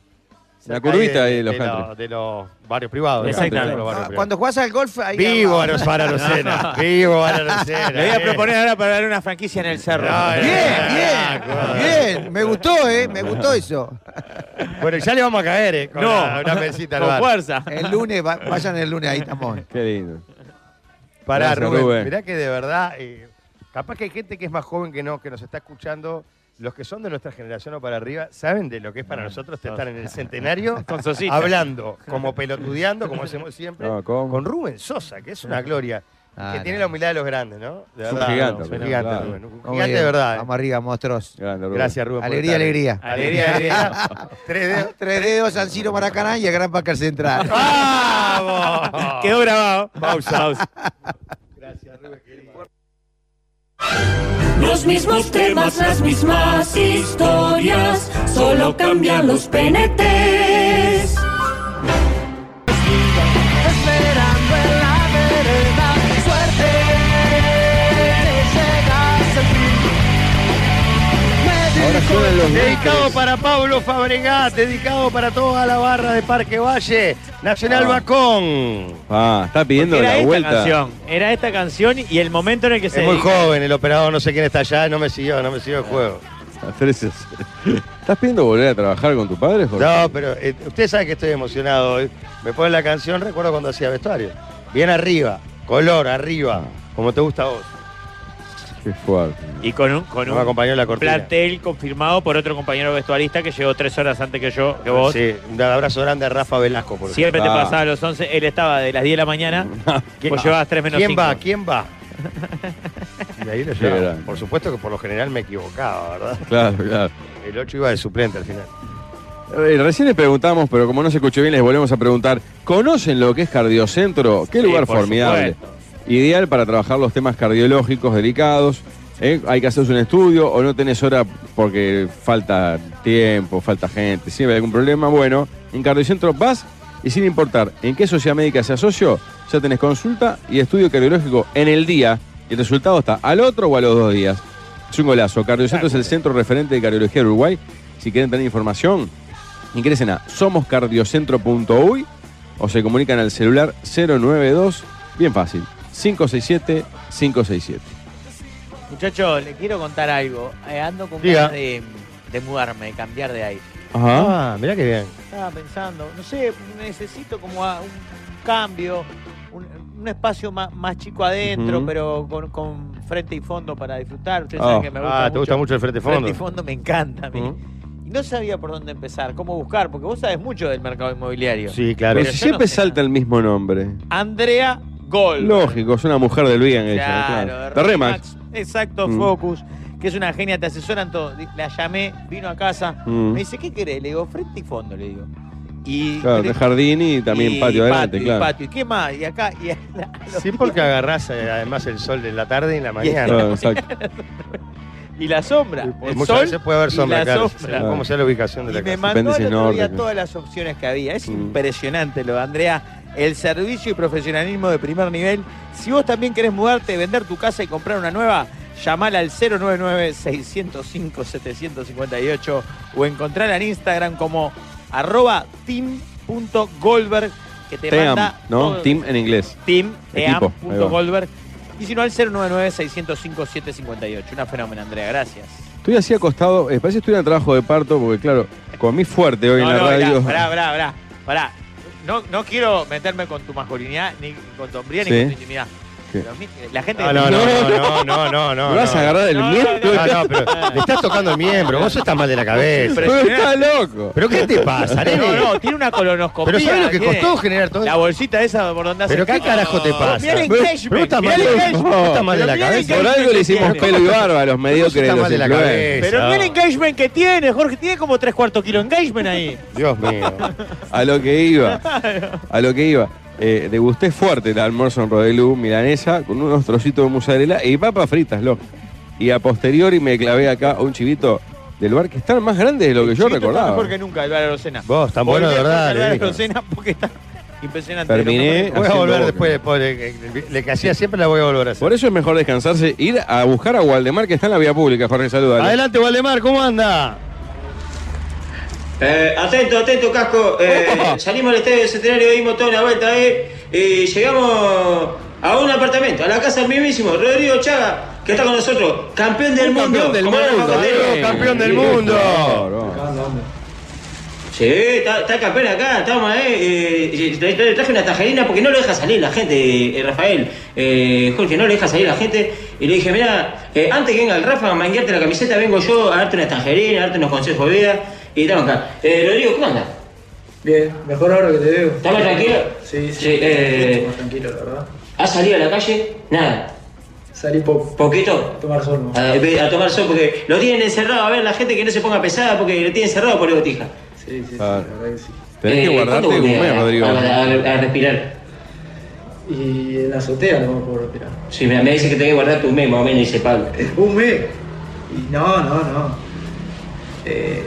La Cerca curvita ahí de, de los de country. de los barrios privados. Exactamente. Ah, Cuando jugás al golf, ahí Vivo a los para Arocena, vivo a Arocena. Le voy a eh. proponer ahora para dar una franquicia en el cerro. Bien, me gustó, ¿eh? Me gustó eso. Bueno, ya le vamos a caer, ¿eh? Con No. una, una mesita al Con bar. fuerza. El lunes, va- vayan el lunes, ahí estamos. Qué lindo. Pará, Gracias, Rubén, Mirá que de verdad, eh, capaz que hay gente que es más joven que no, que nos está escuchando. Los que son de nuestra generación o para arriba saben de lo que es para nosotros estar en el centenario Con Sosita. hablando, como pelotudeando, como hacemos siempre, No, Ah, ¿cómo? con Rubén Sosa, que es una gloria. Ah, que no. tiene la humildad de los grandes, ¿no? De Es un verdad, gigante, es un Rubén, gigante, claro. Rubén. Un Vamos gigante bien, de verdad. eh. Vamos arriba, monstruos. Gracias, Rubén. por Alegría, estar. alegría. Alegría, alegría. Tres dedos. Tres dedos, San Siro, Maracaná y el Gran Packer Central. ¡Vamos! Quedó grabado. Pausa. Pausa. Los mismos temas, las mismas historias, solo cambian los penetes. Esperando en la vereda, suerte, llegas al fin. Ahora suenan los Dedicado Lakers. para Pablo Fabregat, dedicado para toda la barra de Parque Valle, Nacional Ah. Bacón. Ah, está pidiendo Era la esta vuelta. canción. Era esta canción y el momento en el que se. Es muy dedica. joven el operador, no sé quién está allá, no me siguió, no me siguió el juego. A tres es- ¿Estás pidiendo volver a trabajar con tu padre, Jorge? No, pero eh, ustedes saben que estoy emocionado hoy. Me ponen la canción, recuerdo cuando hacía vestuario. Bien arriba, color arriba, como te gusta a vos. Ah. Qué fuerte. Y con un, con No un me acompañó la cortina. plantel confirmado por otro compañero vestuarista que llegó tres horas antes que yo, que vos. Sí, un abrazo grande a Rafa Velasco. Por Ah. Siempre te Ah. ejemplo. pasaba a los 11, él estaba de las 10 de la mañana, vos llevabas 3 menos ¿Quién 5. va? ¿Quién va? Y ahí lo Qué llevaba. grande. Por supuesto que por lo general me equivocaba, ¿verdad? Claro, claro. El 8 iba de suplente al final. Eh, recién les preguntamos, pero como no se escuchó bien, les volvemos a preguntar. ¿Conocen lo que es Cardiocentro? Qué Sí, lugar por formidable. Ideal para trabajar los temas cardiológicos delicados. ¿eh? Hay que hacerse un estudio o no tenés hora porque falta tiempo, falta gente, siempre hay algún problema. Bueno, en Cardiocentro vas y sin importar en qué sociedad médica sea socio, ya tenés consulta y estudio cardiológico en el día. Y el resultado está al otro o a los dos días. Es un golazo. Cardiocentro es el centro referente de cardiología de Uruguay. Si quieren tener información, ingresen a somoscardiocentro.uy o se comunican al celular 092, bien fácil, 567-567. Muchachos, les quiero contar algo. Eh, ando con Diga. ganas de, de mudarme, de cambiar de aire. Ah, mirá qué bien. Estaba pensando, no sé, necesito como a- un cambio, un, un espacio ma- más, chico adentro, Ujú. pero con, con frente y fondo para disfrutar. Ustedes Ah. saben que me gusta Ah, ¿te gusta mucho el frente y fondo? Frente y fondo me encanta a mí. Y no sabía por dónde empezar, cómo buscar, porque vos sabés mucho del mercado inmobiliario. Sí, claro. Pero Pero si yo no siempre salta el mismo nombre. Andrea Gol. Lógico, es una mujer del bien ella. Claro, Remax. Claro. De Remax. Exacto, Mm. Focus, que es una genia, te asesoran todo. Di- La llamé, vino a casa, Mm. me dice, ¿qué querés? Le digo, frente y fondo, le digo. Y Claro, de jardín y también patio adelante, y claro. patio, ¿y qué más? Y acá, y a la- a los Sí, porque agarrás eh, además el sol de la tarde y la Claro, mañana. exacto. Y la sombra. el Muchas sol veces puede haber y sombra, la claro. sombra. según cómo sea la ubicación de la Y me casa. mandó el otro día norte. todas las opciones que había. Mm. Es impresionante lo de Andrea. El servicio y profesionalismo de primer nivel. Si vos también querés mudarte, vender tu casa y comprar una nueva, llamala al 099-605-758 o encontrala en Instagram como arroba team.goldberg que te Team, manda ¿no? todo- Team en inglés. team, Equipo, ahí va. team.goldberg y si no al 099-605-758. Una fenómena, Andrea. Gracias. Estoy así acostado, eh, parece que estoy en trabajo de parto porque, claro, comí fuerte hoy en la pará, radio. Pará, pará, pará, pará. No, no quiero meterme con tu masculinidad, ni con tu hombría, Sí. ni con tu intimidad. ¿Qué? Pero mi- la gente. Ah, No, no, no, no, no, no, no. ¿Me vas no. a agarrar el No, miembro? No, no, pero le estás tocando el miembro, vos estás mal de la cabeza. Pero está loco. ¿Pero qué te pasa, nene? No, no, tiene una colonoscopia. Pero ¿sabes lo que tiene costó generar todo La bolsita esa por donde hace ¿Pero qué caca. carajo te pasa? Mirá el Pero- engagement, pero está mirá mal- el engagement. no, está mal de la Pero mirá el cabeza. Por engagement algo le que hicimos tiene. pelo y barba a los mediocres Está los mal de la influencers. cabeza. Pero mira el engagement que tiene, Jorge. Tiene como tres cuartos kilos de engagement ahí. Dios mío. A lo que iba, a lo que iba. Eh, degusté fuerte el almuerzo en Rodelú, milanesa, con unos trocitos de mozzarella y papas fritas, loco. Y a posteriori me clavé acá un chivito del bar que está más grande de lo que yo Chivito está recordaba. Mejor que nunca, Álvaro Rosena. Vos, tan bueno de Volvé, verdad, Jorge le Álvaro digo. Rosena, porque está impresionante. Terminé. Voy a haciendo volver boca. después, pobre, eh, le que hacía siempre la voy a volver a hacer. Por eso es mejor descansarse, ir a buscar a Waldemar que está en la vía pública, Jorge, saluda. Adelante, Waldemar, ¿cómo anda? Eh, atento, atento, casco. Eh, Salimos al estadio del centenario, dimos toda una vuelta eh, y llegamos a un apartamento, a la casa del mismísimo Rodrigo Chaga, que está con nosotros, campeón del mundo. campeón del como Rafa mundo, Cotelo. eh, campeón del mundo. Sí, está, está el campeón acá, estamos ahí. eh, le- le traje una tajerina porque no lo deja salir la gente, eh, Rafael. Eh, Jorge, no lo deja salir la gente. Y le dije, mira, antes que venga el Rafa a manguearte la camiseta, vengo yo a darte una tajerina, a darte unos consejos de vida. Y estamos acá. Eh, Rodrigo, ¿cómo andas? Bien, mejor ahora que te veo. ¿Estamos tranquilos? Sí, sí. Sí, eh. mucho más tranquilo, la verdad. ¿Has salido a la calle? Nada. Salí poco. ¿Poquito? A tomar sol, ¿no? A, ve- a tomar sol porque lo tienen encerrado. A ver, la gente que no se ponga pesada porque lo tienen encerrado por botija. Sí, sí, sí, Ah. la verdad que sí. Tenés que Eh, guardarte ¿cuánto un volvés mes, a- Rodrigo. A, a- a respirar. Y en la azotea lo vamos a poder tirar. Si me, me dice que tenés que guardar tu mes, más o menos, dice Pablo. Un mes. Y no, no, no. Eh,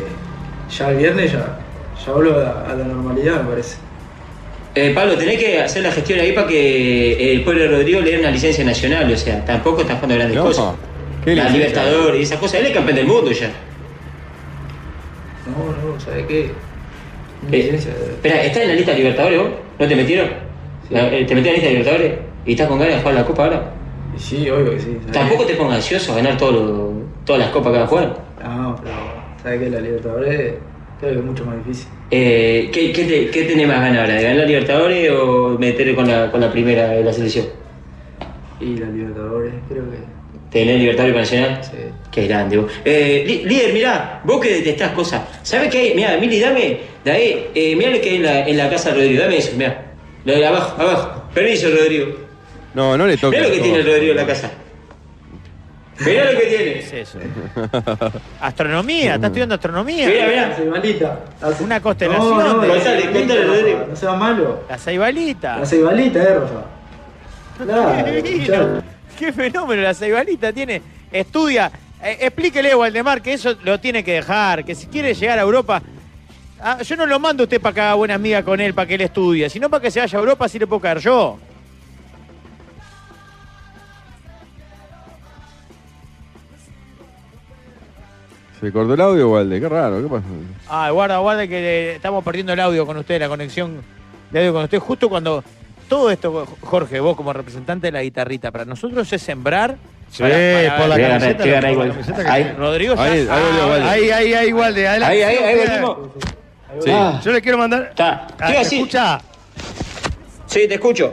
ya el viernes ya, ya vuelvo a la, a la normalidad, me parece. Eh, Pablo, tenés que hacer la gestión ahí para que eh, el pueblo de Rodrigo le dé una licencia nacional, o sea, tampoco están jugando grandes No, cosas. ¿qué la licencia? Libertadores y esas cosas, él es campeón del mundo ya. No, no, ¿sabes qué? Espera, ¿estás en la lista de Libertadores vos? ¿No te metieron? La- eh, ¿Te metieron en la lista de Libertadores? ¿Y estás con ganas de jugar la Copa ahora? Sí, obvio que sí. Tampoco te pongas ansioso a ganar todo lo- todas las copas que vas a jugar. No, pero ¿sabes qué? La Libertadores creo que es mucho más difícil. Eh, ¿qué, qué, te- ¿Qué tenés más ganas ahora? ¿De ganar la Libertadores o meter con la, con la primera de la selección? Y la Libertadores creo que... ¿Tenés Libertadores para Nacional? Sí. Qué grande vos. Eh, li- líder, mirá, vos que detestás cosas. ¿Sabés qué hay? Mirá, Mili, dame. Daé, eh, mirá lo que hay en la, en la casa de Rodrigo. Dame eso, mirá. Lo de abajo, abajo. Permiso, Rodrigo. No, no le toca. Mirá lo que tiene Rodrigo en la casa. Mirá lo que tiene. ¿Qué es eso? Astronomía, está estudiando astronomía. Mirá, mirá. Ceibalita. Una constelación. No, no, Contale, la ceibalita, contale, Rafa, Rodrigo. No seas malo. La ceibalita. La ceibalita, eh, Rafa. Claro, Qué divino. escuchá. Qué fenómeno la ceibalita tiene. Estudia. Eh, explíquele, Waldemar, que eso lo tiene que dejar. Que si quiere llegar a Europa. Ah, yo no lo mando a usted para que haga buena amiga con él, para que él estudie, sino para que se vaya a Europa, así le puedo caer yo. ¿Se cortó el audio, Walde? Qué raro, ¿qué pasa? Ah, guarda, guarda que le- estamos perdiendo el audio con usted, la conexión de audio con usted, justo cuando todo esto, Jorge, vos como representante de la guitarrita, para nosotros es sembrar. Sí, por la Voy a ganar, camiseta, voy a ganar por la igual. camiseta que Ahí. tiene. Rodrigo ya- Ahí, ahí volvió, Ah, Valde. Ahí, ahí, ahí, Valde, adelante. Ahí, ahí, ahí Mira. volvimos. Sí. Ah. Yo le quiero mandar. Ah, ¿Qué iba a decir? escucha? Sí, te escucho.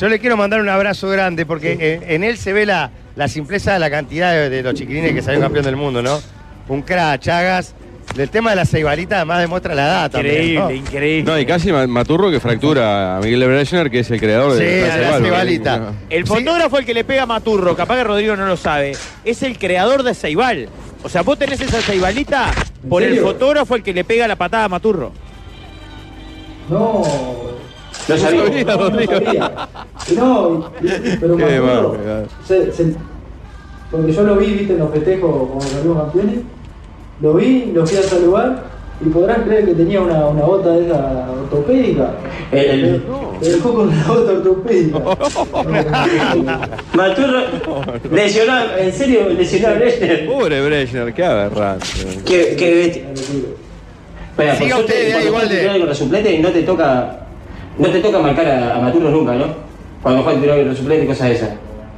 Yo le quiero mandar un abrazo grande porque en, en él se ve la, la simpleza de la cantidad de, de los chiquilines que salió campeón del mundo, ¿no? Un crack, Chagas. El tema de la ceibalita además demuestra la edad también, ¿no? increíble. No, y casi ma- Maturro que fractura a Miguel Brechner, que es el creador Sí, de a la Ceballos. cebalita. El fotógrafo el que le pega a Maturro, capaz que Rodrigo no lo sabe, es el creador de Ceibal. O sea, vos tenés esa Ceibalita por el serio? fotógrafo el que le pega la patada a Maturro. No. No sabía, No, Rodrigo. sabía. No, y- pero me Qué acuerdo, bárbaro. se- se- Porque yo lo vi, viste, en los festejos como salimos campeones. Lo vi, lo fui a saludar y podrán creer que tenía una, una bota de esa ortopédica. El- Me dejó con una bota ortopédica. Maturro, lesionado, en serio, lesionado Brechner. Pobre Brechner, qué aberrante. Qué, qué bestia. Bueno, por Siga suerte, usted, cuando da igual juegas de- titular con los suplentes no te toca. No te toca marcar a, a Maturro nunca, ¿no? Cuando juegas titular con los suplentes y cosas de esas.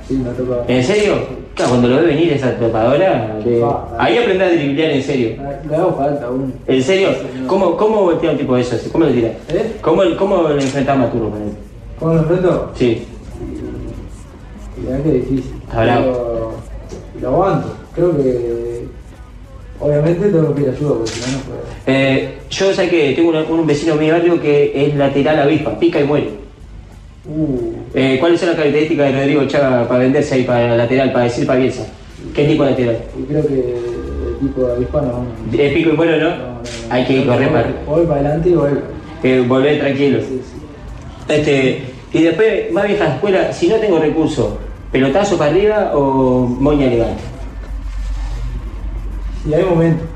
Sí, me tocó. ¿En serio? Claro, cuando lo ve venir esa trepadora, le- ahí aprendés a driblear en serio. Le hago falta uno. ¿En serio? ¿Cómo, cómo voltea un tipo de esos? ¿Cómo lo tirás? ¿Eh? ¿Cómo, cómo le enfrentás a Maturro con él? ¿Cómo lo enfrento? Sí. Mirá que difícil. Está bravo. Pero Lo aguanto. Creo que. Obviamente tengo que pedir ayuda porque si no, no puedo. Eh, yo sé que tengo una- un vecino de mi barrio que es lateral avispa, pica y muere. Uh, Eh, ¿Cuáles son las características de Rodrigo Chaga para venderse ahí para lateral, para decir para Bielsa? ¿Qué tipo de lateral? y creo que el tipo de avispano es un. ¿Es pico y muero, no? Hay que ir correr para. Voy para adelante y voy. Eh, volver tranquilo. Este, y después, más vieja escuela, si no tengo recursos, ¿pelotazo para arriba o moña elegante? Y hay momentos.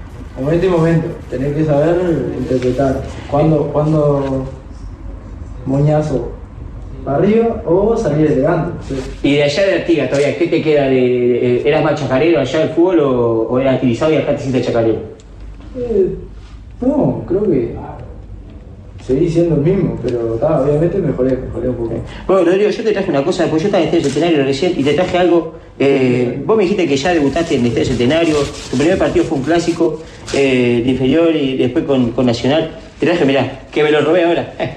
Momento y momento. Tenés que saber interpretar. Cuando. cuando moñazo para arriba o salir elegante. Sí. Y de allá de Artigas todavía, ¿qué te queda? De, eh, ¿Eras más chacarero allá del fútbol o, o eras activizado y acá te hiciste chacarero? Eh, no, creo que. ah, Seguí siendo el mismo, pero ta, obviamente mejoré, mejoré un poco. Bueno, Rodrigo, yo te traje una cosa, porque yo estaba en Estadio Centenario recién y te traje algo. Eh, vos me dijiste que ya debutaste en Estadio Centenario, tu primer partido fue un clásico eh, de inferior y después con, con Nacional. Te traje, mirá, que me lo robé ahora. Eh,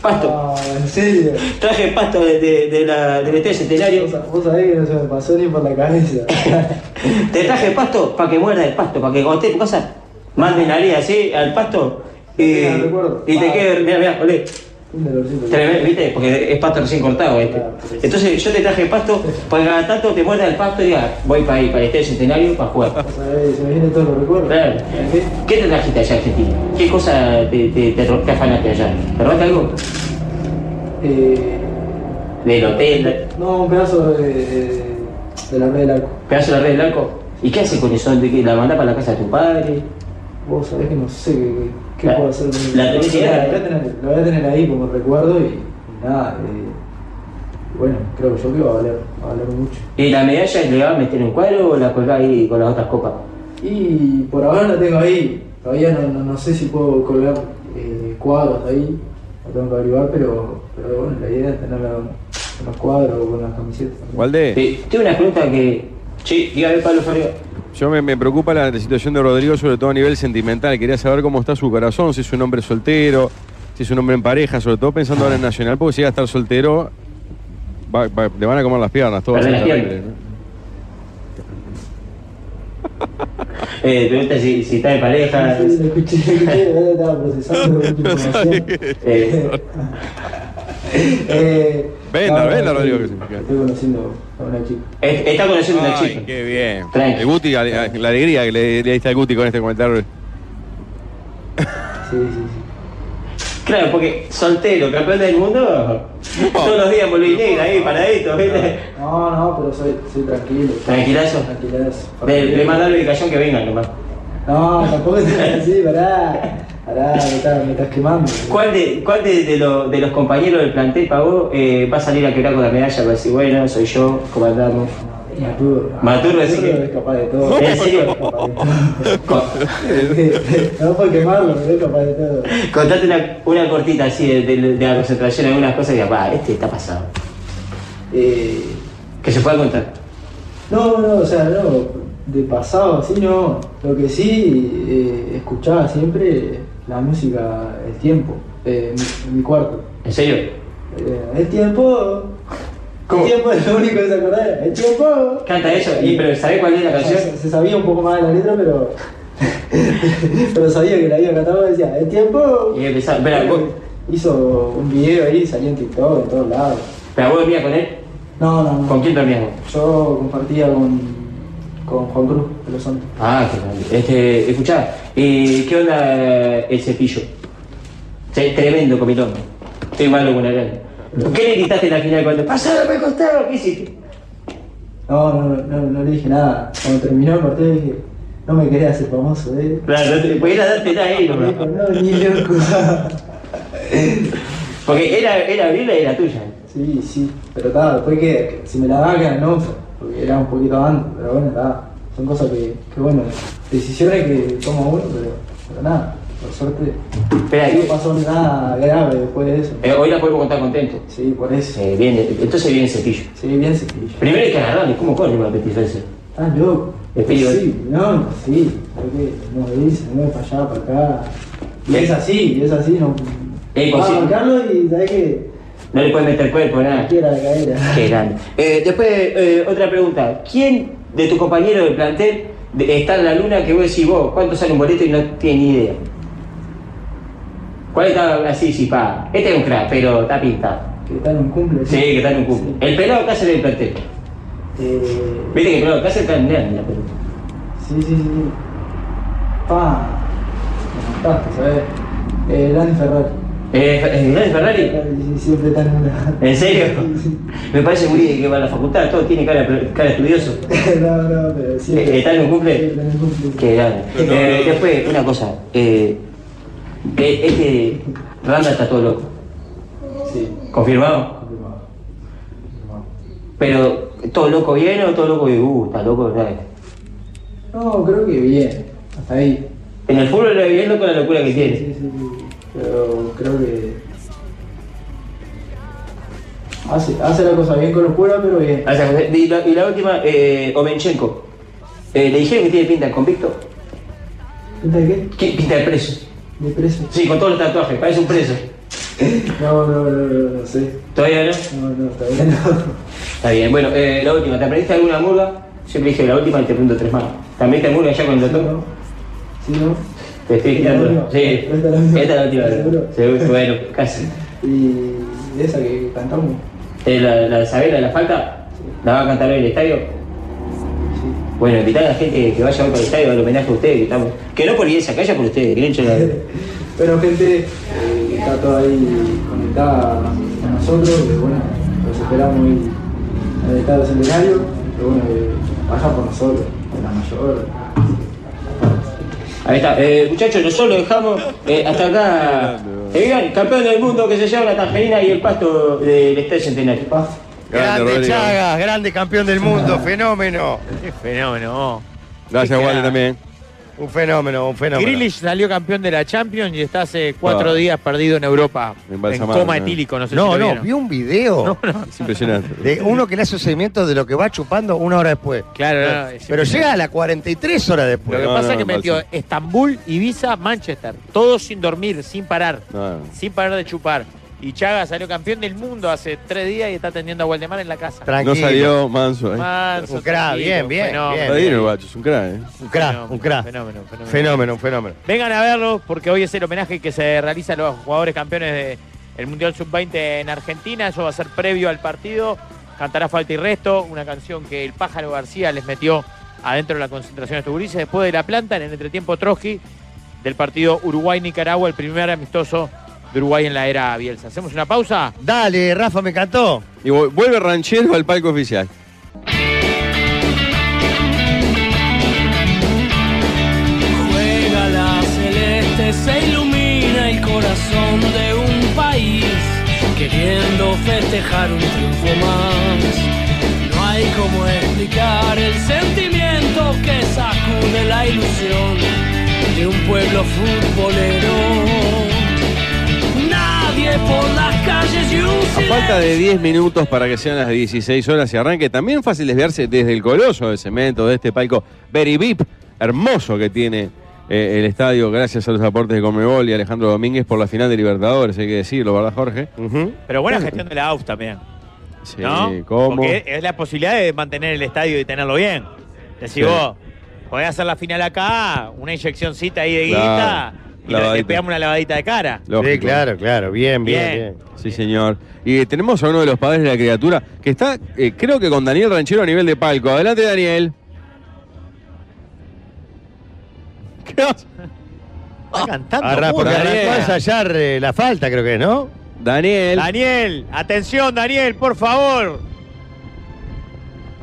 Pasto. Ah, ¿En serio? Traje pasto de, de, de la, del Estadio Centenario. Vos sabés que no se me pasó ni por la cabeza. Te traje pasto para que muera el pasto, para que cuando estés en tu casa manden la herida así al pasto y, y te quede, mirá, mirá, olé. Un dolorcito. Tremendo, ¿viste? Porque es pasto recién cortado este. Ah, Entonces yo te traje pasto, para que cada tanto te muerda el pasto y digas, voy para ahí, para el Estadio Centenario, para jugar. Vos sabés, se me vienen todos los recuerdos. Claro. ¿Qué te trajiste allá, Argentina? ¿Qué cosa te, te, te, te afanaste allá? ¿Te robaste algo? Eh, del hotel. No, un pedazo de, de- de la red del arco. ¿Pedazo de la red del arco? ¿Y qué haces con eso? ¿De qué? ¿La mandás para la casa de tu padre? Vos sabés que no sé qué, qué La- puedo hacer. la tenés que dar. La voy a tener- la voy a tener ahí como recuerdo y, y nada. eh, bueno, creo que yo que va a valer, va a valer mucho. ¿Y la medalla le vas a meter en un cuadro o la colgás ahí con las otras copas? Y por ahora la tengo ahí. Todavía no, no- no sé si puedo colgar eh, cuadros ahí. Lo tengo que averiguar, pero, pero bueno, la idea es tenerla con los cuadros o con las camisetas. Walde. tengo una pregunta que. Sí, dígame, Pablo Ferreira. Yo me, me preocupa la situación de Rodrigo, sobre todo a nivel sentimental. Quería saber cómo está su corazón, si es un hombre soltero, si es un hombre en pareja, sobre todo pensando ahora en Nacional, porque si va a estar soltero, va- va- le van a comer las piernas, todo va a ser Perder las terrible, ¿no? Eh, pregunta si, si está en pareja. Sí, lo escuché, lo escuché, ahora estaba procesando la información. Eh, Venga, no, venga, no, Rodrigo. estoy- Estoy conociendo a una chica. Está conociendo una Ay, chica. Qué bien. El Guti, ale- la, alegría que le, le diste al Guti con este comentario. Sí, sí, Claro, porque soltero, campeón del mundo, todos los días volví negra ahí, paradito, ¿viste? No, no, pero soy, soy tranquilo. ¿Tranquilazo? Tranquilazo. Le, le manda la ubicación que vengan nomás. No, tampoco es así, pará. Pará, me estás, me estás quemando. ¿Cuál de, cuál de, de lo- de los compañeros del plantel pagó eh, va a salir a quebrar con la medalla para decir, bueno, soy yo, ¿cómo andamos? Maturro. Maturro, es así que- capaz de todo. ¿En serio? No por quemarlo, pero es capaz de todo. Contate una, una cortita así de, de- de la concentración, algunas cosas que, va, este está pasado. Eh, Que se pueda contar. No, no, o sea, no, de pasado así no. Lo que sí eh, escuchaba siempre la música El Tiempo, eh, en mi- en mi cuarto. ¿En serio? Eh, el Tiempo. El Tiempo es lo único que se acordaba. El Tiempo. Canta eso, y, pero ¿sabés cuál es la O sea, canción? Se, se sabía un poco más de la letra, pero. pero sabía que la había cantado y decía, El Tiempo. Eh, Y empezaba, espera, vos- Hizo un video ahí, salió en TikTok, en todos lados. ¿Pero vos dormías con él? No, no, no. ¿Con quién dormías vos? Yo compartía con, con Juan Cruz de los Santos. Ah, qué grande. Este, escuchá, eh, ¿qué onda el cepillo? Se- Tremendo comilón. Estoy malo con el ¿Qué le gritaste en la final cuando pasaba por el costado? ¿Qué hiciste? No, no, no, no, no le dije nada. Cuando terminó el partido dije, no me querés hacer famoso, eh. Claro, no te podías darte nada ahí, Me nomás. dijo, no, ni loco. Porque era, era Viola y era tuya. sí, sí, pero está, después que, que si me la daba que no, porque era un poquito antes, pero bueno, está. Son cosas que, que bueno, decisiones que toma uno, pero, pero nada, por suerte. no pasó nada grave después de eso. Eh, hoy la podemos contar contento. Eh, Sí, por eso. bien, entonces bien cepillo. Sí, bien cepillo. Primero hay que agarrarle, ¿cómo corre con la petiferencia? ¿Estás loco? Es peligroso. Ah, Sí, no, sí, porque nos dicen, no, para allá, para acá. Y es así, y es así, no. Eh, Vas consi- a marcarlo y sabés que No le puedes meter cuerpo, nada. quiera la cadera. Qué grande. Eh, después, eh, otra pregunta. ¿Quién de tus compañeros del plantel de- está en la luna que vos decís vos, cuánto sale un boleto y no tiene ni idea? ¿Cuál está así, sí, pa? Este es un crack, pero está pintado. Que está en un cumple. Sí, que está en un cumple. El pelado que hace del plantel. Eh, Viste que el pelado que hace está en la pelota. sí, sí, sí, sí. Pa, me mataste, ¿sabes? Eh, Dani Ferrari. Eh, ¿Dani Ferrari? Sí, siempre está en una. ¿En serio? Me parece muy bien que va a la facultad, todo tiene cara, cara estudioso. no, no, pero siempre. Eh, ¿Está en un cumple? Está en un cumple. Qué grande. Eh, Después, una cosa. eh, eh, este Randa está todo loco. Sí. ¿Confirmado? Pero, ¿todo loco bien o todo loco de uh, está loco? ¿verdad? No, creo que bien. Hasta ahí. En el fútbol lo bien loco la locura que tiene. Sí, sí, sí. Pero creo que. Hace, hace la cosa bien con locura, pero bien. O sea, Ah, y, la, y la última, eh, Omenchenko. Eh, ¿Le dijeron que tiene pinta de convicto? ¿Pinta de qué? ¿Qué? Pinta de preso. ¿De preso? Sí, con todos los tatuajes, parece un preso. No, no, no, no, no sé. ¿Todavía no? No, no, todavía no. Está bien, bueno, eh, la última, ¿te aprendiste alguna murga? Siempre dije la última y te pregunto tres más. ¿Te aprendiste murga ya con el doctor? Sí, ¿no? Te estoy ¿Esta es la quitando. última? Sí, ¿Esta es la última? esta es la última. ¿Seguro? Seguro, bueno, casi. Y esa que cantamos. Eh, la, la de Sabela, la falta, la va a cantar hoy en el estadio. Bueno, invitar a la gente que vaya hoy para el estadio al homenaje a ustedes que estamos. Que no por esa, que vaya por ustedes, que le echen la. Bueno, gente, eh, que está toda ahí conectada a nosotros, que bueno, los esperamos ahí en el Estado Centenario, pero bueno, que baja por nosotros, por la mayor. Ahí está, eh, muchachos, nosotros lo dejamos eh, hasta acá. Egan, campeón del mundo que se lleva la tangerina y el pasto del Estadio Centenario. Grande, Rodrigo. Chagas, grande campeón del mundo, fenómeno. Fenómeno. Gracias, Wally, también. Un fenómeno, un fenómeno. Grealish salió campeón de la Champions y está hace cuatro Ah. días perdido en Europa. En Embalsamado, coma ¿no? etílico, no sé si No, lo no, vieron. vi un video Es impresionante. de uno que le hace seguimiento de lo que va chupando una hora después. Claro, no, es Pero llega a las 43 horas Lo después. que pasa es que metió Estambul, Ibiza, Manchester. Todos sin dormir, sin parar. Sin parar de chupar. Y Chaga salió campeón del mundo hace tres días y está atendiendo a Waldemar en la casa. No salió manso. ¿eh? ahí. Manso, Un crack, tranquilo, bien, bien, fenómeno. bien. Está bien el guacho, es un crack, ¿eh? Un crack, un crack. Fenómeno, fenómeno. Fenómeno, un fenómeno. Vengan a verlo porque hoy es el homenaje que se realiza a los jugadores campeones del Mundial Sub-20 en Argentina. Eso va a ser previo al partido. Cantará Falta y Resto, una canción que el pájaro García les metió adentro de la concentración de estos gurises. Después de la planta, en el entretiempo Trotsky, del partido Uruguay-Nicaragua, el primer amistoso de Uruguay en la era Bielsa. ¿Hacemos una pausa? Dale, Rafa, me encantó. Y vu- vuelve ranchero al palco oficial. Juega la celeste, se ilumina el corazón de un país, queriendo festejar un triunfo más. No hay como explicar el sentimiento que sacude la ilusión de un pueblo futbolero. Nadie por las calles y un A falta de 10 minutos para que sean las 16 horas y arranque, también fácil desviarse desde el coloso de cemento de este palco Very VIP, hermoso que tiene eh, el estadio, gracias a los aportes de Comebol y Alejandro Domínguez por la final de Libertadores, hay que decirlo, ¿verdad, Jorge? Pero buena gestión de la AUF también. Sí, ¿no? ¿cómo? Porque es la posibilidad de mantener el estadio y tenerlo bien. Decís Sí. vos, podés hacer la final acá, una inyeccióncita ahí de guita y le- Claro, le lavadita. pegamos una lavadita de cara. Lógico. claro, claro, bien, bien, Bien. Sí, señor. Y eh, tenemos a uno de los padres de la criatura que está, eh, creo que con Daniel Ranchero a nivel de palco. Adelante, Daniel. ¿Qué vas? Está cantando. Arra, muy porque bien. arrancó a ensayar eh, la falta, creo que es, ¿no? Daniel. Daniel, atención, Daniel, por favor.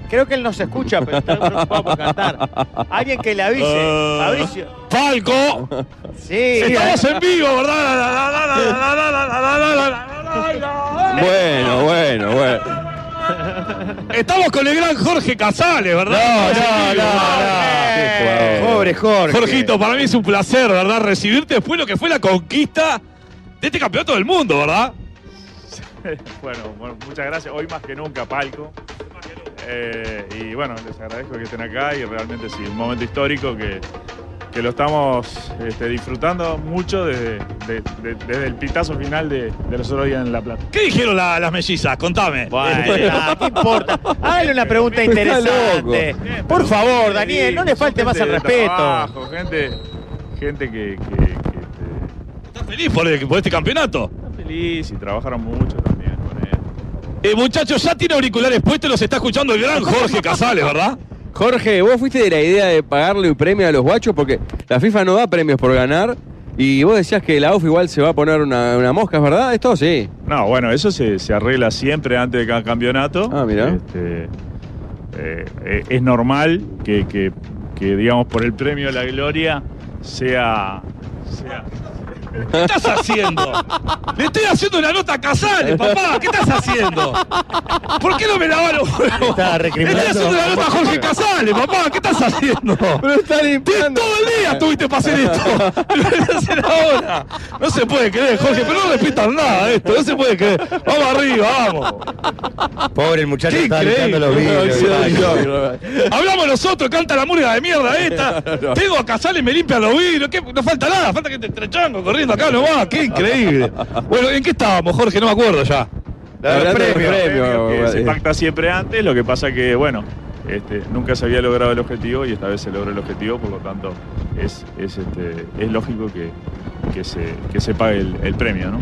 Creo que él no se escucha, pero está preocupado por cantar. Alguien que le avise. Fabricio. ¡Palco! Sí. Estamos en vivo, Bueno, bueno, bueno. Estamos con el gran Jorge Casales, ¿verdad? No, no, no. Pobre Jorge. Eh, Jorgito, para mí es un placer, ¿verdad? Recibirte después de lo que fue la conquista de este campeonato del mundo, ¿verdad? bueno, bueno, muchas gracias. Hoy más que nunca, Palco. Eh, y bueno, les agradezco que estén acá y realmente sí, un momento histórico que, que lo estamos este, disfrutando mucho desde, de- de- desde el pitazo final de, de los otros días en La Plata. ¿Qué dijeron la- las mellizas? Contame. Eh, Ah, ¿Qué importa? Hágale una pregunta Está interesante. Por favor, Daniel, no le falte más el Gente de respeto. trabajo, gente, gente que, que- que, ¿Estás feliz por, por este campeonato? feliz y trabajaron mucho también con él. Eh, muchachos, ya tiene auriculares puestos, los está escuchando el gran Jorge Casales, ¿verdad? Ah, Jorge, vos fuiste de la idea de pagarle un premio a los guachos porque la FIFA no da premios por ganar y vos decías que la AUF igual se va a poner una, una mosca, ¿es verdad? Esto sí. No, bueno, eso este, se, se arregla siempre antes de cada campeonato. Ah, mirá. Este, eh, eh, es normal que, que- que, digamos, por el premio a la gloria sea. sea- ¿Qué estás haciendo? Le estoy haciendo una nota a Casales, papá. ¿Qué estás haciendo? ¿Por qué no me lavaron los huevos? Está Le estoy recriminando. haciendo una nota a Jorge Casales, papá. ¿Qué estás haciendo? Pero está limpiando. Todo el día tuviste para hacer esto. Lo vas a hacer ahora. No se puede creer, Jorge, pero no respetan nada esto. No se puede creer. Vamos arriba, vamos. Pobre el muchacho Qué está increíble. limpiando los vidrios. Hablamos nosotros, canta la murga de mierda esta. Tengo a Casales, me limpia los vidrios. ¿qué? No falta nada, falta que te estrechango corriendo acá nomás. Qué increíble. Bueno, ¿en qué estábamos, Jorge? No me acuerdo ya. Hablando de premio que se eh, pacta siempre antes, lo que pasa que, bueno, este, nunca se había logrado el objetivo y esta vez se logró el objetivo, por lo tanto, es, es, este, es lógico que, que se, que se pague el, el premio, ¿no?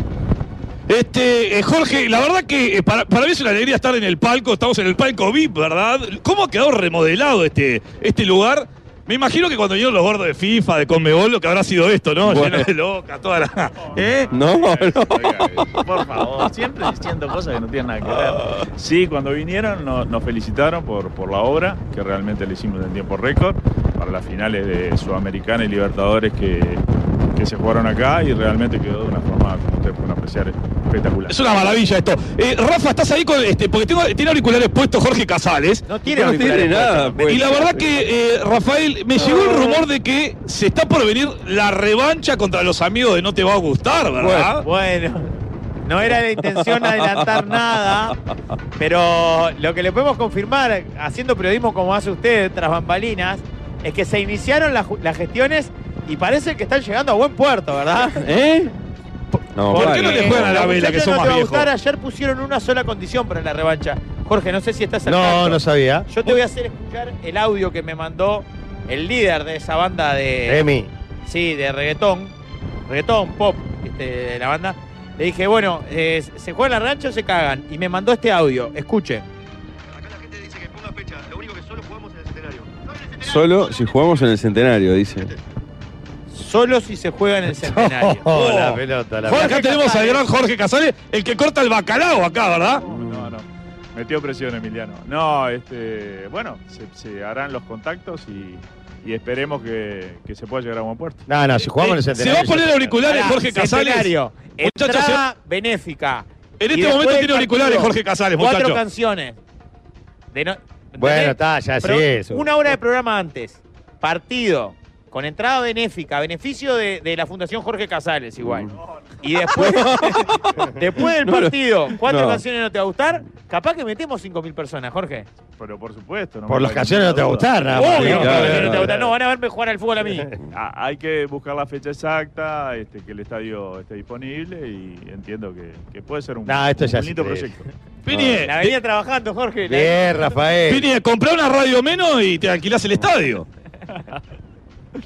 Este, eh, Jorge, la verdad que eh, para, para mí es una alegría estar en el palco, estamos en el palco VIP, ¿verdad? ¿Cómo ha quedado remodelado este, este lugar? Me imagino que cuando vinieron los gordos de FIFA, de Conmebol, lo que habrá sido esto, ¿no? Bueno. Lleno de loca, toda la. ¿Eh? No, no. Por favor, siempre diciendo cosas que no tienen nada que ver. Sí, cuando vinieron no- nos felicitaron por, por la obra, que realmente le hicimos en tiempo récord, para las finales de Sudamericana y Libertadores que, que se jugaron acá y realmente quedó de una forma, como ustedes pueden apreciar, espectacular. Es una maravilla esto. Eh, Rafa, estás ahí con. Este, porque tengo, tiene auriculares puestos Jorge Casales. No pues. tiene No tiene auriculares nada puestos. puesto. Y la verdad que, eh, Rafael, me llegó el rumor de que se está por venir la revancha contra los amigos de No Te Va a Gustar, ¿verdad? Bueno, no era la intención adelantar nada, pero lo que le podemos confirmar, haciendo periodismo como hace usted tras bambalinas, es que se iniciaron las, ju- las gestiones y parece que están llegando a buen puerto, ¿verdad? ¿Eh? No, ¿Por vale. qué no le juegan a la vela, que Muchachos, son no más te va a viejos? gustar, ayer pusieron una sola condición para la revancha. Jorge, no sé si estás al No, tanto. no sabía. Yo te voy a hacer escuchar el audio que me mandó el líder de esa banda de. Emi. Sí, de reggaetón. Reggaetón, pop, este, de la banda. Le dije, bueno, eh, ¿se juega la rancha o se cagan? Y me mandó este audio. Escuchen. Solo si jugamos en el centenario, dice. Solo si se juega en el centenario. Oh, la pelota, la Jorge, acá tenemos al gran Jorge Casales, el que corta el bacalao acá, ¿verdad? No, no. Metió presión Emiliano. No, este, bueno, se, se harán los contactos y, y esperemos que, que se pueda llegar a buen puerto. No, no, si jugamos en el Eh, se centenario. va a poner ya- auriculares, Pará, Jorge Casales. centenario. Muchachos, Entrada benéfica. En Y este después momento del tiene auriculares Jorge Casales, Cuatro muchacho. canciones. De no- Bueno, está, ya Pro- sí eso. Una hora de programa antes. Partido. Con entrada benéfica. Beneficio de, de la Fundación Jorge Casales, igual. Y después, después del No, no. partido, cuatro No. canciones no te va a gustar. Capaz que metemos 5.000 personas, Jorge. Pero por supuesto. No Por me las cabe canciones no te va a ninguna gustar, duda. nada más. Obvio, Claro, capaz que no te va claro, a gustar. claro. No, van a verme jugar al fútbol a mí. Ah, hay que buscar la fecha exacta, este, que el estadio esté disponible y entiendo que, que puede ser un, No, esto un ya es bonito increíble. proyecto. Pini, La venía trabajando, Jorge. La- Bien, Rafael. Pini, comprá una radio menos y te alquilás el estadio.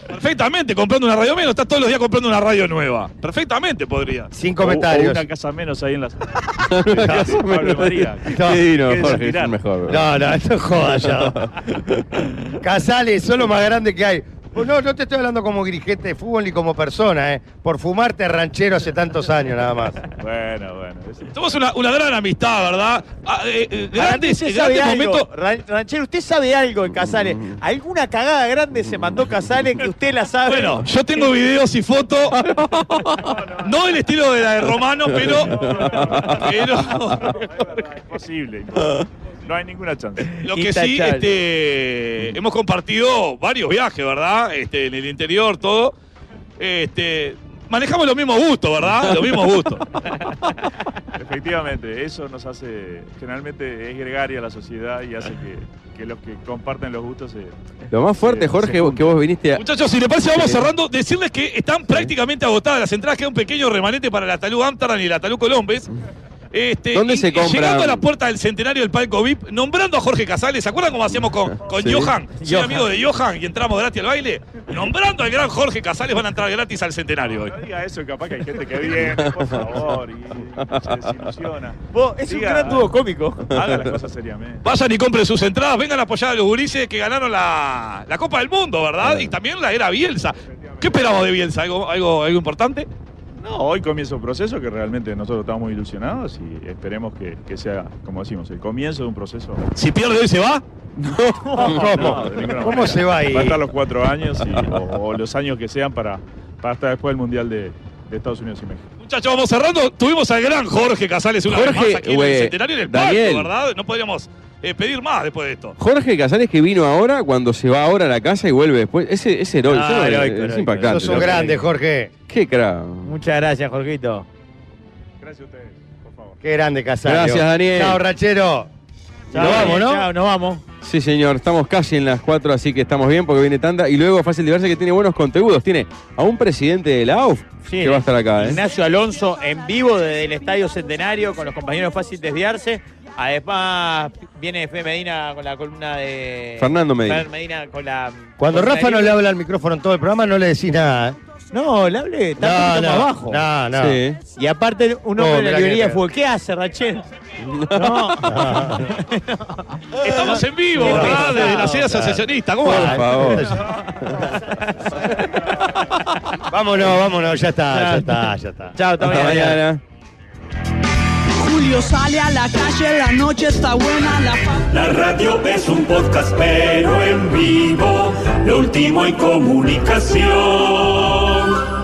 Perfectamente, comprando una radio menos, estás todos los días comprando una radio nueva. Perfectamente podría. Sin O, o comentarios. una casa menos ahí en la zona. Casi me Pablo lo María. dice. No. Qué divino, Qué Jorge, es desafinar. el mejor. No, no, esto es joda ya. Casales, son lo más grande que hay. Pues No, no te estoy hablando como dirigente de fútbol ni como persona, ¿eh? Por fumarte ranchero hace tantos años nada más. Bueno, bueno. es- Somos una, una gran amistad, ¿verdad? Ah, eh, eh, grandes Usted sabe grandes algo, momentos. Ran- Ranchero, usted sabe algo de Casales. Mm. ¿Alguna cagada grande se mandó Casales que usted la sabe? Eh, Bueno, yo tengo videos y fotos. No el estilo de la de Romano, pero. pero Imposible. imposible. No hay ninguna chance. lo que sí, Intachable. este, hemos compartido varios viajes, ¿verdad? Este, en el interior, todo. Este, manejamos los mismos gustos, ¿verdad? Los mismos gustos. Efectivamente, eso nos hace, generalmente es gregaria la sociedad y hace que, que los que comparten los gustos se... Lo más fuerte, Jorge, que vos viniste a. Muchachos, si les parece, vamos cerrando. Decirles que están prácticamente agotadas las entradas. Queda un pequeño remanente para la Talú Amtaran y la Talú Colombes. Este, Mm. ¿Dónde y- se y compran? Llegando a la puerta del centenario del palco VIP, nombrando a Jorge Casales. ¿Se acuerdan cómo hacíamos con, con Ah, Sí. Johan? Soy Johan. amigo de Johan y entramos gratis al baile. Nombrando al gran Jorge Casales, van a entrar gratis al centenario hoy. No diga eso, capaz que hay gente que viene, Eh, por favor, y se desilusiona. Vos, es Diga, un gran dúo cómico. Haga las cosas seriamente. Vayan y compren sus entradas, vengan a apoyar a los gurises que ganaron la, la Copa del Mundo, ¿verdad? Y también la era Bielsa. ¿Qué esperamos de Bielsa? ¿Algo, algo, algo importante? No, hoy comienza un proceso que realmente nosotros estamos muy ilusionados y esperemos que, que sea, como decimos, el comienzo de un proceso. Si pierde hoy se va. ¿Cómo? de ninguna ¿Cómo manera. se va ahí? Va a estar los cuatro años y- o, o los años que sean para, para estar después del Mundial de, de Estados Unidos y México. Muchachos, vamos cerrando. Tuvimos al gran Jorge Casales una Jorge, vez más aquí en güey, el centenario en el palco, Daniel. ¿verdad? No podríamos eh, pedir más después de esto. Jorge Casales que vino ahora, cuando se va ahora a la casa y vuelve después. Ese es heroico. Ah, ¿no? heroico, es heroico. impactante. Sos un ¿no? grande, Jorge. Qué crack. Muchas gracias, Jorgito. Gracias a ustedes, por favor. Qué grande, Casales. Gracias, Daniel. Chao, ranchero. Y Chao, nos vamos, Daniel, ¿no? chao, nos vamos. Sí, señor. Estamos casi en las 4, así que estamos bien porque viene tanda. Y luego, fácil de verse que tiene buenos conteúdos. Tiene a un presidente de la AUF Sí. que va a estar acá, ¿eh? Ignacio Alonso en vivo desde el Estadio Centenario con los compañeros Fácil Desviarse. Además, viene Fe Medina con la columna de. Fernando Medina. Fer Medina con la. Cuando columna Rafa de- no le habla al micrófono en todo el programa, no le decís nada. ¿eh? No, la hable está No, un poquito no, más abajo. no, no. Sí. Y aparte, un Oh, hombre de mirá la que librería de feo. fútbol. ¿Qué hace, Rachel? No. Ah. Estamos en vivo, Qué ¿verdad? Desde la sede pesado, asociacionista. ¿Cómo Por va? favor. Vámonos, vámonos, ya está, ya está, ya está. Chao, hasta mañana. Julio sale a la calle, la noche está buena, la La radio es un podcast, pero en vivo, lo último en comunicación.